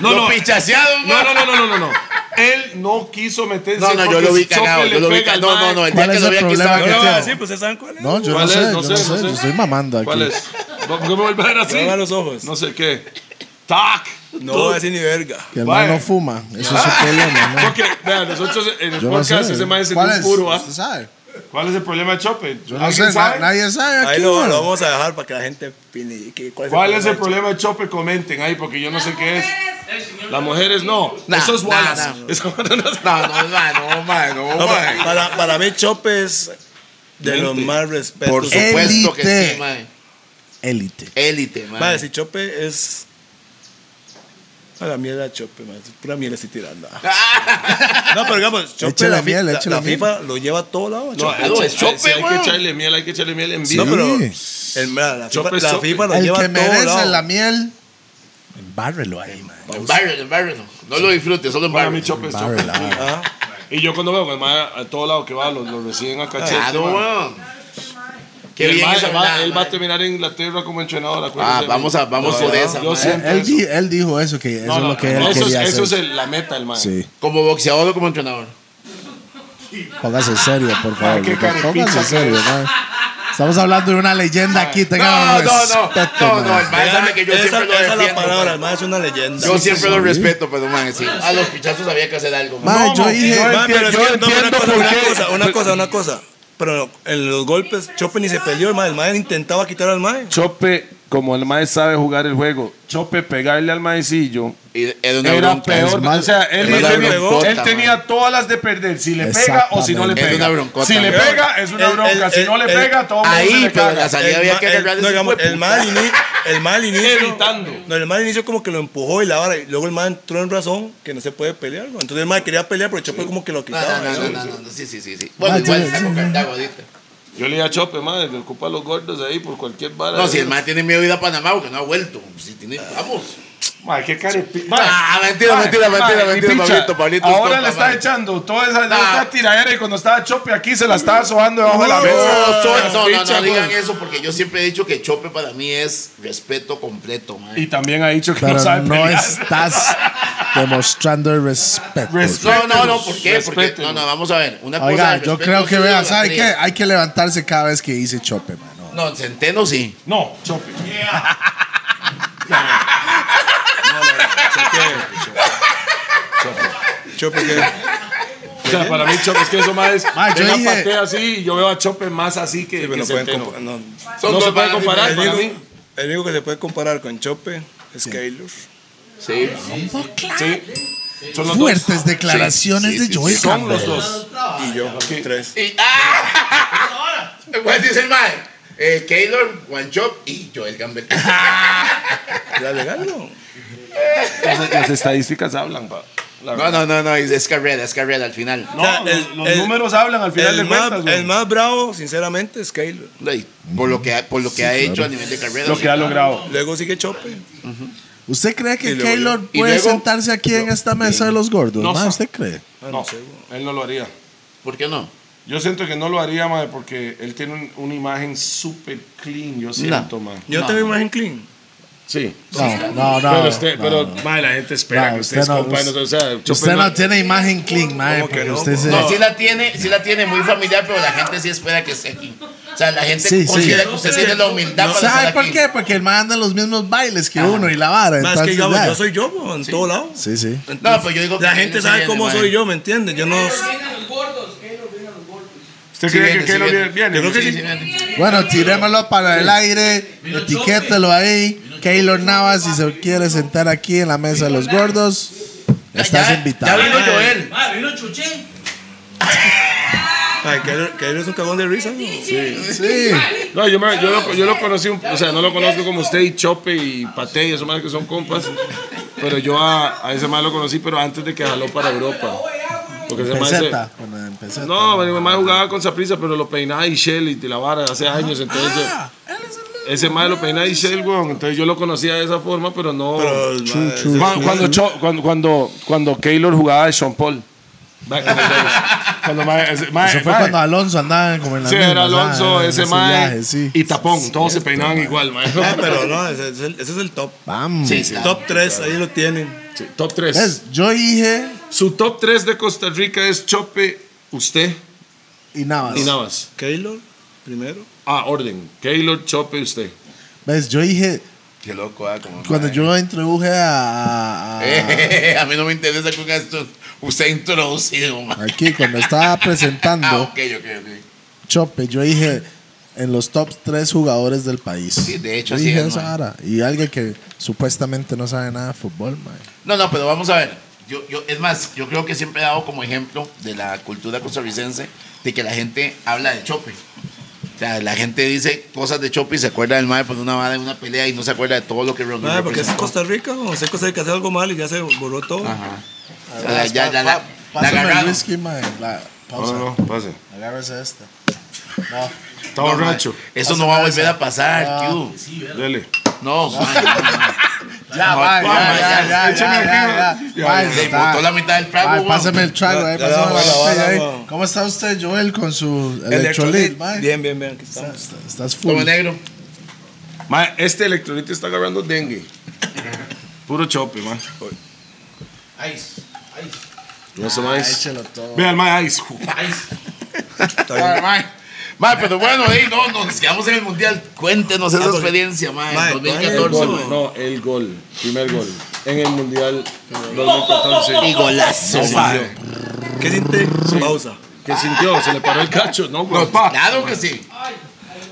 No,
Lo
no,
pichaseado,
No,
mae.
no, no, no, no, no, no. Él no quiso meterse.
No, no, yo
porque
lo vi
Chope
cagado,
le
yo lo vi
pega al
cagado. No, no,
mae.
no, el día
¿Cuál
que
es
lo
el
vi aquí
problema
estaba
No,
que
no,
tiene?
sí, pues ustedes saben cuál es.
No, yo no
¿Cuál
sé,
es?
yo no sé, yo estoy mamando aquí.
¿Cuál es? ¿Por qué me vuelve a ver así?
Cierra los ojos.
No sé qué. ¡Tac!
eh.
No, así ni verga.
Que el man no
Mae.
fuma, eso es
Ah.
su problema, man.
Porque, vean, nosotros en el
Yo no sé.
podcast ese mae se
¿Cuál
un
es?
puro, ¿ah?
¿Usted sabe?
¿Cuál es el problema de Chope?
Yo no
¿Alguien
sé, na-
sabe?
nadie sabe
Ahí
aquí,
lo,
man.
lo vamos a dejar para que la gente opine. que- ¿Cuál
¿Cuál es el
de Chope.
problema de Chope? Comenten ahí, porque yo no sé qué es.
El señor
Las mujeres no.
Nah,
Eso es
nah,
Wallace.
nah.
Eso no, no, no.
No, no, mae, no, mae, no,
No,
mae.
para, para, para mí, Chope es de los
Mente.
más respetos.
Por
Eh,
supuesto que
Élite.
sí, mae.
Élite.
Élite, mae.
Madre, si Chope es. A la mierda Chope, madre. Pura miel estoy tirando. no, pero digamos, Chope.
Échale
la, fi-
miel,
la-
échale
la
miel.
FIFA lo lleva a todo lado.
No,
Chope.
Claro,
hay-
es Chope,
si hay que
weón.
echarle miel, hay que echarle miel en
No,
vivo.
pero.
Sí.
el- mira, la,
Chope
FIFA,
es
la
Chope.
FIFA lo
El
lleva
que
a todo
merece
lado. Ah,
la miel, embárrelo ahí, man.
Embárrelo, embárrelo. No lo disfrutes, solo
Para mí
embárrelo.
Chope es Chope.
Embárrelo, man.
Ah,
Y yo cuando veo que el mae a todo lado que va, lo, lo reciben a cachete.
Claro,
mae.
Ah, weón.
Y
Qué
el
bien
mae
esa
va-
verdad,
él va a
mae.
terminar en Inglaterra como entrenador.
Ah,
acuérdese,
vamos a, vamos
mae.
por esa,
Yo
mae.
siento
Él,
eso.
di- él dijo eso, que eso
No,
es
no,
lo que él
no, eso es,
quería
eso es
hacer.
el- la meta, el mae.
Sí,
Como boxeador o como entrenador.
póngase serio, por favor.
qué
loco.
caripincha
Póngase
que
serio, man. Estamos hablando de una leyenda aquí, tenga
No, no, no.
respeto,
No, no,
man.
el mae sabe que yo
esa
siempre lo
esa es la
defiendo.
palabra,
mae.
el mae es una leyenda.
Yo siempre lo respeto, pero man, sí. A los pichazos había que hacer algo. man.
Man,
Ah,
No,
yo
no,
dije,
no,
Mae, pero es
yo
que, no, pero
entiendo
una cosa,
por
una
qué.
cosa, una cosa, una cosa. Pero en los golpes, Chope ni se peleó, el mae. El mae intentaba quitar al mae.
Chope, como el mae sabe jugar el juego, Chope pegarle al maecillo
Y era una
era
bronca.
peor.
man.
O sea, él,
Era una
tenía,
broncota,
él
man.
tenía todas las de perder. Si le pega o si no le
Exactamente.
pega.
Era una broncota,
si le
man.
pega, es una
El-
bronca.
el-
si no le
el-
pega, todo el mundo se
Ahí,
le
pero
caga.
la salida había
ma-
que agarrar
no,
ese
digamos,
hueputa.
el mal inicio, el mal inicio,
Evitando.
No, el mal inicio como que lo empujó y la vara, y luego el mal entró en razón que no se puede pelear. ¿no? Entonces el mal quería pelear, pero Chope como que lo
No,
quitaba.
Ah, no, no,
¿no?
no, no, no, no, sí, sí, sí, sí. Bueno,
Ah,
igual
sí,
está
sí.
con Cartago ahorita.
Yo le dije a Chope, madre, que ocupa a los gordos ahí por cualquier vara.
No, si el man tiene miedo de ir a Panamá porque no ha vuelto. Si tiene, vamos.
Mae, qué carepi-
Ah,
Mae,
mentira,
mae,
mentira,
mae,
mentira,
mi
mentira,
picha.
Pablito, Pablito,
Ahora
disculpa,
le está
mae.
echando toda esa
Nah.
esa tiradera y cuando estaba Chope aquí se la estaba sobando debajo de la mesa.
No, soy- no, no,
Picha,
no digan
güey.
eso porque yo siempre he dicho que Chope para mí es respeto completo, man.
Y también ha dicho que
Pero
no sabe
no
pelear.
estás demostrando el respeto.
No,
Respeto.
no, no, ¿por qué?
Respétenos,
Porque, no, no, vamos a ver. Una cosa
Oiga,
de
yo
respeto
creo que
es
veas, ¿sabe qué?
idolatría.
Hay que levantarse cada vez que dice chope, mano.
No, Centeno sí.
No, Chope.
Chope que
O sea, para mí Chope es que eso más es.
Mae, yo
Él la
dije-
patea así y yo veo a Chope más así que.
sí,
que
pero no pueden
Centeno.
compa- no.
Son
No
dos
se puede
varas
comparar,
El
Ah, para
único,
mí.
el único que se puede comparar con Chope es Keylor.
Sí.
Son los dos.
Fuertes declaraciones
Sí, sí,
de
sí,
Joey
sí.
Son los
Campbell.
dos.
Y yo,
Ah, Ok.
tres.
Y, ¡ah! Pues dice el mae. Eh, Keylor, One Chop y Joel Campbell.
¿Era legal no?
Las, las estadísticas hablan, pa. La
No, no, no, no, es es carrera, es carrera al final.
No,
O sea,
los-
el-
los
el-
números hablan al final
el,
de
más,
cuentas.
el
güey.
más bravo, sinceramente, es Keylor.
Ay, Por lo que ha, por lo que ha hecho a nivel de carrera.
Lo
sí.
que ha logrado.
Luego sigue Chope.
¿Usted cree que
Y luego
Keylor
yo. Y
puede
luego-
sentarse aquí en esta mesa de los gordos?
No
ma?
sé.
¿Usted cree?
Ah,
No,
sé,
él no lo haría.
¿Por qué no?
Yo siento que no lo haría, madre, porque él tiene un- una imagen súper clean, yo siento, madre.
Yo
No.
tengo imagen clean.
Sí.
No, no, no.
Pero, usted,
no,
pero
no.
madre, la gente espera
No,
que
usted
usted
no,
es compa de nosotros, o sea, pues
Usted
Chopin
no tiene imagen clean, mae,
¿Cómo que
porque
no,
usted
bro?
se...
No, sí la tiene, sí la tiene muy familiar, pero la gente sí espera que esté aquí. sea, la gente
Sí, sí.
considera que usted tiene la humildad para
¿Sabe
estar
por
aquí.
qué? Porque el man anda en los mismos bailes que uno y la vara.
Más
entonces,
que digamos,
ya.
yo soy yo, mo, en todo lado.
Sí, sí.
No, pues yo digo que
La
sí,
gente
sí
sabe
viene,
cómo
mae.
soy yo, ¿me entiendes? Yo no.
los gordos? ¿Qué los vienen los gordos?
¿Usted
Sí
cree
viene,
que
sí
Kelo
viene.
viene? viene?
Yo creo que sí.
Bueno, tirémoslo para el aire, etiquételo ahí. Keylor Navas, si se quiere sentar aquí en la mesa de los gordos,
Ya-
estás
ya-
invitado.
Ya vino Joel.
Ah, vino Chuchín.
Ay, que que eres un cagón de risa, mo.
Sí.
No, yo, me- yo lo, yo lo conocí, un- o sea, no lo conozco como usted y Chope y Pate y esos más que son compas. Pero yo a, a ese más lo conocí, pero antes de que jaló para Europa. Porque ese más.
Peseta. Bueno, en peseta.
No, mi mamá jugaba con Saprisa, pero lo peinaba y Shelly y la vara hace años. Entonces, yo- ese más lo peinaba y Shell, weón. Entonces yo lo conocía de esa forma, pero no.
Pero, mae,
Cuando, cuando, Cho- cuando, cuando, cuando Keylor jugaba de Sean Paul.
Back in the days. Cuando ma- ese- ma-
Eso fue
ma-
cuando Alonso andaba como en la
Sí,
misma,
era Alonso,
¿sabes? En
ese
viaje,
mae
sí.
y Tapón, todos se peinaban igual, mae.
Ah, pero no, ese es el, ese es el top.
Vamos.
Sí, claro.
Top 3, ahí lo tienen.
Sí, top 3.
Es, yo dije
Su top 3 de Costa Rica es Chope, usted
y Navas.
y Navas.
Keylor, primero.
Ah, orden. Keylor, Chope, usted.
¿Ves? Yo dije,
Qué loco, ah, como-
cuando yo introduje a, a- a-
Eh, a mí no me interesa con esto. Usted ha introducido, man.
aquí, cuando estaba
Ah,
presentando
ok, ok, ok.
Chope, yo dije en los top tres jugadores del país.
Sí, de hecho,
Yo
así
dije
es,
esa
man.
vara. Y alguien que supuestamente no sabe nada de fútbol, man.
No, no, pero vamos a ver. Yo, yo, es más, yo creo que siempre he dado como ejemplo de la cultura costarricense de que la gente habla de chope. O sea, la gente dice cosas de chope y se acuerda del mae por una vara en una pelea y no se acuerda de todo lo que reunió.
Mae, porque es Costa Rica, o sea, Costa Rica hace algo mal y ya se borró todo.
ya, ya, ya, la, la
Pásame el
agarraron.
whisky, man. La, pausa.
pase.
Agárrese esta. No.
Está
No, mae,
borracho.
Eso no va a volver a pasar, tío.
Dele.
No, mae, no, no.
Ya, man,
ya,
ya, ya, ya,
écheme
ya,
aquí,
ya,
man.
ya. Man,
Le
está-
botó la mitad del trago,
Ay,
weón.
pásame el trago, eh,
Ya, ya
pásame
vamos,
la
ya
botella
vamos,
ahí.
vamos.
¿Cómo está usted, Joel, con su electrolit, mae?
eh, Bien, bien, bien, aquí estamos.
Estás- Estás full.
Como negro.
Mae, este electrolito está agarrando dengue. Puro Chope, mae.
Ice. Ice.
No se más.
Ah, Échelo todo.
Vean, mae, ice.
Ice.
Mae, mae. Mae, pero bueno, ahí no, no, nos quedamos en el mundial. Cuéntenos esa
Ah, porque-
experiencia, mae.
Mae, ¿cuál es
2014,
el
mae.
gol?
No, el gol. Primer gol. En el Mundial 2014.
Y golazo, mae.
¿Qué siente? Pausa.
¿Qué sintió? ¿Se le paró el cacho? No, güey. pa.
Claro que sí.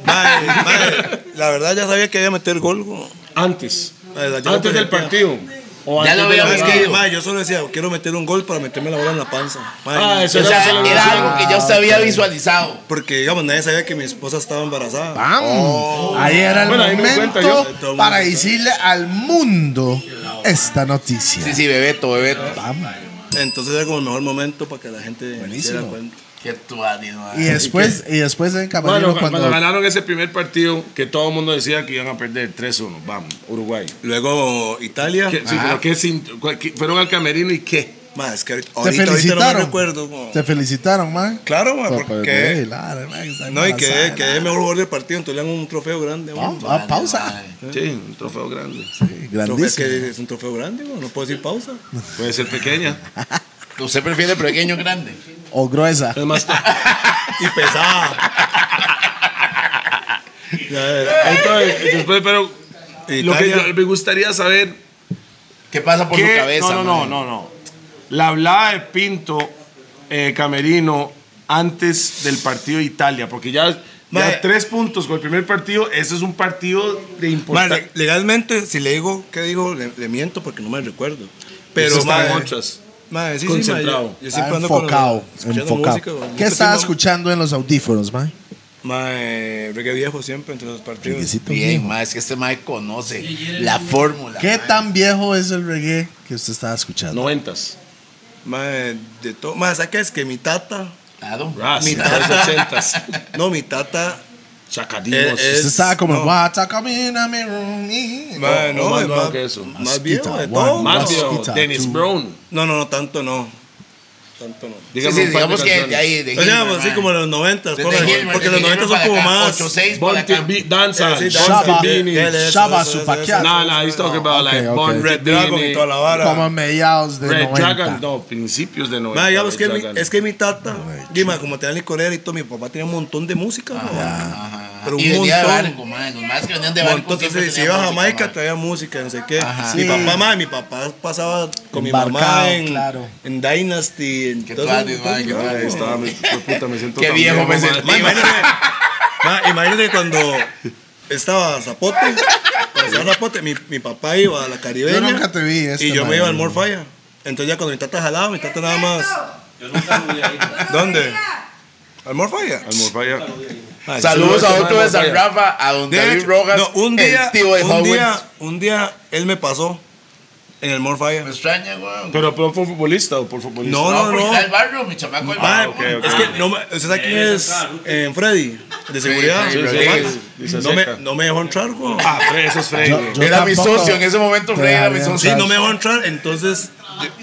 Mae, mae, la verdad ya sabía que iba a meter gol. güey.
Antes.
Ay, la- yo
Antes
no
del
perdía.
partido. O
Ya
antes
lo
de la
Mae, es
habíamos
jugada.
que,
Partido.
mae, yo solo decía, quiero meter un gol para meterme la bola en la panza. Mae,
Ah, eso
O
era,
sea,
la
era
celebración.
algo que ya usted había visualizado.
Porque, digamos, nadie sabía que mi esposa estaba embarazada.
Vamos.
Oh.
Ahí era el
Bueno, ahí me di
momento
cuenta, yo-
para decirle al mundo esta noticia.
Sí, sí, Bebeto, Bebeto.
Vamos.
Entonces era como el mejor momento para que la gente se diera
Buenísimo.
cuenta.
Qué tuani, mae.
Y después, y después en Caballero
Bueno, cu- cuando,
cuando...
ganaron ese primer partido, que todo el mundo decía que iban a perder 3-1, vamos, Uruguay.
Luego Italia.
¿Qué- sí, pero ¿qué sin- cu- qué- fueron al camerino y qué?
Mae, es que ahorita,
te
ahorita, ahorita no me
felicitaron.
recuerdo. como-
Te felicitaron, man.
Claro, mae, porque... No, y que, que es
me...
mejor gol del partido, entonces le dan un trofeo grande. güey.
Ah, pausa.
Mae.
Sí, un trofeo grande.
Trofeo- es
Grandísimo.
que es un trofeo grande, güey, no puedo decir pausa.
Puede ser pequeña.
¿Usted prefiere pequeño o grande?
O gruesa.
Es más,
Y pesada. Ya era.
entonces, después, pero lo que
Italia.
yo- me gustaría saber
¿Qué pasa por
¿Qué?
su cabeza?
No, no,
mae?
no, no, no. La hablada de Pinto eh, Camerino antes del partido de Italia, porque ya, ya
Mae.
tres puntos con el primer partido, ese es un partido de
Mae,
importancia.
le- legalmente, si le digo qué digo, le, le miento porque no me recuerdo. Pero,
Eso está en
mae,
conchas.
mae, sí, sí, mae,
Concentrado.
yo, yo
Está
siempre ando con-
Ah, enfocado.
escuchando
enfocado.
música, güey.
¿Qué
Siempre
estaba
tengo-
escuchando en los audífonos, man?
Mae, reggae viejo siempre entre los partidos.
Reguecito
Bien,
viejo.
mae, es que este mae conoce la fórmula.
¿Qué
mae.
tan viejo es el reggae que usted estaba escuchando?
Noventas.
Mae, de todo. Mae, ¿sabes qué es? Que mi tata.
Claro.
Ras,
Mi
los
tata.
ochentas.
No, mi tata.
Chacadimos.
Eh, eh.
usted estaba como,
no.
"What's coming on me, roomie?"
Mae, no,
no, más
es
nuevo que eso.
Más viejo de
Mosquito,
todo.
one,
Más
Más
viejo,
Mosquita,
Dennis
tú.
Brown.
No, no, no, tanto no. Tanto no.
Sí,
Dígame
sí,
un par de
digamos que de
canciones.
ahí, de
O sea,
Gilmer,
así
mae.
como los 90,
Desde Gilmer,
porque los
desde
90 son
Gilmer
como
para acá,
más.
8-6 para
Bonte
acá.
Beat, Danza,
Sí, sí,
Bonte
Shabba.
Beanie.
Él es-
Shabba
eso, eso,
Supaquial.
eso,
No,
eso,
no, he's
eso,
talking
no.
about like
ok.
Bonte
Red Dragon y
Beanie,
toda la vara.
Como mediados de
Red
90.
Dragon, no, principios de 90.
Ma, digamos que
Red
mi,
Dragon. Ah,
es que mi tata, Guima, como te dan licorera y todo, mi papá tenía un montón de música. ma. Pero un
y venía de
montón.
barco, mae. Los más que venían de barco.
Entonces,
siempre
si
tenían
iba a
música,
Jamaica,
mae.
traía música, no sé qué.
Ajá.
Mi
Sí.
papá, mae, mi papá pasaba con mi
Embarcado,
mamá en,
claro.
en Dynasty. En,
Qué
todas
tuanis,
esas-
mae, qué
todas esas-
Ahí está, me, hijo de puta, me siento
Qué
tan
viejo me
mae.
sentí.
Mae, imagínese, mae, imagínese cuando estaba Zapote, cuando estaba Zapote, mi, mi papá iba a la
Yo
Caribeña.
nunca te vi, este,
y yo
mae.
me iba al Morfaya. Entonces ya cuando mi tata jalaba, mi tata nada más. ¿Dónde? ¿Al Morfaya?
Almorfalla.
Ay,
Saludos
sí,
a
ese
otro
mae,
de San
Morfalla.
Rafa, a don
De
David
hecho,
Rojas,
no, un día,
el tío de
un
Howard.
día, un día él me pasó en el Morfaya.
Me extraña, weón.
Pero, pero por futbolista o por futbolista.
No, no,
porque
no.
está el barrio, mi chamaco el
Mae,
barrio.
Ah, ok,
Es
ok.
que no me, ¿usted sabe quién es eh, Freddy? De seguridad.
Freddy
Mae,
Rodríguez.
Dice
no, me,
seca.
no me dejó entrar, güey.
Ah, Fred, eso es Freddy.
Yo- yo
Era mi
tampoco-
socio en ese momento, Freddy era mi socio.
Sí, no me dejó entrar, entonces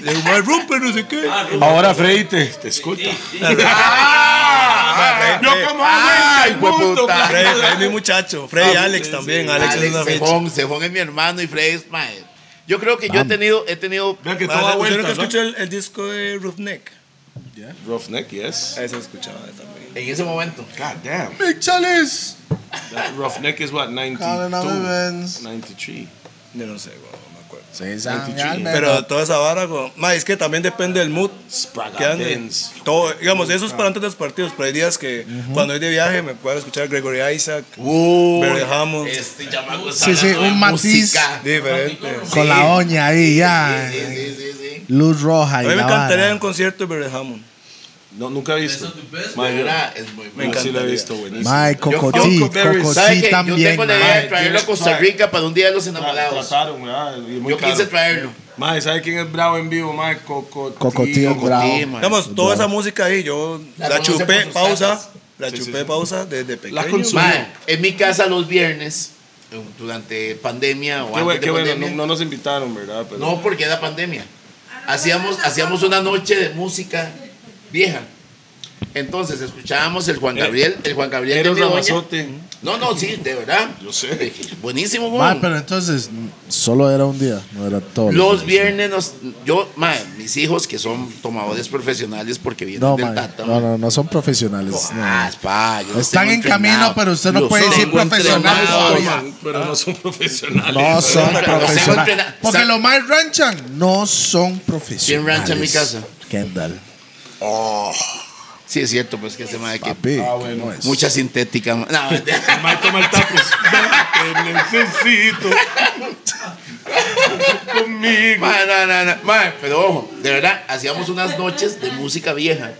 le digo, "Mae, rompe, no sé qué.
Ahora Freddy te, te escucha.
¡Ah!
Yo como
¡Ay, hueputa!
Freddy, Freddy, mi muchacho. Freddy, Alex también. Ah, Alex, es una
Alex
fecha.
Sejón, Sejón es mi hermano y Freddy es mae. Yo creo que yo he tenido, he tenido
Vean que todo
Mae,
da
¿Usted nunca
vueltas, ¿no?
escuchó el, el disco de Roughneck?
Roughneck, yes.
Eso Ah, escuchaba también.
en ese momento.
God damn.
Big Chalice.
That roughneck is what,
Calling all
92?
events.
93.
Yo no sé, güey, no me acuerdo.
Sí, San
Pero toda esa vara, güey. Mae, es que también depende del mood.
Spraga
que anden.
Dance.
Todo, digamos, eso es
Ah.
para antes de los partidos, pero hay días que cuando es de viaje me puedo escuchar Gregory Isaac, Barry Hammond,
Este chamaco está
Sí, sí,
hablando de
un matiz.
música.
diferente.
Con la oña ahí, ya.
Sí, sí, sí, sí.
Luz roja
A
y
mí me
la
encantaría
vara.
un concierto de Barry Hammond.
No, nunca he visto.
De
Mayor.
verdad, es muy
Me
bueno.
Sí lo he
encantaría.
visto, buenísimo.
Mae, Cocotí,
Coco
¿Sabe
Berry,
qué?
Cocotí
Yo
también.
tengo la idea de
mae.
traerlo a Costa Rica para un día de los enamorados.
Trataron, ¿verdad? Y muy
Yo quise
caro.
traerlo.
Mae, ¿sabe quién es bravo en vivo, mae? Coco.
Cocotío
Tío.
Bravo.
mae.
Digamos, toda esa música ahí, yo
La
la,
conoce por
chupé
sus
pausa,
tatas.
la
Sí, sí,
chupé
sí.
pausa desde pequeño.
consumí.
Mae, en mi casa los viernes, eh, durante pandemia o
Qué
antes
bueno,
de
qué bueno.
pandemia,
No, no nos invitaron, ¿verdad? Pero
No, porque era pandemia. Hacíamos, hacíamos una noche de música vieja. Entonces escuchábamos el
Eh,
Juan Gabriel, el Juan Gabriel de
Eros
mi doña.
Ramazote.
No, no, sí, de verdad.
Yo sé.
Buenísimo,
Mae,
güey.
pero entonces, mm, solo era un día, no era todo.
Los viernes nos, yo, mae, mis hijos que son tomadores profesionales porque vienen
No,
del
mae,
Tata.
no,
mae.
no, no son profesionales. no.
Ah, pa, yo no
Están
estoy
en camino,
entrenado.
pero usted no
Yo
puede
soy
decir
un entrenado,
profesionales,
mae.
todavía.
Pero no son profesionales.
No son
pero- Pero tengo
profesionales.
entrena-
Porque
Sa-
lo más ranchan, no son profesionales.
¿Quién rancha en mi casa?
Kendall.
Sí, es cierto, pues que ese mae que
Papi,
Ah,
¿cómo es?
mucha sintética. mae. No, mentira.
Mae toma el taco. Te necesito. Conmigo.
Mae, no, no, no. Mae, pero ojo, de verdad, hacíamos unas noches de música vieja.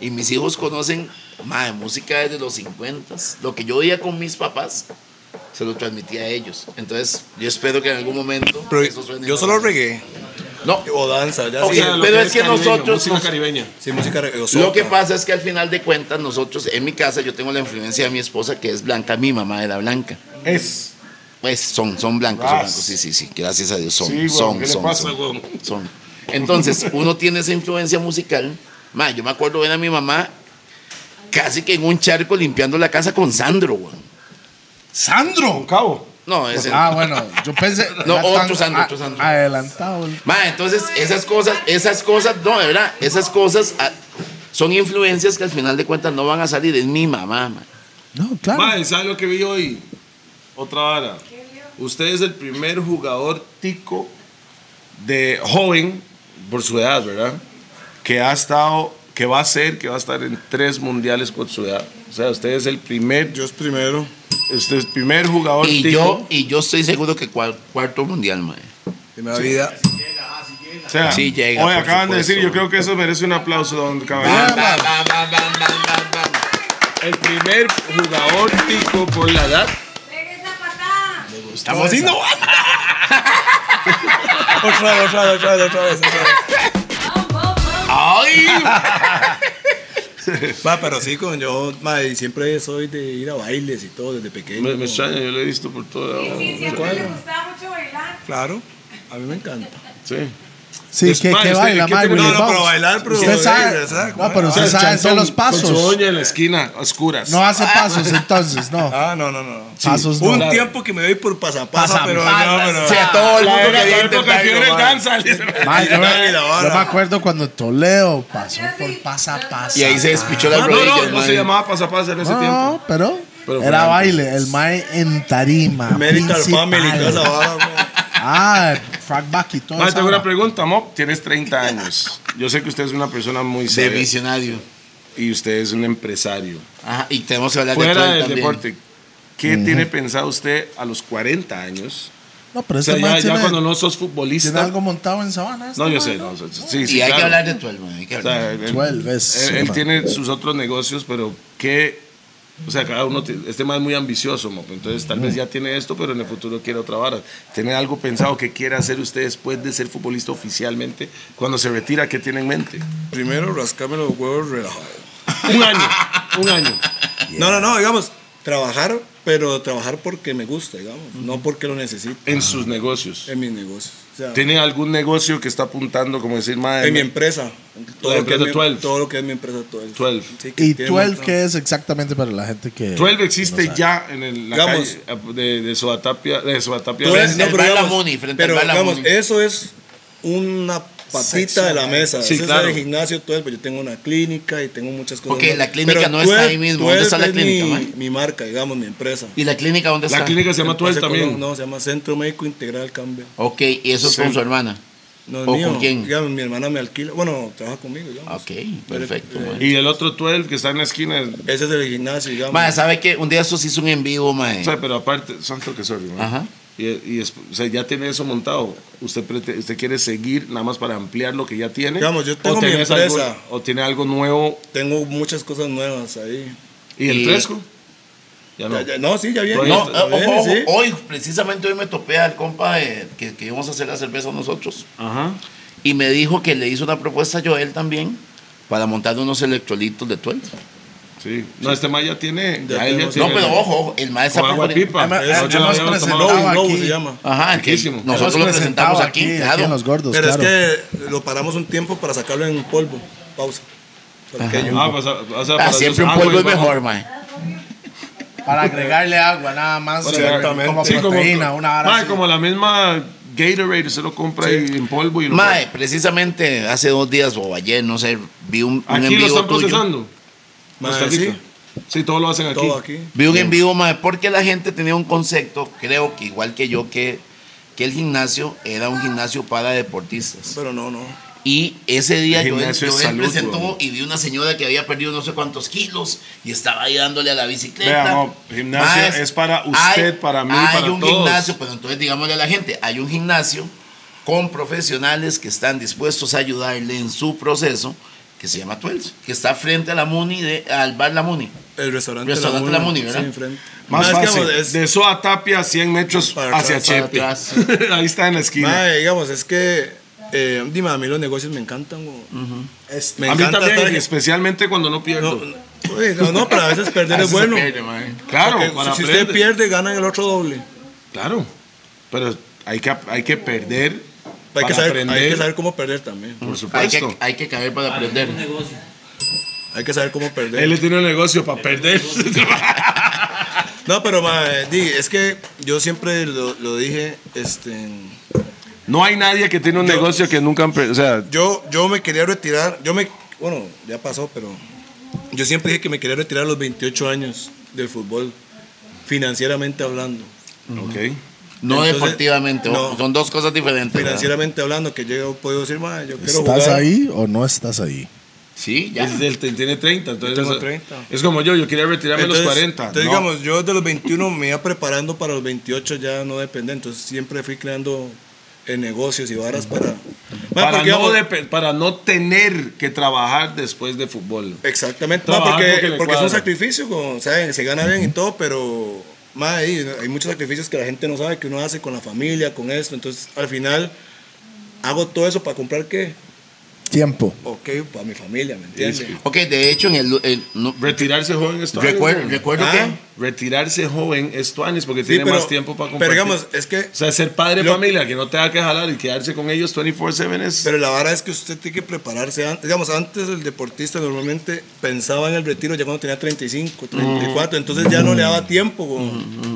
Y mis hijos conocen, mae, música desde los 50. Lo que yo oía con mis papás, se lo transmitía a ellos. Entonces, yo espero que en algún momento.
Pero
eso suene
yo
para
solo
ellos.
regué
No,
o danza, ya
Ok,
sí,
pero es que nosotros-
Música caribeña.
sí, música reggae, o
Lo
soca.
que pasa es que al final de cuentas, nosotros, en mi casa, yo tengo la influencia de mi esposa, que es blanca, mi mamá era blanca.
Es.
Pues son, son blancos, son
Ras.
blancos, sí, sí, sí, gracias a Dios, son,
Sí, güey,
son,
¿qué le
son,
pasa,
son,
güey?
son. Entonces, uno tiene esa influencia musical. Ma, yo me acuerdo ver a mi mamá casi que en un charco limpiando la casa con Sandro, güey.
Un
¡Sandro!
cabo.
No, ese.
Ah, bueno, yo pensé.
No,
era tan
otro Sandro,
a-
otro Sandro.
Adelantado. el-
Ma, entonces, esas cosas, esas cosas, no, de verdad, esas cosas ah, son influencias que al final de cuentas no van a salir. Es mi mamá, ma.
No,
Ah.
claro.
Mae, ¿sabe lo que vi hoy? Otra vara. Usted es el primer jugador tico de joven, por su edad, ¿verdad? Que ha estado, que va a ser, que va a estar en tres mundiales con su edad. O sea, usted es el primer,
Yo es primero.
usted es el primer jugador
Y
tico.
yo, y yo estoy seguro que cual- cuarto mundial, ma.
Primera vida.
O sea,
Sí llega,
hoy
por
acaban de
supuesto.
decir, yo creo que eso merece un aplauso, don
Bam,
Caballero.
bam, bam, bam, bam, bam, bam.
Ah, El primer jugador tico por la edad.
Estamos innovando. otra vez, otra vez, otra vez, otra vez. otra vez.
¡Ay!
Ma, pero sí, con yo, ma, y siempre soy de ir a bailes y todo desde pequeño.
Me, me extraña, yo lo he visto por todo.
Claro, a mí me encanta.
Sí.
Sí,
Pues,
que,
mae,
que
usted,
baila,
¿qué
mae,
tiene-
Willy
No, no,
Fox.
pero bailar, pero-
Usted sabe,
Sí, ¿verdad?
no, pero
O
usted
sea,
sabe hacer
Con-
los
Con su
pasos.
doña en la esquina, a oscuras.
No hace pasos, entonces, no.
Ah, no, no, no.
Pasos
Un
no.
tiempo que me doy por pasapasa,
Pasapasa,
pero no, pero.
Sí, a todo el mundo
La era,
quería
la época que
intentarlo,
era el
mae.
danza.
Mae, yo, me,
Y la vara.
yo me acuerdo cuando Toledo pasó por pasa pasa.
Y ahí se despichó la
No,
rodilla.
no, no, no se llamaba pasapasa en ese tiempo.
No, pero
Pero fue
Era
antes.
baile, el mae en tarima.
Meritor
principal.
Family, toda esa vara, mae.
Ah, Frank Back y todo
Mae,
eso.
tengo una pregunta, Mop. Tienes 30 años. Yo sé que usted es una persona muy
De
seria
visionario.
y usted es un empresario.
Ajá, y tenemos que hablar Ah, de
Fuera
Troy
del
también.
deporte, ¿qué tiene pensado usted a los 40 años?
No, pero
O
este
sea, ya,
mae
ya
tiene,
cuando no sos
tiene
futbolista.
algo montado en Sabana. este
No, yo
mae,
sé. no, o sea, sí,
Y
sí,
hay que
claro.
hablar de Troy, mae, hay que
O
hablar.
sea, él-
Twelve es-
él, él
sí,
tiene sus otros negocios, pero ¿qué? O sea, cada uno, tiene- este más es muy ambicioso, Mop. Entonces, tal
Mm.
vez ya tiene esto, pero en el futuro quiere otra vara. ¿Tiene algo pensado que quiera hacer usted después de ser futbolista oficialmente? Cuando se retira, ¿qué tiene en mente?
Primero, rascarme los huevos relajado.
Un año, un año.
No, no, no, digamos, trabajar, pero trabajar porque me gusta, digamos, no porque lo necesito
Ah.
En sus negocios.
en mis negocios. O sea,
¿Tiene algún negocio que está apuntando, como decir, madre?
en mi
em-"
empresa. Todo,
La
lo que es
empresa
mi,
12.
todo lo que es mi empresa 12.
12.
Sí, que
¿Y
tiene
12
montón.
qué es exactamente para la gente que.
12 existe ya en el, la
Digamos.
calle de, de Sobatapia. De Sobatapia.
Entonces,
Frente al
pero
Bala
digamos,
Muni, frente al
pero
Bala
digamos,
Muni.
eso es una patita de la mesa.
Sí,
Sí, Eso
claro.
es el gimnasio 12, pero yo tengo una clínica y tengo muchas cosas.
Ok,
más.
la clínica
Pero
no está ahí
12
mismo. ¿Dónde está la
12 es
clínica,
mi-
Mike?
Mi marca, digamos, mi empresa.
¿Y la clínica dónde está?
La clínica se llama 12
Entonces,
también.
Colón- No, se llama Centro Médico Integral Cambio.
Ok, y eso es con su hermana.
No
¿O
es
con
mío.
quién? Ah,
Digamos, mi hermana me alquila. Bueno, trabaja conmigo, digamos.
Ok, perfecto,
Pero,
mae.
Y el otro 12 que está en la esquina.
Ese es el gimnasio, digamos.
Mae, ¿sabe qué? Un día eso se hizo un en vivo, mae.
o sea, pero aparte, santo que sorry, ¿no?
Ajá.
Y, y es- o sea, ya tiene eso montado. Usted, prete- usted quiere seguir nada más para ampliar lo que ya tiene.
Digamos, yo
¿O
tengo mi
tenés
empresa.
algo- o tiene algo nuevo
Tengo muchas cosas nuevas ahí.
y el
Y-
fresco. Ya no.
Ya- ya- no, sí, ya viene.
Todavía
No,
está-
Ya
eh, ojo,
viene,
ojo,
sí.
hoy, precisamente hoy me topé al compa de- que, que íbamos a hacer la cerveza nosotros.
Ajá.
Y me dijo que le hizo una propuesta a Joel también para montar unos electrolitos de 12.
Sí. No, este más ya tiene.
Ya
Ya él ya
tenemos-
tiene
No, pero ojo, ojo, el maestro.
Con agua pipa.
Hemos-
Eso ya lo
hemos
habíamos tomado.
presentado-
Lobo,
aquí.
Lobo se llama.
Ajá, que
Riquísimo.
nosotros lo presentamos aquí, pues claro.
en los gordos,
Pero
claro.
es que lo paramos un tiempo para sacarlo en polvo. Pausa. Para que yo-
Ah, pues, o sea,
Ah,
para
siempre
sus-
un
ah,
polvo
güey,
es
vamos.
mejor, mae.
Para agregarle agua, nada más.
Sí,
eh,
exactamente.
Como
Sí,
proteína, una vara
Mae,
así.
como la misma Gatorade, se lo compra y en polvo y lo
Mae, precisamente hace dos días o ayer, no sé, vi un, un
Aquí
en
lo
vivo
están
tuyo.
procesando. Costa
Mae,
Rica.
sí,
Sí, todo lo hacen aquí.
todo aquí.
Vi un en vivo, mae, porque la gente tenía un concepto, creo que igual que yo, que, que el gimnasio era un gimnasio para deportistas.
Pero no, no.
Y ese día
El
yo,
gimnasio es salud,
presentó
weón.
y vi una señora que había perdido no sé cuántos kilos y estaba ahí dándole a la bicicleta.
Vea, no, gimnasio es para usted, para mí,
hay
para
un
todos.
gimnasio, pero entonces digámosle a la gente, hay un gimnasio con profesionales que están dispuestos a ayudarle en su proceso, que se llama Twelve, que está frente a la Muni, de, al bar La Muni.
El restaurante,
Restaurante La Muni, ¿verdad?
Sí, enfrente. Mae,
Más
es que,
fácil.
digamos, es-
De Soa Tapia, 100 metros
Para
hacia
atrás, para
Chepe.
atrás.
Ahí está en la esquina.
Mae, digamos, es que, eh, dime, a mí los negocios me encantan. güey. Me
a mí
encanta
también,
estar-
especialmente cuando no pierdo. Ah,
No, no, uy, no, no, pero a veces perder es bueno.
claro,
Porque
para
si
aprender.
usted pierde, gana el otro doble.
Claro. Pero hay que, hay que perder
Hay
para
que, saber,
aprender.
hay que saber cómo perder también.
Por
Hay
supuesto.
que, hay que caer para aprender.
Hay que saber cómo perder.
Él le tiene un negocio para perder.
No, pero mae, di, es que yo siempre lo, lo dije, este,
no hay nadie que tiene un negocio que nunca han perdido. O sea,
yo, yo me quería retirar, yo me, bueno, ya pasó, pero yo siempre dije que me quería retirar a los 28 años del fútbol, financieramente hablando.
ok.
No
Entonces,
deportivamente,
no.
o- son dos cosas diferentes. ¿verdad?
Financieramente hablando, que yo puedo decir, mae, yo quiero
¿Estás
jugar.
ahí o no estás ahí?
Sí, ya.
Es del- tiene 30, entonces
tengo
es-
30.
es como yo, yo quería retirarme a los 40.
entonces,
no.
digamos, yo desde los 21 me iba preparando para los 28 ya no depender, entonces siempre fui creando eh, negocios y varas para... Mae,
para,
porque,
no
digamos,
depe- para no tener que trabajar después de fútbol.
Exactamente,
Trabajar
ma, porque,
porque le
porque es un
cuadra.
sacrificio, como, ¿saben? se gana bien y todo, pero ma, ahí hay muchos sacrificios que la gente no sabe que uno hace con la familia, con esto, entonces al final hago todo eso para comprar qué?
Tiempo.
Ok, para mi familia, ¿me entiendes?
Ok, de hecho, en el. el- no-
Retirarse joven es tuanis,
recuerdo
güey.
recuerdo
Ah,
que.
Retirarse joven es tuanis porque
Sí,
tiene más tiempo para compartir.
Pero digamos, es que,
o sea, ser padre de
Lo-
familia que no tenga que jalar y quedarse con ellos 24-7 es.
pero la vara es que usted tiene que prepararse. an- Digamos, antes el deportista normalmente pensaba en el retiro ya cuando tenía 35, 34, entonces ya no le daba tiempo. güey.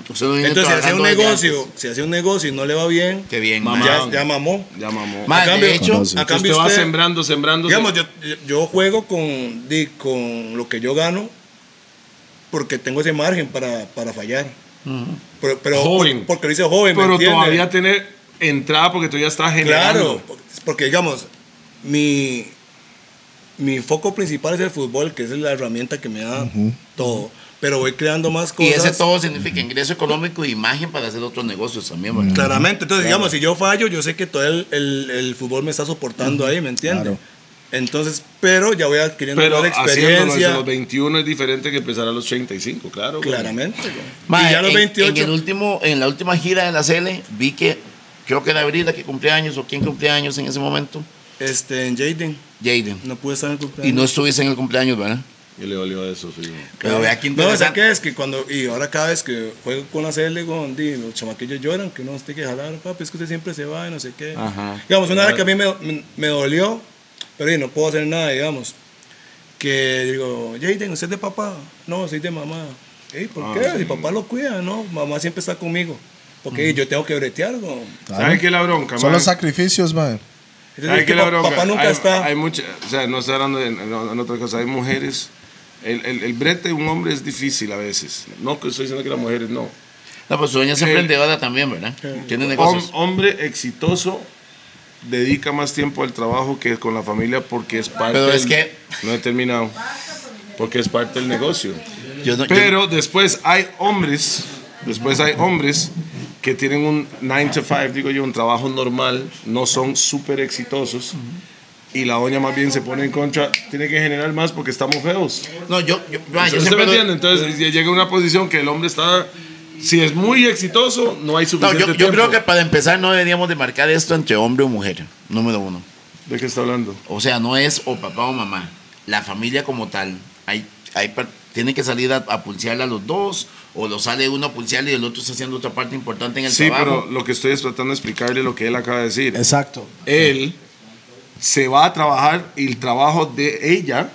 usted no viene
Entonces, si hacía un
trabajando desde
negocio,
antes.
si hacía un negocio y no le va bien,
Qué bien,
Mamá.
mae.
ya, ya mamó.
ya mamó.
Mae,
cambio-
de hecho,
Entonces,
A cambio,
usted va
usted-
sembrando, sembrando.
Digamos,
se-
yo, yo juego con, di, con lo que yo gano porque tengo ese margen para, para fallar. Pero, pero
Joven.
por- porque lo hice joven, ¿me
Pero
entiende?
todavía tener entrada porque todavía estás generando.
Claro, por- porque digamos, mi, mi foco principal es el fútbol, que es la herramienta que me da todo. Pero voy creando más
Y
cosas.
ese todo significa ingreso económico e imagen para hacer otros negocios también. ¿verdad?
Claramente, entonces digamos, si yo fallo, yo sé que todo el, el- el fútbol me está soportando ahí, ¿me entiendes?
Claro.
Entonces, pero ya voy adquiriendo
Pero
más
haciéndolo desde
experiencia.
los 21 es diferente que empezar a los 35, claro. güey.
Claramente. güey.
Mae,
y ya a los
en-
28.
En, el último, en la última gira de la CL vi que creo que era Brida que cumplía años o quién cumplía años en ese momento.
Este, en Jaden,
Jaden.
no pude estar en el cumpleaños.
Y no estuviste en el cumpleaños, ¿verdad?
Y le valió eso, sí. güey.
Pero vea qué
Eh, No, o sea,
interesante.
que es que cuando, y ahora cada vez que juego con la CL, con, di, los chamaquillos lloran, que no, usted que jalar, papi, es que usted siempre se va y no sé qué. Digamos, una hora que a mí me, me, me dolió, pero y, no puedo hacer nada, digamos. Que digo, Jaden, ¿usted es de papá? No, soy de mamá. "Ey, ¿Por
Ah,
qué?
sí.
Si papá lo cuida, ¿no? Mamá siempre está conmigo. Porque yo tengo que bretear, güey.
¿Sabes qué es la bronca,
Son
man?
los sacrificios, mae.
Entonces,
Ay,
es que
qué la
pa-
bronca.
papá nunca
hay,
está.
Hay mucha, o sea, no estoy hablando de, en, en otra cosa. Hay mujeres. El, el, el brete de un hombre es difícil a veces. No que estoy diciendo que las mujeres no.
No, pues su doña es
Eh,
emprendedora también, ¿verdad?
eh,
Tiene
oh,
Hom-
negocios.
hombre exitoso dedica más tiempo al trabajo que con la familia porque es parte.
Pero es
del-
que-
No he terminado. Porque es parte del negocio.
Yo no- yo-
Pero después hay hombres, después hay hombres que tienen un 9 to 5, digo yo, un trabajo normal, no son súper exitosos. Y la doña más bien se pone en contra, tiene que generar más porque estamos feos.
no, yo, yo, mae, Ah, yo
¿Usted me
siempre.
entiende? Entonces ya llega una posición que el hombre está, si es muy exitoso, no hay
No,
suficiente
yo, yo
tiempo.
creo que para empezar no deberíamos de marcar esto entre hombre o mujer, número uno.
¿De qué está hablando?
O sea, no es o papá o mamá. La familia como tal. Hay, hay, par- tiene que salir a, a pulsearle a los dos. O lo sale uno a pulsearle y el otro está haciendo otra parte importante en el
Sí,
trabajo.
pero lo que estoy es tratando de explicarle lo que él acaba de decir.
Exacto.
él se va a trabajar y el trabajo de ella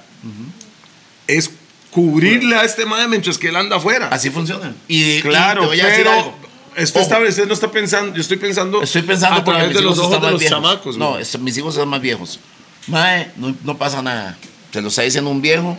es cubrirle a este madre mientras que él anda afuera.
Así funciona. Y, y
claro,
te voy a decir
pero
algo.
esto
Ojo.
establecido no está pensando, yo estoy pensando,
Estoy pensando
a
porque
través
mis
de
hijos
los ojos
están
de
más
los
viejos.
chamacos.
No,
güey.
esto- mis hijos están más viejos. Mae, no, no pasa nada. Te lo está diciendo un viejo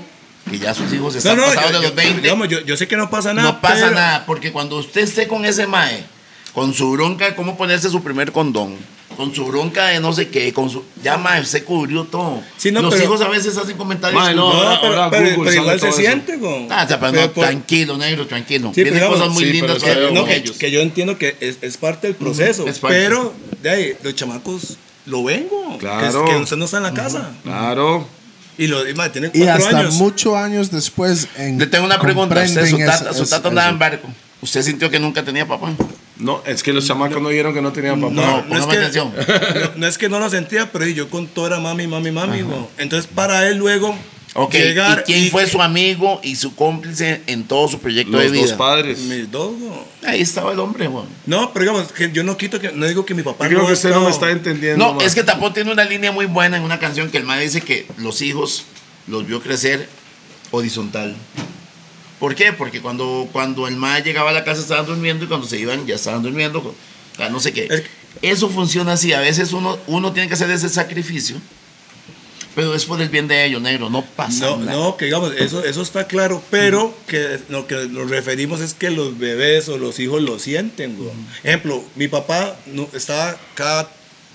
que ya sus hijos
No,
están
no,
pasados
yo,
de los
yo-
20.
digamos, yo, yo sé que no pasa nada.
no pasa
pero-
nada, porque cuando usted esté con ese mae, con su bronca de cómo ponerse su primer condón, con su bronca de no sé qué, con su. Ya mae, usted cubrió todo.
Sí, no,
Los
pero-
hijos a veces hacen comentarios.
Mae,
No,
no, Ahora-
pero,
ahora
pero-
Google
pero
sabe
igual se
todo eso.
siente, güey.
Ah, o sea, pero no,
Pero por-
tranquilo, negro, tranquilo.
Sí,
Vienen
pero
cosas
digamos,
muy
sí,
lindas
pero
que
es que-
hay
No,
con
que,
ellos.
que yo entiendo que es, es parte del proceso,
Es parte.
pero de ahí, los chamacos lo ven, güey, que-
Claro.
Que, usted no está en la casa.
eh.
Claro.
Y lo y, madre, tienen
Y
cuatro
hasta
años.
muchos años después. En
Le tengo una pregunta. Usted, su
comprenden
tata,
es-
su
es-
tata andaba
eso.
en barco. ¿Usted sintió que nunca tenía papá?
No, es que los chamacos no vieron que no tenían papá.
No,
es
póngame
que-
atención.
No, no es que no lo sentía, pero yo con todo era mami, mami, mami, güey. Entonces, para él luego
Ok,
llegar.
¿y quién fue su amigo y su cómplice en todo su proyecto de
los dos
vida?
padres.
Mis dos, güey.
Ahí estaba el hombre, güey.
No, pero digamos, que yo no quito que. No digo que mi papá
Yo creo
no
que usted no me
estaba-
está entendiendo.
No,
mae.
es que Tapón tiene una línea muy buena en una canción que el man dice que los hijos los vio crecer horizontal. ¿Por qué? Porque cuando, cuando el man llegaba a la casa estaban durmiendo y cuando se iban ya estaban durmiendo. o sea, no sé qué.
Es que-
Eso funciona así. A veces uno, uno tiene que hacer ese sacrificio, pero es por el bien de ellos, negro. No pasa
No,
nada.
no, que digamos, eso, eso está claro, pero que lo que nos referimos es que los bebés o los hijos lo sienten, güey. Ejemplo, mi papá no, estaba cada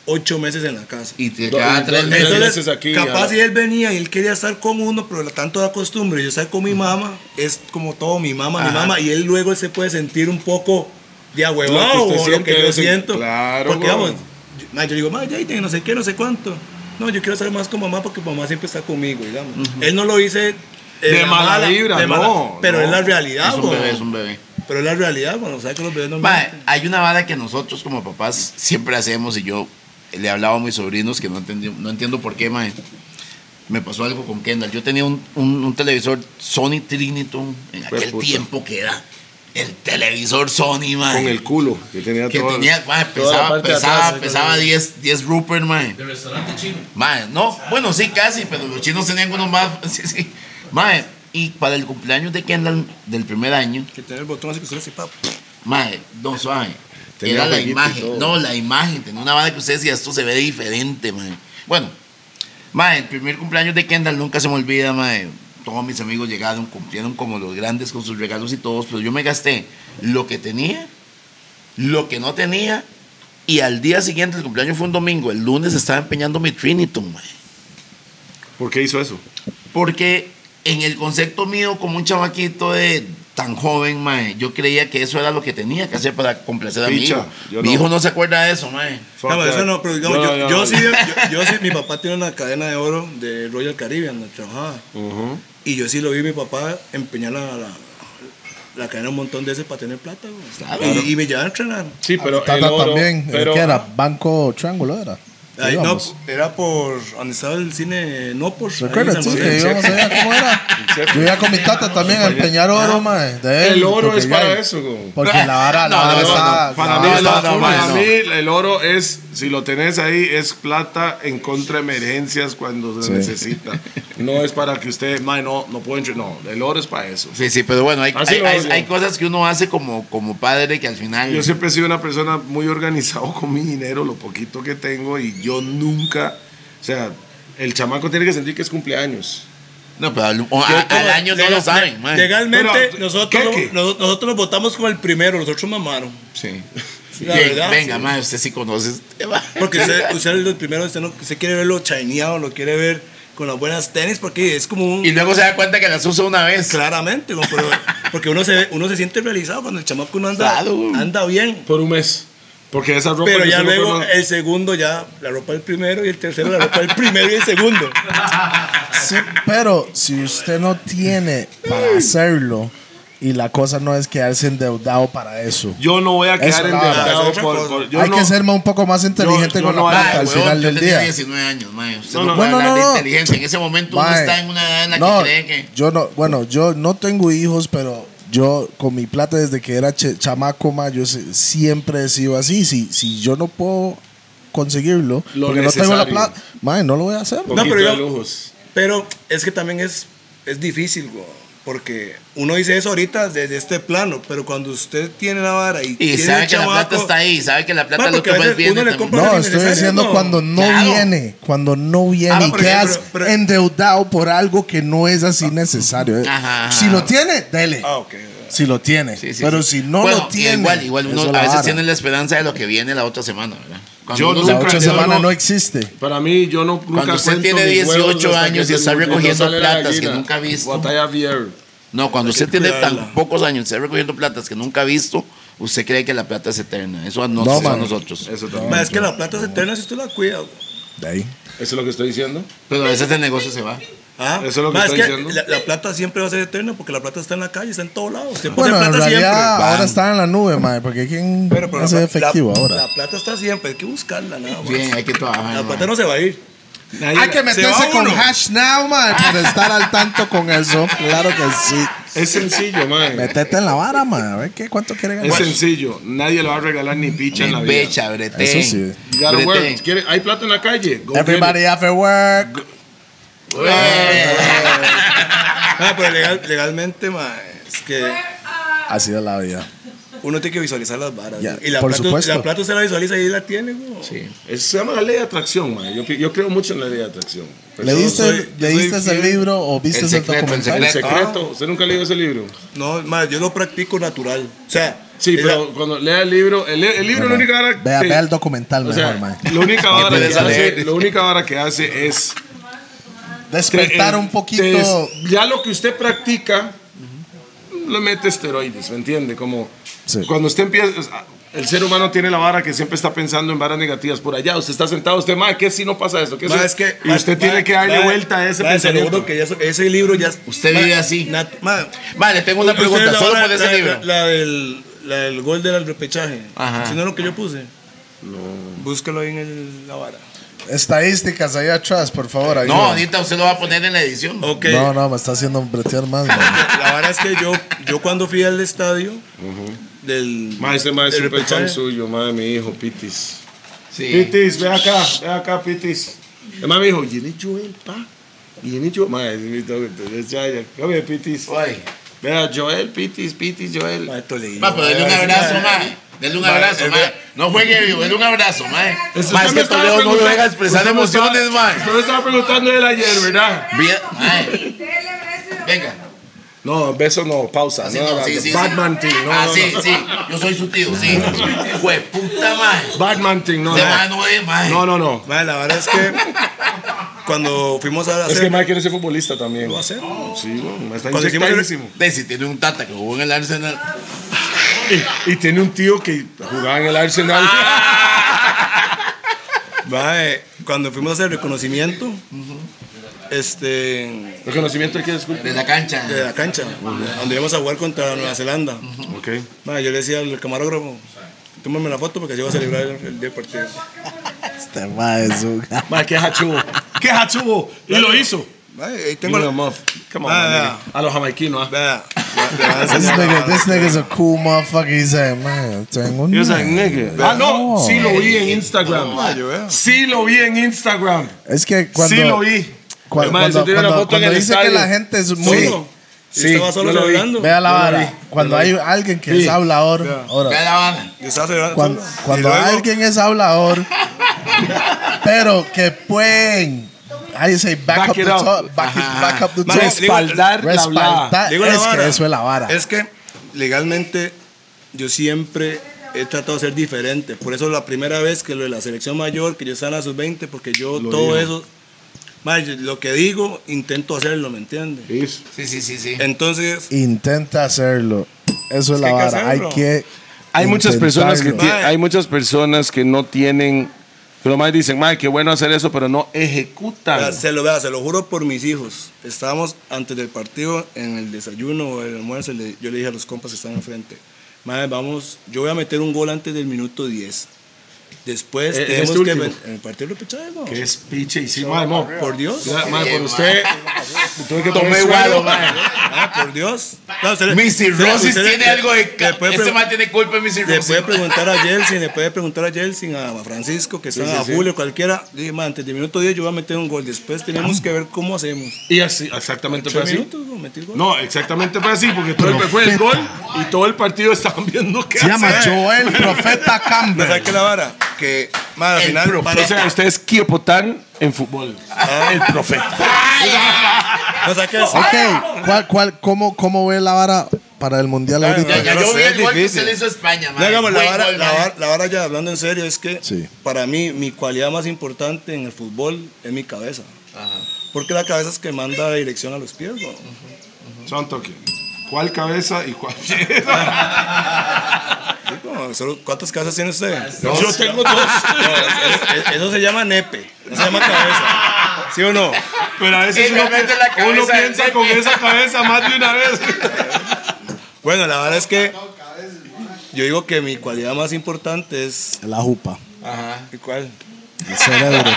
ocho meses en la casa.
Y te
No,
quedaban
no,
tres
no,
meses.
no,
Entonces,
veces aquí,
capaz
ya.
si él venía y él quería estar con uno, pero la tanto da costumbre, yo estar con mi mamá, es como todo, mi mamá, mi
Ajá.
mamá, y él luego él se puede sentir un poco de
Lo
ahuevado
que usted
o lo que
siente,
yo
eso-
siento.
claro,
Porque
güey.
vamos, yo, ma, yo digo, ma, ya, ya, no sé qué, no sé cuánto. No, yo quiero estar más con mamá porque mamá siempre está conmigo, digamos. Él no lo dice... eh,
De
la
mala vibra, no,
Pero
no.
es la realidad,
Es un
güey.
bebé, es un bebé.
Pero es la realidad, bueno, o sea que los bebés no
Mae,
mienten.
hay una vara que nosotros como papás siempre hacemos y yo le hablaba a mis sobrinos que no, entendí- no entiendo por qué, mae. Me pasó algo con Kendall. Yo tenía un, un- un televisor Sony Triniton en
Fue
aquel
puta.
tiempo que era el televisor Sony, mae.
con el culo que tenía
que
todo.
tenía, mae,
toda la
pesaba,
parte de
pesaba,
atrás,
pesaba 10, 10 Rupert, mae.
Del restaurante chino.
Mae, no, bueno, sí, casi, pero los chinos tenían unos más. Sí, sí. Mae, y para el cumpleaños de Kendall del primer año,
Que tener el botón así que usted así, pa,
Mae, no suave.
Tenía
Era la
jueguito y todo.
imagen. No, la imagen. Tenía una banda que usted decía, esto se ve diferente, mae. Bueno, mae, el primer cumpleaños de Kendall nunca se me olvida, mae. todos mis amigos llegaron, cumplieron como los grandes con sus regalos y todos, pero yo me gasté lo que tenía, lo que no tenía, y al día siguiente, el cumpleaños fue un domingo, el lunes estaba empeñando mi Trinitum, mae.
¿Por qué hizo eso?
Porque en el concepto mío, como un chavaquito de tan joven, mae, yo creía que eso era lo que tenía que hacer para complacer a mi
Picha,
hijo.
yo
Mi
no.
hijo no se acuerda de eso, mae.
Fuck
No, pero eso
that.
no, pero digamos,
No,
yo,
no,
yo
no.
sí, yo, yo sí, mi papá tiene una cadena de oro de Royal Caribbean, donde trabajaba. Y yo sí lo vi a mi papá empeñar la, la, la cadena un montón de veces para tener plata, güey.
Claro.
Y, y me llevaba a entrenar.
Sí, pero el
Tata
oro,
también.
pero-
¿Qué era? Banco Triángulo era.
Ahí no,
Íbamos.
era por donde estaba el cine no por
¿Recuerdas? Sí, que íbamos allá, ¿cómo era? Yo iba con mi tata también a empeñar oro, mae. de él,
El oro
porque
es
ya-
para eso, güey.
Porque la vara, la
No,
vara
no, no,
está-
Para,
la
mí,
vara
el-
Ah, está full,
para
¿no?
mí el oro es, si lo tenés ahí, es plata en contra de emergencias cuando se necesita. No es para que usted, "Mae, no, no pueden, no, el oro es para eso.
Sí, sí, pero bueno, hay,
Así
hay-
lo
hay-
hago.
hay cosas que uno hace como, como padre que al final...
Yo siempre he sido una persona muy organizado con mi dinero, lo poquito que tengo, y yo nunca, o sea, el chamaco tiene que sentir que es cumpleaños.
No, pero al, o- a- al año no lo saben, mae.
Legalmente,
Pero,
nosotros,
¿qué, qué?
nos- nosotros votamos como el primero, los otros mamaron.
Sí.
La
Bien,
verdad,
venga,
sí.
mae, usted sí conoce este mae.
Porque usted, usted es el primero, usted, no, usted quiere verlo chaineado, lo quiere ver con las buenas tenis, porque es como un...
Y luego se da cuenta que las usa una vez.
Claramente, ¿no? Pero- porque uno se, ve- uno se siente realizado cuando el chamaco uno anda,
Claro, güey.
anda bien.
Por un mes. Porque esa ropa.
Pero
que
ya
usted no
luego
conoce-
el segundo ya, la ropa del primero y el tercero, la ropa del primero y el segundo.
Sí, pero si usted no tiene para hacerlo y la cosa no es quedarse endeudado para eso.
Yo no voy a quedar
Eso, nada,
endeudado
otra
por.
cosa.
por- yo
Hay
no-
que ser más- un poco más inteligente
yo
con la
no hago,
plata al
Mae,
final
weón, Ah, yo
del
tenía
día.
19 años, mae. Usted
No,
no,
no,
puede
no,
hablar
no,
de
no.
inteligencia. En ese momento uno
Mae,
está en una edad en la
no,
que cree que...
Yo no, bueno, yo no tengo hijos, pero yo con mi plata desde que era che- chamaco, ma, yo se- siempre he sido así. Si, si yo no puedo conseguirlo,
Lo
porque no tengo la
necesario.
plata, ma, no lo voy a hacer.
No,
Poquito
pero yo-
de lujos.
Pero es que también es, es difícil, güey, porque uno dice eso ahorita desde este plano, pero cuando usted tiene la vara y,
Y
tiene
sabe
el
que la plata
chamaco-
está ahí, sabe que la plata
Mae,
lo
porque
que
a
más
veces
viene
uno le
también.
compra-
No,
Pero
estoy
innecesario,
diciendo
no.
cuando no
Claro.
viene, cuando no viene
Ah, no,
y
pero-
quedas
pero- pero-
endeudado por algo que no es así necesario. eh.
Ajá, ajá.
Si lo tiene, dele.
Ah, ok.
Si lo tiene.
Sí, sí,
pero
sí.
si no
Bueno,
lo tiene.
Igual, igual uno
eso
a
la
veces
vara.
tiene la esperanza de lo que viene la otra semana, ¿verdad? Cuando
Yo
uno
nunca-
La
se-
otra
yo
semana
no-
no, existe.
Para mí, yo no nunca
Cuando usted
cuento
tiene
mis huevos
18
hasta que
años y
se-
está
no
recogiendo
sale la
platas que
gallina.
nunca ha visto.
Batalla Vier.
No, cuando usted
que
tiene tan
cuidarla.
pocos años, está recogiendo platas que nunca ha visto, usted cree que la plata es eterna. Eso a nosotros.
man.
a nosotros.
Eso también.
Mae, es que la plata se eterna si usted la cuida, güey.
De ahí.
Eso es lo que estoy diciendo.
Pero a veces el negocio se va.
Ah,
Eso es lo que
mae,
estoy diciendo.
La, la plata siempre va a ser eterna porque la plata está en la calle, está en todos lados.
Ah.
Usted puede
Bueno,
hacer
en
plata
realidad
siempre.
ahora
Van.
está en la nube, mae, porque ¿quién
Pero, pero
hace
la-
efectivo
la-
ahora?
La plata está siempre, hay que buscarla, nada más.
Bien, hay que trabajar.
La
¿no?
plata no se va a ir.
Hay que
se
meterse
va
con
uno.
hash now, mae, para estar al tanto con eso. Claro que sí.
Es sencillo, man.
Metete en la vara, mae. A ver qué, cuánto quiere
Es
ganar.
sencillo. Nadie le va a regalar ni picha en la
Ni
vida.
pecha, brete.
Eso sí.
You gotta work. ¿Quiere- ¿Hay plata en la calle? Go get it.
Everybody after work.
Ah, pero legal- legalmente, ma, es que
Así es la vida.
uno tiene que visualizar las varas.
Ya,
¿no? y la
por
plata,
supuesto.
la plata se la visualiza y ahí la tiene, güey.
Sí. Es- se llama la ley de atracción, man. Yo, pi- yo creo mucho en la ley de atracción. Pero
¿Le diste,
soy- Pues yo
¿le
soy
diste ese
fiel.
libro o viste
El
ese
secreto, el
documental?
El secreto.
Ah.
¿Usted nunca leyó ese libro?
No, ma, yo lo practico natural. O sea,
Sí,
es la-
pero cuando lea el libro, el, el libro
Bueno,
la única vara.
vea,
que-
vea el documental
o
mejor,
sea,
mae.
la única vara que
pereza
hace,
leer.
la única vara que hace es
Despertar
Eh,
te-
un poquito.
te- Este, ya lo que usted practica, le mete esteroides, ¿me entiende? Como
Sí.
cuando usted empieza. es- El ser humano tiene la vara que siempre está pensando en varas negativas. Por allá, usted está sentado, usted, madre, ¿qué si no pasa esto? ¿Qué
ma,
si-?"
es que,
y
ma,
usted
ma,
tiene que darle
ma,
vuelta a ese
ma, se lo juro
pensamiento.
que ya so- ese libro ya.
Usted vive así.
nat- ma,
Vale, tengo una
usted la
pregunta solo
vara-
por ese
la-
libro.
La, la del, la del gol del repechaje.
Ajá.
Si no es lo que yo puse. Búscalo ahí en el- la vara.
Estadísticas ahí atrás, por favor.
No,
ayúdame.
ahorita usted lo va a poner en la edición.
Ok.
no, no, me está haciendo bretear más. mae.
La verdad es que yo, yo cuando fui al estadio del.
Mae, ese mae es
del
súper
repechaje,
fan suyo, mae, mi hijo, Pitis.
Sí.
Pitis, ve acá, ve acá, Pitis. El mae me dijo, ¿Quién es Joel, pa? ¿Quién es Joel? Mae, es mi toque, entonces, ya, ya, come, Pitis.
Oye.
Vea, Joel, Pitis, Pitis, Joel.
mae, Toledo,
Ma, pero denle un
mae,
abrazo,
mae.
ma. Denle un
Ma,
abrazo,
es
ma.
ver-
No juegue vivo, denle un abrazo, ma.
Eso
Ma, es
usted
que
me estaba
Toledo no lo
preguntando-
deja expresar
usted me estaba-
emociones, ma.
Usted me estaba preguntando él ayer, ¿verdad?
Bien, ma.
Celebre ese
venga.
No, beso no, pausa.
Así
Ah, no,
no,
la-
sí, sí.
Batman
sí.
Thing, no,
ah,
no,
sí,
no.
sí. Yo soy su tío, sí. Pues puta madre.
Batman Thing, no.
De
no.
mano de madre.
No, no, no.
Mae, la verdad es que cuando fuimos a hacer...
Es que Mike quiere ser futbolista también.
¿Lo va a hacer?
Sí, bueno, está
Cuando hicimos el-
inyectadísimo.
De si tiene un tata que jugó en el Arsenal.
Y tiene un tío que jugaba en el Arsenal.
Ah.
Mae, cuando fuimos a hacer reconocimiento, este,
Reconocimiento de que disculpe.
De la cancha.
de la cancha, donde íbamos a jugar contra Nueva Zelanda,
Ok.
mae, yo le decía al camarógrafo, tómame la foto porque yo voy a celebrar el, el día del partido.
Este mae es un-
Mike, qué hachubo. Qué hachubo. Y lo hizo.
Mae, ahí tengo
Tengo
la...
Come on,
Ah,
man. A los jamaiquinos. ah.
Vea, le- le voy a
This
enseñar
nigga,
la-
this nigga's a cool motherfucker. He's like, man, tengo un.
He was like, nigga.
Ah, no.
No.
Sí lo vi en Instagram.
Mae, yo veo.
Sí lo vi en Instagram.
Es que cuando.
sí lo vi.
cua-
Además,
cuando-
se tiene una
cuando-
foto en
cuando
el
dice que
estadio.
la gente es muy.
Solo.
Sí,
estaba solo
yo lo vi.
celebrando.
Vea la
Yo lo vi,
vara. Cuando hay alguien que
Sí.
es hablador. ahora,
Ve la bala.
Yo estaba celebrando
cuan-
solo.
Cuando,
Y luego-
alguien es hablador, pero que pueden. Ahí dice back,
Back
up the
it up.
top. Back, it- back up the
Mae,
top.
digo-
Respaldar la hablada.
Respaldar.
Digo la
Ah, Es
vara.
que eso es la vara.
Es que legalmente yo siempre he tratado de ser diferente. Por eso la primera vez que lo de la selección mayor, que yo estaba en la sub-20, porque yo todo eso, mae, yo- lo que digo, intento hacerlo, ¿me entiendes?
Sí, sí, sí, sí.
Entonces,
Intenta hacerlo. Eso es
que
la
hay que
vara. Hay
hacerlo.
que.
Hay muchas personas que
intentarlo.
tie- hay muchas personas que no tienen pero más dicen, "Mae, qué bueno hacer eso", pero no
vea,
Ah.
ejecutan.
se, lo, vea, se lo juro por mis hijos. Estábamos antes del partido en el desayuno o el almuerzo. le- yo le dije a los compas que están enfrente: Madre, vamos, yo voy a meter un gol antes del minuto 10. Después
Eh,
tenemos
este
que.
último.
ven- En el partido de repechaje, ¿no?
Qué es pinche. Y sí, mae, mo.
Por Dios.
Ya, mae, por usted. Tuve que tomar
Tomé guaro, mae.
Ah, por Dios. Claro, usted-
Mi cirrosis
usted-
tiene
le-
algo de.
le puede
Ese
pre-
man tiene culpa en mi
Le
cirrosis.
puede preguntar a Jelsin, le puede preguntar a Jelsin, a Francisco, que está a Julio, cualquiera. Dije, man, antes del minuto 10 yo voy a meter un gol. Después tenemos que ver cómo hacemos.
Y así, exactamente fue
¿Tres
así.
minutos? ¿no? ¿Metí gol?
No, exactamente fue así, porque todo el, fue el gol y todo el partido estaban viendo qué
Se llama
hacer.
Joel Profeta
Me
Campbell.
saqué la vara. Que, man, al
El
final.
profeta.
para-
O sea, usted es Kiepotán en fútbol. El profeta.
Me saqué eso.
Ok, ¿cuál, cuál, cómo, ¿cómo ve la vara para el mundial
Claro,
ahorita?
Ya, ya,
Yo no
yo
sé,
vi
es
el gol que
difícil.
se le hizo a España,
No,
mae.
digamos, la
Buen
vara,
gol,
la,
mae.
eh.
vara- la vara ya hablando en serio es que
Sí.
para mí mi cualidad más importante en el fútbol es mi cabeza. Porque la cabeza es que manda la dirección a los pies. ¿no?
Son toque. ¿Cuál cabeza y cuál
Digo, solo- ¿Cuántas casas tiene usted?
Yo tengo dos.
Eso- Eso se llama nepe, no se llama cabeza. ¿Sí o no?
Pero a veces
Y
uno,
le mete la cabeza
uno
al
piensa
cepi.
con esa cabeza más de una vez.
Bueno, la verdad es que yo digo que mi cualidad más importante es.
La jupa.
¿Y cuál?
El cerebro.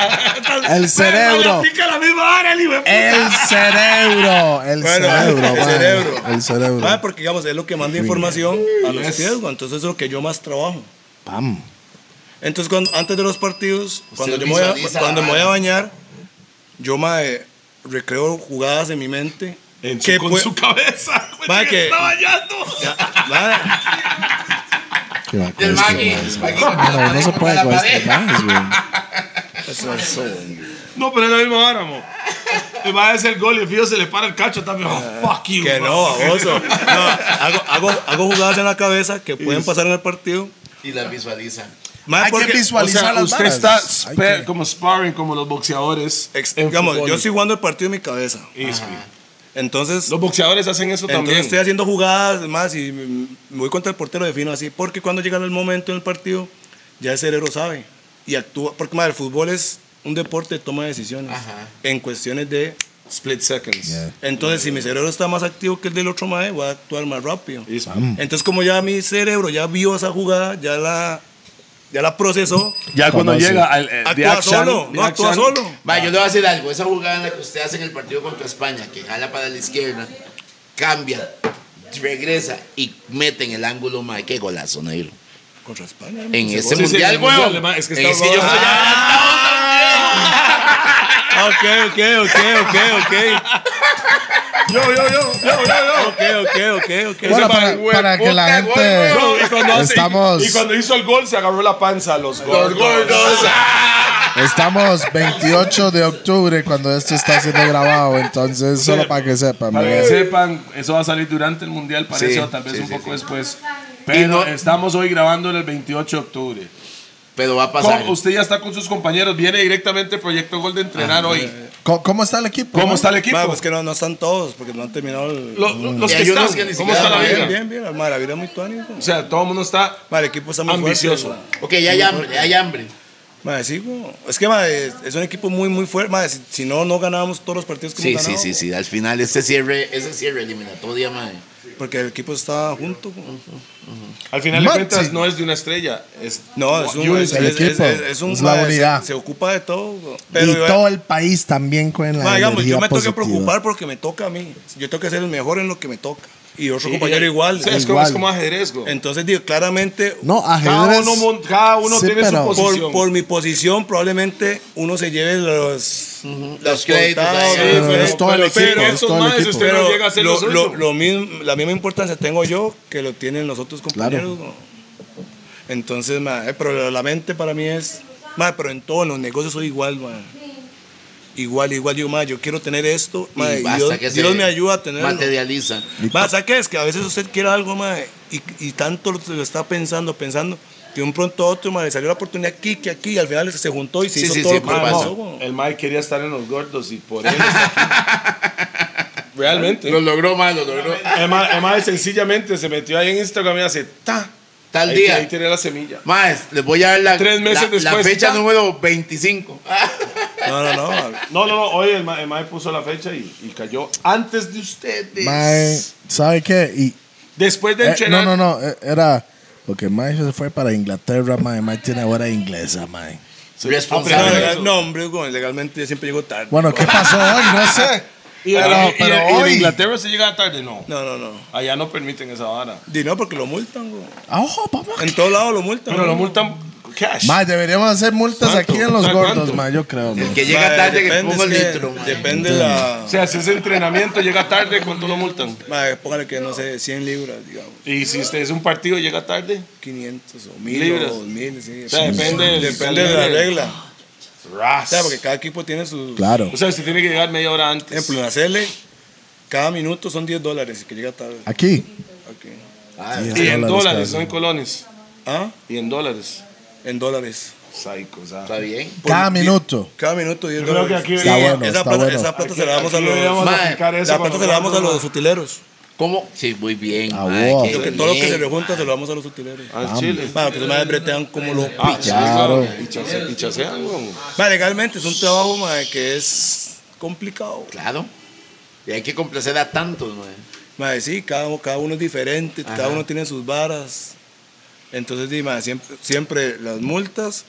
El cerebro.
Pica la misma vara, el hijo de puta.
El cerebro. El
Bueno,
cerebro.
el
man.
cerebro.
El cerebro.
Ah, porque digamos, es lo que manda información a los pies, güey, entonces es lo que yo más trabajo.
Pam.
Entonces, cuando- antes de los partidos, cuando, yo me, voy
visualiza
a, cuando
la
me voy a
vara.
bañar, yo mae, recreo jugadas en mi mente.
En su-
que
con
pue-
su cabeza.
Mae, que-
Está bañando.
Mae,
Qué va con
Del
esto,
Maggi.
man.
Maggi
Bueno, no se puede
la
con este
pared.
más, güey.
No, pero es la misma vara, mo. Y va a hacer el gol y el fijo se le para el cacho también. Oh, fuck you.
que no,
man.
baboso. No, hago, hago, hago jugadas en la cabeza que pueden pasar en el partido.
Y la visualiza.
Mae,
Hay que
porque-
O
visualizar
sea,
las
usted
varas.
está
Hay
spe-
que-
como sparring, como los boxeadores.
Ex-
en
digamos,
fútbol.
yo estoy jugando el partido en mi cabeza.
Easy.
Entonces,
Los boxeadores hacen eso
entonces
también.
estoy haciendo jugadas más y mm, me voy contra el portero defino así. Porque cuando llega el momento en el partido, ya el cerebro sabe y actúa. Porque madre, el fútbol es un deporte de toma de decisiones en cuestiones de.
Split seconds.
Entonces, si mi cerebro está más activo que el del otro mae, voy a actuar más rápido.
Easy.
Entonces, como ya mi cerebro ya vio esa jugada, ya la, ya la procesó,
Ya cuando
Conoce.
llega al eh, the
actúa
action,
solo.
the
No actúa
action,
solo.
Va, yo le voy a decir algo. Esa jugada en la que usted hace en el partido contra España, que jala para la izquierda, cambia, regresa y mete en el ángulo, mae. Qué golazo, negro.
Contra España.
En
ese
ese
sí, sí,
mundial,
en el mundial,
weón.
mae, es que
yo
estaba-
soy adelantado.
Ok, Ah, ok, ok, ok, ok. Yo, yo, yo, yo, yo, yo. Ok, ok, ok, ok.
Bueno, para,
güey,
para que la
puta, güey,
gente.
No, y cuando, hace-
Estamos.
y, y cuando hizo el gol se agarró la panza a los gordos.
Los gordos.
Estamos 28 de octubre cuando esto está siendo grabado, entonces solo para que sepan.
Para que
¿verdad?
sepan, eso va a salir durante el Mundial, parece,
Sí,
o tal vez
sí,
un
sí,
poco
sí.
después.
Y
Pero
no-
estamos hoy grabando el 28 de octubre.
Pero va a pasar.
¿Cómo- Usted ya está con sus compañeros, viene directamente Proyecto Gol de entrenar hoy.
¿Cómo, cómo está el equipo?
¿Cómo está el equipo?
Ma, pues que no, no están todos, porque no han terminado el...
Lo- lo- los
Y
que
hay unos
están,
que ni
¿cómo
siquiera
está la
van a
vida?
bien, bien, bien. ma, la vida es muy tuanis,
O sea, todo el mundo está
el equipo está muy fuerte,
ambicioso.
ma.
Ok, ya hay hambre, ya hay hambre.
Ma, sí, güey. Es que ma, es, es un equipo muy, muy fuerte. ma, si, si no, no ganábamos todos los partidos que
Sí,
hemos
sí,
ganado.
sí, sí. Al final, ese cierre, ese cierre eliminatoria, madre.
Porque el equipo está junto. güey.
Al final de
Maxi.
cuentas, no es de una estrella. Es,
No, es un, es,
el
es-
equipo,
es- es un-
es la
ma,
unidad.
Se, se ocupa de todo. eh, güey.
y
yo-
todo el país también con la
ma, digamos, yo
energía
me tengo que
positiva.
preocupar porque me toca a mí. Yo tengo que ser el mejor en lo que me toca. Y otro compañero
y-
igual.
Sí, es, como,
Igual.
es como ajedrez, güey.
Entonces, digo, claramente,
No, ah,
Cada
ajedrez.
uno, mon- cada uno
Sí,
tiene su
pero-
posición.
por, por mi posición, probablemente uno se lleve los,
Los créditos,
cortadas,
ahí,
güey,
pero es todo el
pero-
equipo,
pero
es
eso-
estos
todo el
maes,
equipo.
usted
pero
no llega a ser
lo,
lo suyo.
lo- lo mismo- la misma importancia tengo yo que lo tienen los otros compañeros. ¿no? Entonces, ma, eh, pero la mente para mí es, ma, pero en todos los negocios soy igual, ma. Igual, igual yo, ma, yo quiero tener esto,
Y
ma, y
basta
Dios,
que se
Dios me ayuda a tenerlo.
Materializa.
Ma, ¿sabe qué? Es que a veces usted quiere algo, ma, y, y tanto lo, lo está pensando, pensando, que un pronto a otro, ma, le salió la oportunidad aquí, que aquí, y al final se juntó y se
Sí,
hizo
sí,
todo lo que
Ah,
siempre pasa.
pasó.
No,
ma.
el Mike quería estar en los gordos y por él está aquí. Realmente.
Lo logró, madre, lo logró.
El ma- el mae sencillamente se metió ahí en Instagram y hace ta.
Tal
Ahí,
día.
ahí tiene la semilla.
Más, les voy a dar la,
Tres meses
la- la
después,
fecha
ya.
número 25.
Ah, No, no, no. ma.
No, no, no. Hoy el mae, el mae puso la fecha y, y cayó antes de ustedes.
Mae, ¿sabe qué? Y,
Después de
eh,
entrenar.
no, no, no, eh, era porque Mae se fue para Inglaterra, Mae. Mae tiene hora inglesa, Mae.
No,
Responsable.
legal- no, hombre, güey, legalmente yo siempre llego tarde.
Bueno, ¿qué pasó hoy? No sé.
Y,
Pero-
y- y-
pero
y en
hoy-
Inglaterra se llega tarde, no.
No, no, no.
Allá no permiten esa vara.
Di no porque lo multan, güey.
Ah, Ojo, papá.
En todos lados lo multan.
Pero lo
güey.
multan cash.
Mae, deberíamos hacer multas
¿Cuánto?
aquí en los
¿Cuánto?
gordos, Mae, yo creo. mae.
El que llega
Ma,
tarde, que
depende,
pongo el
es que
litro. ma.
Depende la.
O sea, si es entrenamiento, llega tarde, ¿cuánto lo multan?
ma, póngale que no sé, 100 libras, digamos.
Y si usted es un partido, llega tarde.
500 o 1000
Libras.
o 2000, sí.
O sea, depende del-
depende de la regla. O
Ras.
sea, porque cada equipo tiene sus.
Claro.
O sea, usted tiene que llegar media hora
Por ejemplo,
antes.
en la CL, cada minuto son 10 dólares y que llega tarde.
Aquí.
Aquí.
Ah,
Y en dólares, no en colones.
¿Ah?
Y en dólares.
En dólares.
Psycho, o sea.
Está bien.
Cada
Por-
minuto.
Cada minuto 10
creo
dólares.
que aquí-
Sí,
Está bueno,
esa
está
plata,
bueno.
Esa plata
Aquí-
se la damos a
aquí
los.
deberíamos
Ma,
aplicar eso
La
cuando
plata se la damos a
nosotros-
los utileros.
¿Cómo? Sí, muy bien.
Ah,
ma,
wow.
qué
Lo que- todo lo que se
bien.
rejunta se lo damos a los utileros.
Al Ah, Chile.
Para que los madres bretean como lo
Ah,
pichan.
Claro.
sí, claro. Y chasean, güey.
Ma, legalmente es un trabajo ma, que es complicado.
Claro. Y hay que complacer a tantos, ma.
Ma, sí, cada, cada uno es diferente, cada uno tiene sus varas. Entonces, di, ma, siempre, siempre las multas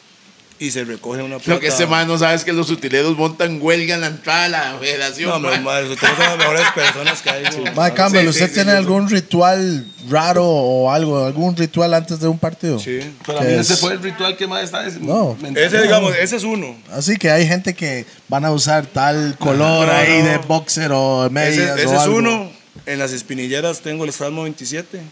y se recoge una plata.
Lo que
este
ese man no sabe es que los utileros montan huelga en la entrada de la federación.
No,
ma.
pero madre, ustedes son las mejores personas que hay. güey.
Mae Campbell,
Sí, sí,
¿usted
sí,
tiene
yo-
algún ritual raro o algo? ¿Algún ritual antes de un partido?
Sí.
Para
¿Qué
mí
es?
ese fue el ritual que más está.
No.
Ese, digamos, ese es uno.
Así que hay gente que van a usar tal color
No, no,
ahí
no.
de boxer o de
Ese,
medias
ese
o
es
algo.
uno. En las espinilleras tengo el Salmo 27.
¿El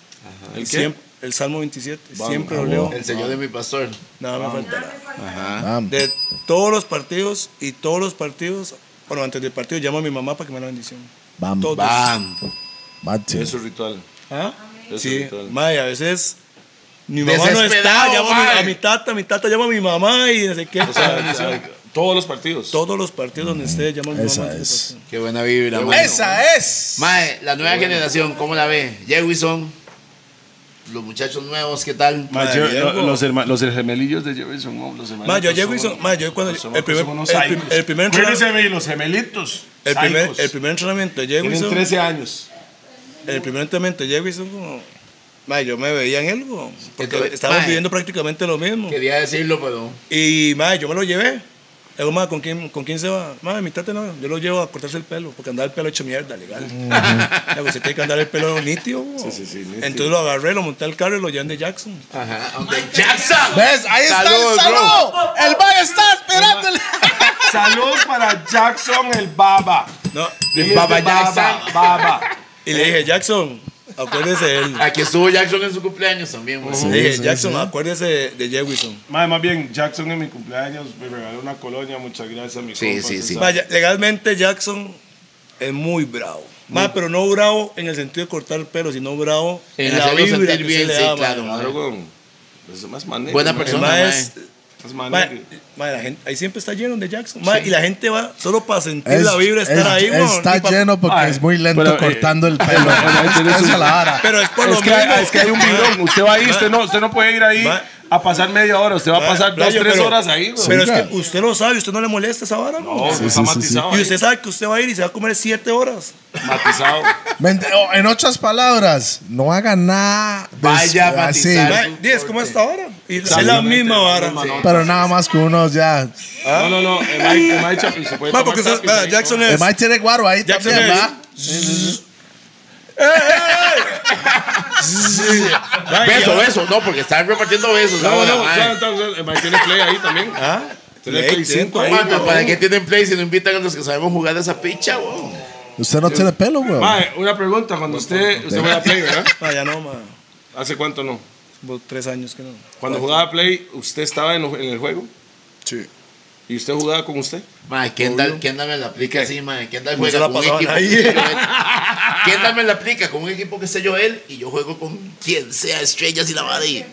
¿El,
qué?
siempre, el Salmo 27. siempre lo leo.
El señor de mi pastor.
Nada me faltará.
Ah,
De todos los partidos y todos los partidos, bueno, antes del partido llamo a mi mamá para que me dé la bendición.
bam,
Todos.
Bam.
Martin.
Es su ritual.
¿Ah?
Es
Sí,
ritual.
madre, a veces mi mamá no está,
Desesperado,
llamo a mi,
madre.
a mi tata, mi tata llama a mi mamá y no sé qué.
O sea, o sea, Ah, todos los partidos.
todos los partidos donde esté, llama a mi
Esa
mamá. antes del
es.
partido.
Qué buena vibra, ma.
es!
Mae, la nueva generación, ¿cómo la ve? Jewison, los muchachos nuevos, ¿qué tal?
Ma,
Ma,
yo-
Diego.
lo- los, herma- los gemelillos de Jefferson, ¿no? los hermanitos
Ma, yo llego y
son-
son- ma, yo cuando-
son-
el primer-
son unos
el
psychos.
prim- el primer
Acuérdese de mí, los gemelitos.
El primer,
psychos.
el primer entrenamiento llego y
Tienen
son-
13 años.
El primer entrenamiento llego y son como. Ma, yo me veía en él, güey, porque
Entonces,
estábamos
ma,
viviendo prácticamente lo mismo.
Quería decirlo, pero.
Y ma, yo me lo llevé. Le digo, ma, ¿con quién, ¿con quién se va? Ma, mi tata no. Yo lo llevo a cortarse el pelo, porque andaba el pelo hecho mierda, legal. Le digo, usted tiene que andar el pelo nítido. güey".
Sí, sí, sí, nítido.
Entonces lo agarré, lo monté al carro y lo llevé de Jackson.
Ajá, aunque Jackson.
¿Ves? Ahí está
Salud,
el saludo. El Mae está esperándole.
Salud para Jackson el Baba.
No,
Él es
Baba
de Baba,
Jackson.
Baba.
y le dije, Jackson, Acuérdese de él.
Aquí estuvo Jackson en su cumpleaños también, pues. güey.
Le dije, Jackson, acuérdese de, de Jewison.
Mae, más bien, Jackson en mi cumpleaños me regaló una colonia. Muchas gracias, mi
Sí,
compa,
sí,
se
sí.
sabe.
Vaya, legalmente Jackson es muy bravo. Ma, pero no bravo en el sentido de cortar el pelo, sino bravo
En hacerlo sentir
que
bien,
se le
sí,
da, ma.
claro,
Ma,
ma.
Claro, weón. Es más manejo,
Buena
mae.
El
persona. eh,
ma es-
Es más
ma, eh,
manejo.
ma, la gente, ahí siempre está lleno de Jackson. Ma, Y la gente va solo para sentir la vibra, estar
es-
ahí, weón.
Está
Y pa-
lleno porque
Ay,
es muy lento
pero, eh,
cortando el pelo. Esa es la vara.
Pero es por lo
es, que
mismo.
hay, es que hay un bidón. Usted va ahí, usted no, usted no puede ir ahí
Ma-
a pasar media hora. Usted va a pasar dos,
Playo,
tres
pero-
horas ahí, güey.
Pero es
claro.
que usted lo sabe, usted no le molesta esa vara,
No,
weón.
está matizado.
Y
ahí.
usted sabe que usted va a ir y se va a comer siete horas.
Matizado.
Mente- o, en otras palabras, no haga nada. des-
Vaya a
así,
matizar.
Ma, di, es como esta hora. Y es la misma vara.
Misma nota.
Pero nada más que uno ya.
No, no, no. El Mike, el Mike Chapin se puede
Ma,
tomar
porque usted-
tapis
ma,
ahí,
Jackson
Eh,
El
es.
Mike tiene guaro ahí
Jackson
también,
es-
¿va?
Ma, y
Beso,
ahora-
beso. No, porque están repartiendo besos.
No,
ahora,
no,
ma.
no, no, no, el Mike tiene play ahí también.
¿Ah?
Tiene
Play,
play 5 ahí.
tengo.
Mata, ¿para qué tienen play si no invitan a los que sabemos jugar de esa picha, weón?
Usted no tiene pelo, weón.
Mae, una pregunta. Cuando usted, usted juega play, ¿verdad?
Ma, Ah, ya no, ma.
¿Hace cuánto no?
Como tres años que no.
Cuando jugaba play, ¿usted estaba en, lo- en el juego?
Sí.
¿Y usted jugaba con usted?
Mae, Kendall, Kendall me la aplica así, mae. Kendall
Pues No se
juega
la
con un
pasaban
equipo.
ahí.
que sé yo él. Kendall me la aplica con un equipo que sé yo él y yo juego con quien sea, estrellas y la madre. y-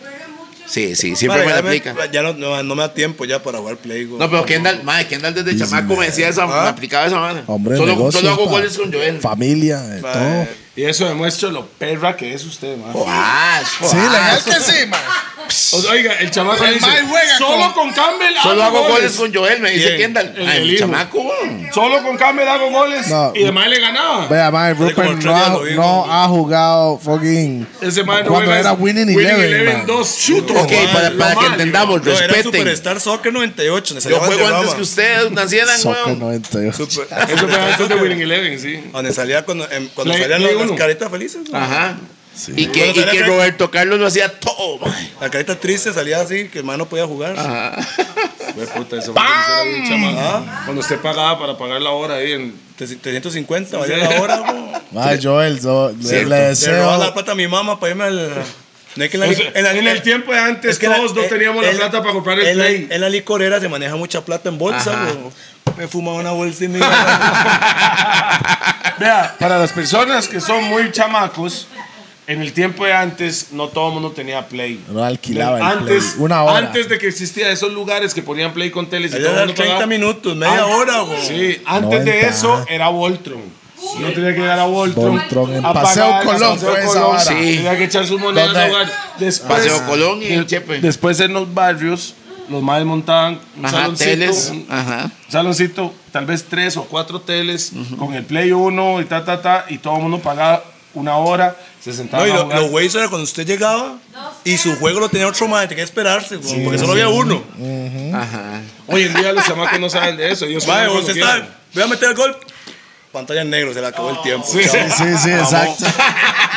Sí, sí, siempre me la aplica.
Ya no, no, no me da tiempo ya para jugar Play. güey.
No, pero Kendall, mae, Kendall desde chamaco me decía esa, me aplicaba esa madre.
Hombre,
solo,
negocios,
solo hago
pa.
goles con Joel.
Familia, de
Ma,
todo.
Y eso demuestra lo perra que es usted, mae.
Ah,
Sí,
ah,
la verdad es que sí, man.
O sea, oiga, el chamaco le dice,
Mike juega
solo con Campbell
Solo hago goles con Joel, me dice
¿Quién?
Kendall.
El-
Ay,
el
mi
hijo.
chamaco, weón.
Solo con Campbell hago goles.
No.
Y además le ganaba.
Vea, man,
como
Rupert
tres
no,
días
ha,
lo vimos,
no
güey.
ha jugado fucking.
Ese mae no
Cuando
juega
era
ese-
Winning Eleven, man.
2. Chuto.
Ok, para, para que entendamos,
Yo era
respeten.
Superstar Soccer 98. le
Yo
salía
juego
Valderrama.
antes que ustedes, nacieran,
Soccer
weón.
98.
Super-
Eso fue antes de Winning Eleven, sí.
Donde salía cuando, em, cuando
Play-
salían
Play
las, las
uno.
caritas felices. güey.
Ajá. Y que,
Bueno,
y
¿será
que
que- Ah,
Roberto Carlos lo hacía todo, mae.
La carita triste salía así, que el man no podía jugar.
Fue puta, eso fue cuando usted era bien chamaco. Cuando usted pagaba para pagar la hora ahí en...
Te- 350, valía la hora. güey.
Ma, Joel, yo- le- le,
Le robaba
deseo.
la plata a mi mamá para irme al. No es que en, la,
O
li-
sea,
en la-
en el tiempo de antes
es que
todos no
eh,
teníamos la
en-
plata para comprar el
en la-
Play.
En la licorera se maneja mucha plata en bolsa,
Ajá.
güey. Me fumaba una bolsa y me iba.
Vea, para las personas que son muy chamacos, en el tiempo de antes no todo el mundo tenía Play.
No alquilaba el
antes,
Play. Una hora.
Antes de que existía esos lugares que ponían Play con teles y
Allá
todo el
eran
mundo
30
pagaba.
minutos, media
Antes-
hora, güey.
Sí, antes de
90.
eso era Voltron. No tenía que llegar a Voltron.
Voltron en
a pagar,
Paseo
a
Colón fue esa vara.
Sí.
Tenía que echar sus monedas
¿Dónde?
a jugar. Después,
Paseo Colón y el Chepe.
después en los barrios, los más montaban un
Ajá,
saloncito.
teles.
un-
Ajá.
un Saloncito, tal vez tres o cuatro teles con el Play 1 y ta, ta, ta, y todo el mundo pagaba una hora, se sentaba
No, y
a
lo-
jugar.
los güeyes era cuando usted llegaba y su juego lo tenía otro man, tenía que esperarse, güey, porque solo había uno.
Ajá.
Hoy en día los chamacos no saben de eso. Ellos
Vaya,
juegan
usted
cuando
está, voy a meter el gol. Pantalla en negro, se le acabó el tiempo. Sí,
Sí, sí, exacto.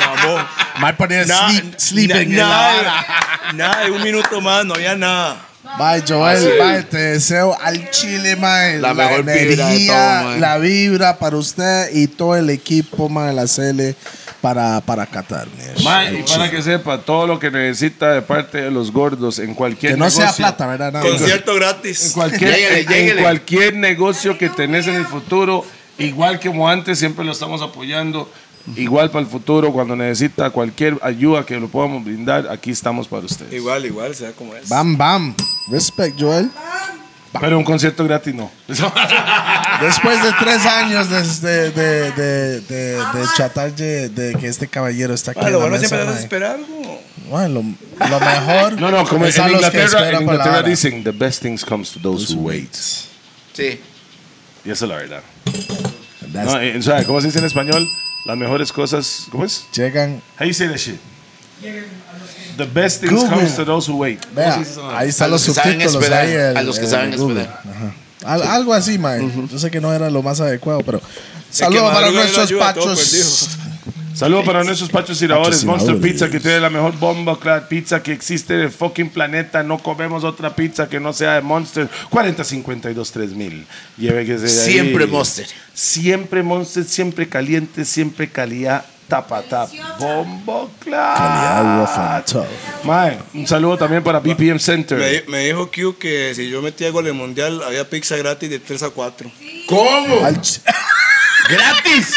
Mamón.
Mal ponía sleep, sleeping en la vara.
nada, nada, de un minuto más, no había nada.
Bye, Joel, bye, te deseo al chile, mae.
La mejor vibra de todo, mae.
La vibra para usted y todo el equipo, mae, la CL para, para Qatar. mae.
Ma, y para que sepa, todo lo que necesita de parte de los gordos en cualquier
Que no
negocio.
sea plata, ¿verdad? Nada,
Concierto gratis.
Cualquier,
Lléguele,
Ah, en
lléguele.
cualquier negocio que tenés en el futuro, igual que como antes, siempre lo estamos apoyando. Igual para el futuro, cuando necesita cualquier ayuda que lo podamos brindar, aquí estamos para ustedes.
Igual, igual, sea como es.
Bam, bam. Respect, Joel.
Pero un concierto gratis no.
Después de tres años desde de, de, de, de, de chatar de, de que este caballero está aquí.
Ah,
en
lo
la
bueno siempre
mesa,
te hace
mae.
esperar, güey.
Mae, lo, lo mejor
No, no, como en
es Pues a los que
Inglaterra, en
esperan por la
Inglaterra
vara.
dicen, the best things comes to those who wait.
Sí.
Y esa es la verdad.
That's-
No, eh, o sea, ¿Cómo se dice en español? Las mejores cosas, ¿cómo es?
Llegan.
How you say that shit? The best things comes to those who wait.
Vea, ahí
A
están los
los que saben
subtítulos.
esperar,
ahí, el-
a los que
el
saben
Google.
esperar.
Ajá. Al- algo así, mae. Yo sé que no era lo más adecuado, pero. Saludos
que
para
madrugar
nuestros
ayuda a todo
pachos.
Saludos para nuestros patrocinadores. Monster
Patrocinadores.
Pizza, que tiene la mejor bomba, claro, pizza que existe en el fucking planeta. No comemos otra pizza que no sea de Monster. 4052-3000. Lleve que sea ahí.
Siempre Monster.
Siempre Monster, siempre caliente, siempre calidad. tapa tap. Bombo Ah.
Calidad rough
clap.
and tough.
Mae, un saludo también para BPM Center.
Me, me dijo Q que si yo metía gol en el mundial había pizza gratis de 3 a 4.
¿Cómo?
Al ch-
¡Gratis!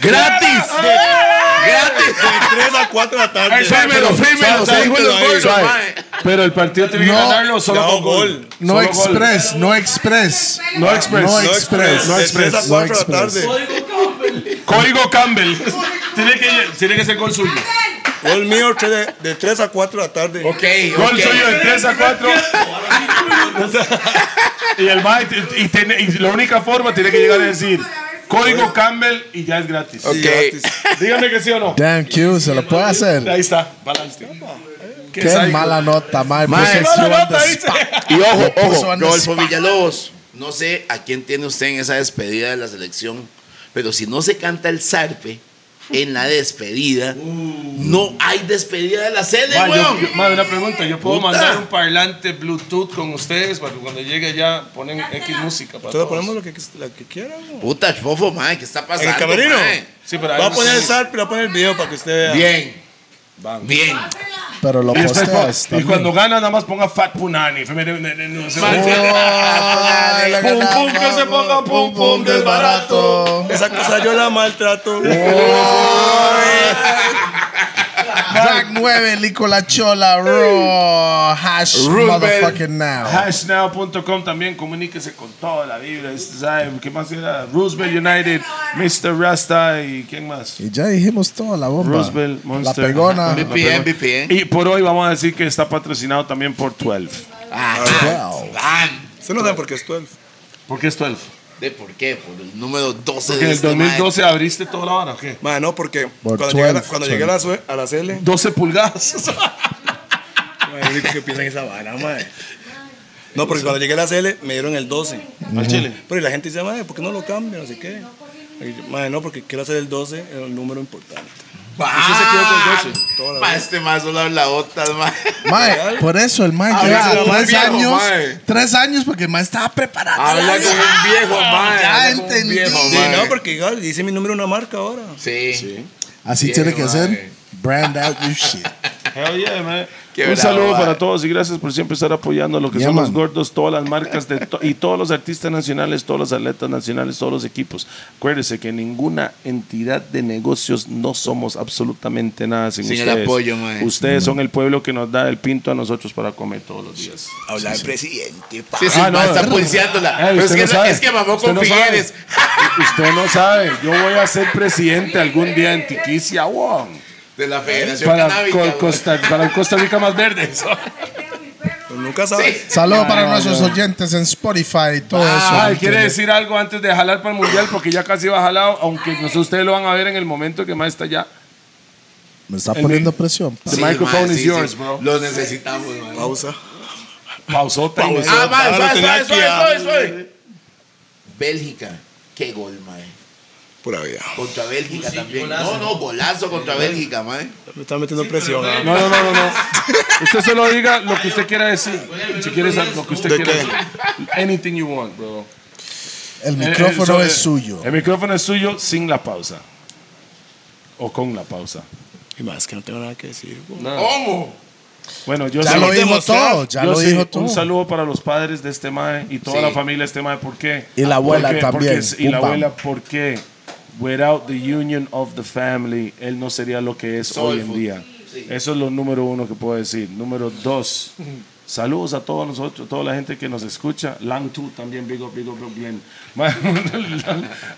¡Gratis!
De 3 a 4 de la tarde.
¡Fírmelo, fírmelo! ¡Se dijo el gordo,
Suave.
mae.
Pero el partido tiene que
No,
ganarlo solo
no
con gol.
gol.
No
Solo gol.
express, no express.
No express.
No
No
express.
express.
No
de
express.
3 a
No
4 de la
express.
tarde.
Código Campbell. tiene, que, tiene que ser gol suyo.
Gol mío tres de, de 3 a 4 de la tarde.
Ok,
Gol
ok.
suyo de 3 a 4. y el mae, t- y, tiene- y la única forma tiene que llegar a decir código Campbell y ya es gratis.
Ok.
Dígame que sí o no.
Damn Q, se lo puede hacer.
Ahí está, balance.
Qué mala nota, mae.
Mae,
Puso
mala
Q on the
nota,
spot.
Y ojo,
puso
ojo,
on the
Rodolfo
spot.
Villalobos. No sé a quién tiene usted en esa despedida de la selección, pero si no se canta el zarpe en la despedida, no hay despedida de la sede,
Ma, yo-
weón.
yo- ma, una pregunta, yo puedo
Puta.
mandar un parlante Bluetooth con ustedes para que cuando llegue allá ponen X música para
Entonces
todos.
ponemos lo que, lo que quieran. ¿no?
Puta, fofo, mae, ¿qué está pasando?
¿En el camerino?
mae?
Sí, pero
Va
ahí-
a poner el zar, pero va a poner el video para que usted vea.
Bien. Bien.
Pero lo
Y, después pon-
posteas.
y cuando gana nada más ponga Fat Punani. Fue- mire, mire, no se- Pum, pum, que se ponga pum, pum, desbarato.
Esa cosa yo la
Oh.
maltrato.
Jack 9, Nicola Chola, raw. Hash
Rubel.
motherfucking now.
Hashnow.com también, comuníquese con toda la vibra. es- ¿sabe? ¿Qué más era? Roosevelt United, Mr. Rasta y ¿quién más?
Y ya dijimos toda la bomba.
Roosevelt,
la
Monster.
pegona.
Ajá, la
VPN,
pegona.
VPN.
Y por hoy vamos a decir que está patrocinado también por 12.
Ah,
Wow.
Usted no sabe por qué es 12.
¿Por qué es 12?
¿De por qué? Por el número 12
¿Que en
de
el
este
2012 abriste toda la hora o qué?
Madre, no, porque
Por
cuando llegué, a la,
12,
cuando llegué a, la, sue- a la CL,
12 pulgadas.
madre, lo único que piensan es esa vara, madre. No, porque cuando llegué a la CL me dieron el 12.
Al chile.
Pero y la gente dice, madre, ¿por qué no lo cambian? No sé qué. Y yo, Madre, no, porque quiero hacer el 12 es un número importante.
Usted
se quedó con 12. Toda la
Ma,
vida.
este más solo habla otra, mae.
Mae, por eso el Mae
Habla
lleva
como un
tres
viejo,
años.
mae.
Tres años porque el Mae estaba preparado.
Habla como un viejo, mae.
Ya
habla como un
entendí.
viejo,
Sí,
mae.
no, porque igual dice mi número una marca ahora.
Sí.
Así
Bien,
tiene que
mae.
ser. Brand out your shit.
Hell yeah, man.
Qué
Un
bravo, eh.
saludo
man.
para todos y gracias por siempre estar apoyando lo que
Yeah,
son los
man.
gordos, todas las marcas de to- y todos los artistas nacionales, todos los atletas nacionales, todos los equipos. Acuérdese que ninguna entidad de negocios no somos absolutamente nada sin,
Sin el
ustedes.
apoyo, man.
Ustedes son el pueblo que nos da el pinto a nosotros para comer todos los días.
Habla del presidente, pa.
Sí, sí, ma,
Ah, no,
está
no.
pulseándola.
Ey,
Pero es
usted
que,
no sabe.
es que mamó
Usted
con
no sabe.
Figueres.
U- Usted no sabe, yo voy a ser presidente algún día en Tiquicia, wow.
De la Federación
para,
Canábica.
co-
güey.
Costa, para Costa Rica más verde. eso.
Pero nunca sabes.
Saludos para nuestros oyentes en Spotify y todo
Ay,
eso.
Ah, quiere decir algo antes de jalar para el mundial porque ya casi va jalado, aunque no sé, ustedes lo van a ver en el momento que más está ya.
Me está poniendo presión. pa.
The
Sí,
microphone
ma,
is
sí,
yours,
sí.
bro.
Lo necesitamos, Ah, mae.
Pausa.
Pausota.
Ah, mae,
Ahora
suave,
tenía
suave, suave, suave,
que-
suave. Bélgica. Qué gol, mae.
Pura vida.
Contra Bélgica también. No, no, golazo contra Bélgica, mae.
Me está metiendo presión. ah.
No, no, no, no, no. Usted solo diga lo que usted quiera decir. Si quiere saber lo que usted
¿De
quiera
qué?
decir. Anything you want, bro.
El
El- el-
micrófono
so-
es suyo.
El micrófono es suyo sin la pausa. O con la pausa.
Y más que no tengo nada que decir. güey.
¿Cómo?
Bueno, yo
Ya
sé-
lo dijo
demostrar.
todo. Ya
Yo
lo
sí,
dijo todo.
Un saludo para los padres de este mae y toda
Sí.
la familia de este mae. ¿Por qué?
Y la abuela
Porque-
también.
porque- y la
Pum, pam.
abuela, ¿por qué? Without the union of the family, él no sería lo que es hoy en
Soulful.
día. Eso es lo número uno que puedo decir. Número dos. Saludos a todos nosotros, toda la gente que nos escucha. Lang Tu también, big up, big up, big up, Glenn. Ma-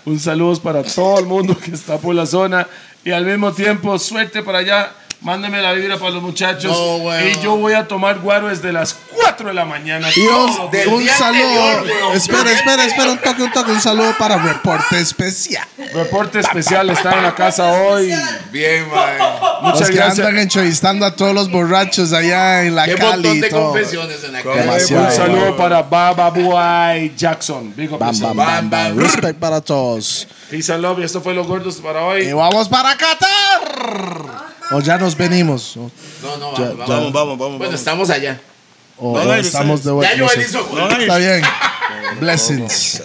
Un saludo para todo el mundo que está por la zona. Y al mismo tiempo, suerte para allá. Mándame la vibra para los muchachos.
No, weón.
Y yo voy a tomar guaro desde las 4 de la mañana.
Y
Todo.
un,
Del
un
día
saludo.
anterior, weón.
Espera, espera, espera. Un toque, un toque. Un saludo para Reporte Especial.
Reporte especial está en la casa hoy.
Bien, mae.
Los
Muchas
que andan
gracias.
entrevistando a todos los borrachos allá en la
Qué
Cali.
montón
y
de
todo.
confesiones en la
Demasiado.
calle.
Un saludo para Baba Boy Jackson. Big up
Bam,
yourself.
bam, bam, bam. Respect para todos.
Peace and love. Y esto fue Los Gordos para
Y
hoy.
vamos para Qatar. O ya nos venimos. O,
No,
Ya,
no, vamos,
ya.
vamos.
Vamos, vamos, vamos.
Bueno,
vamos.
estamos allá.
o-
No,
o
no,
estamos de
Ya
vuelta. no
Joel
sé.
hizo gol.
Está bien. Blessings.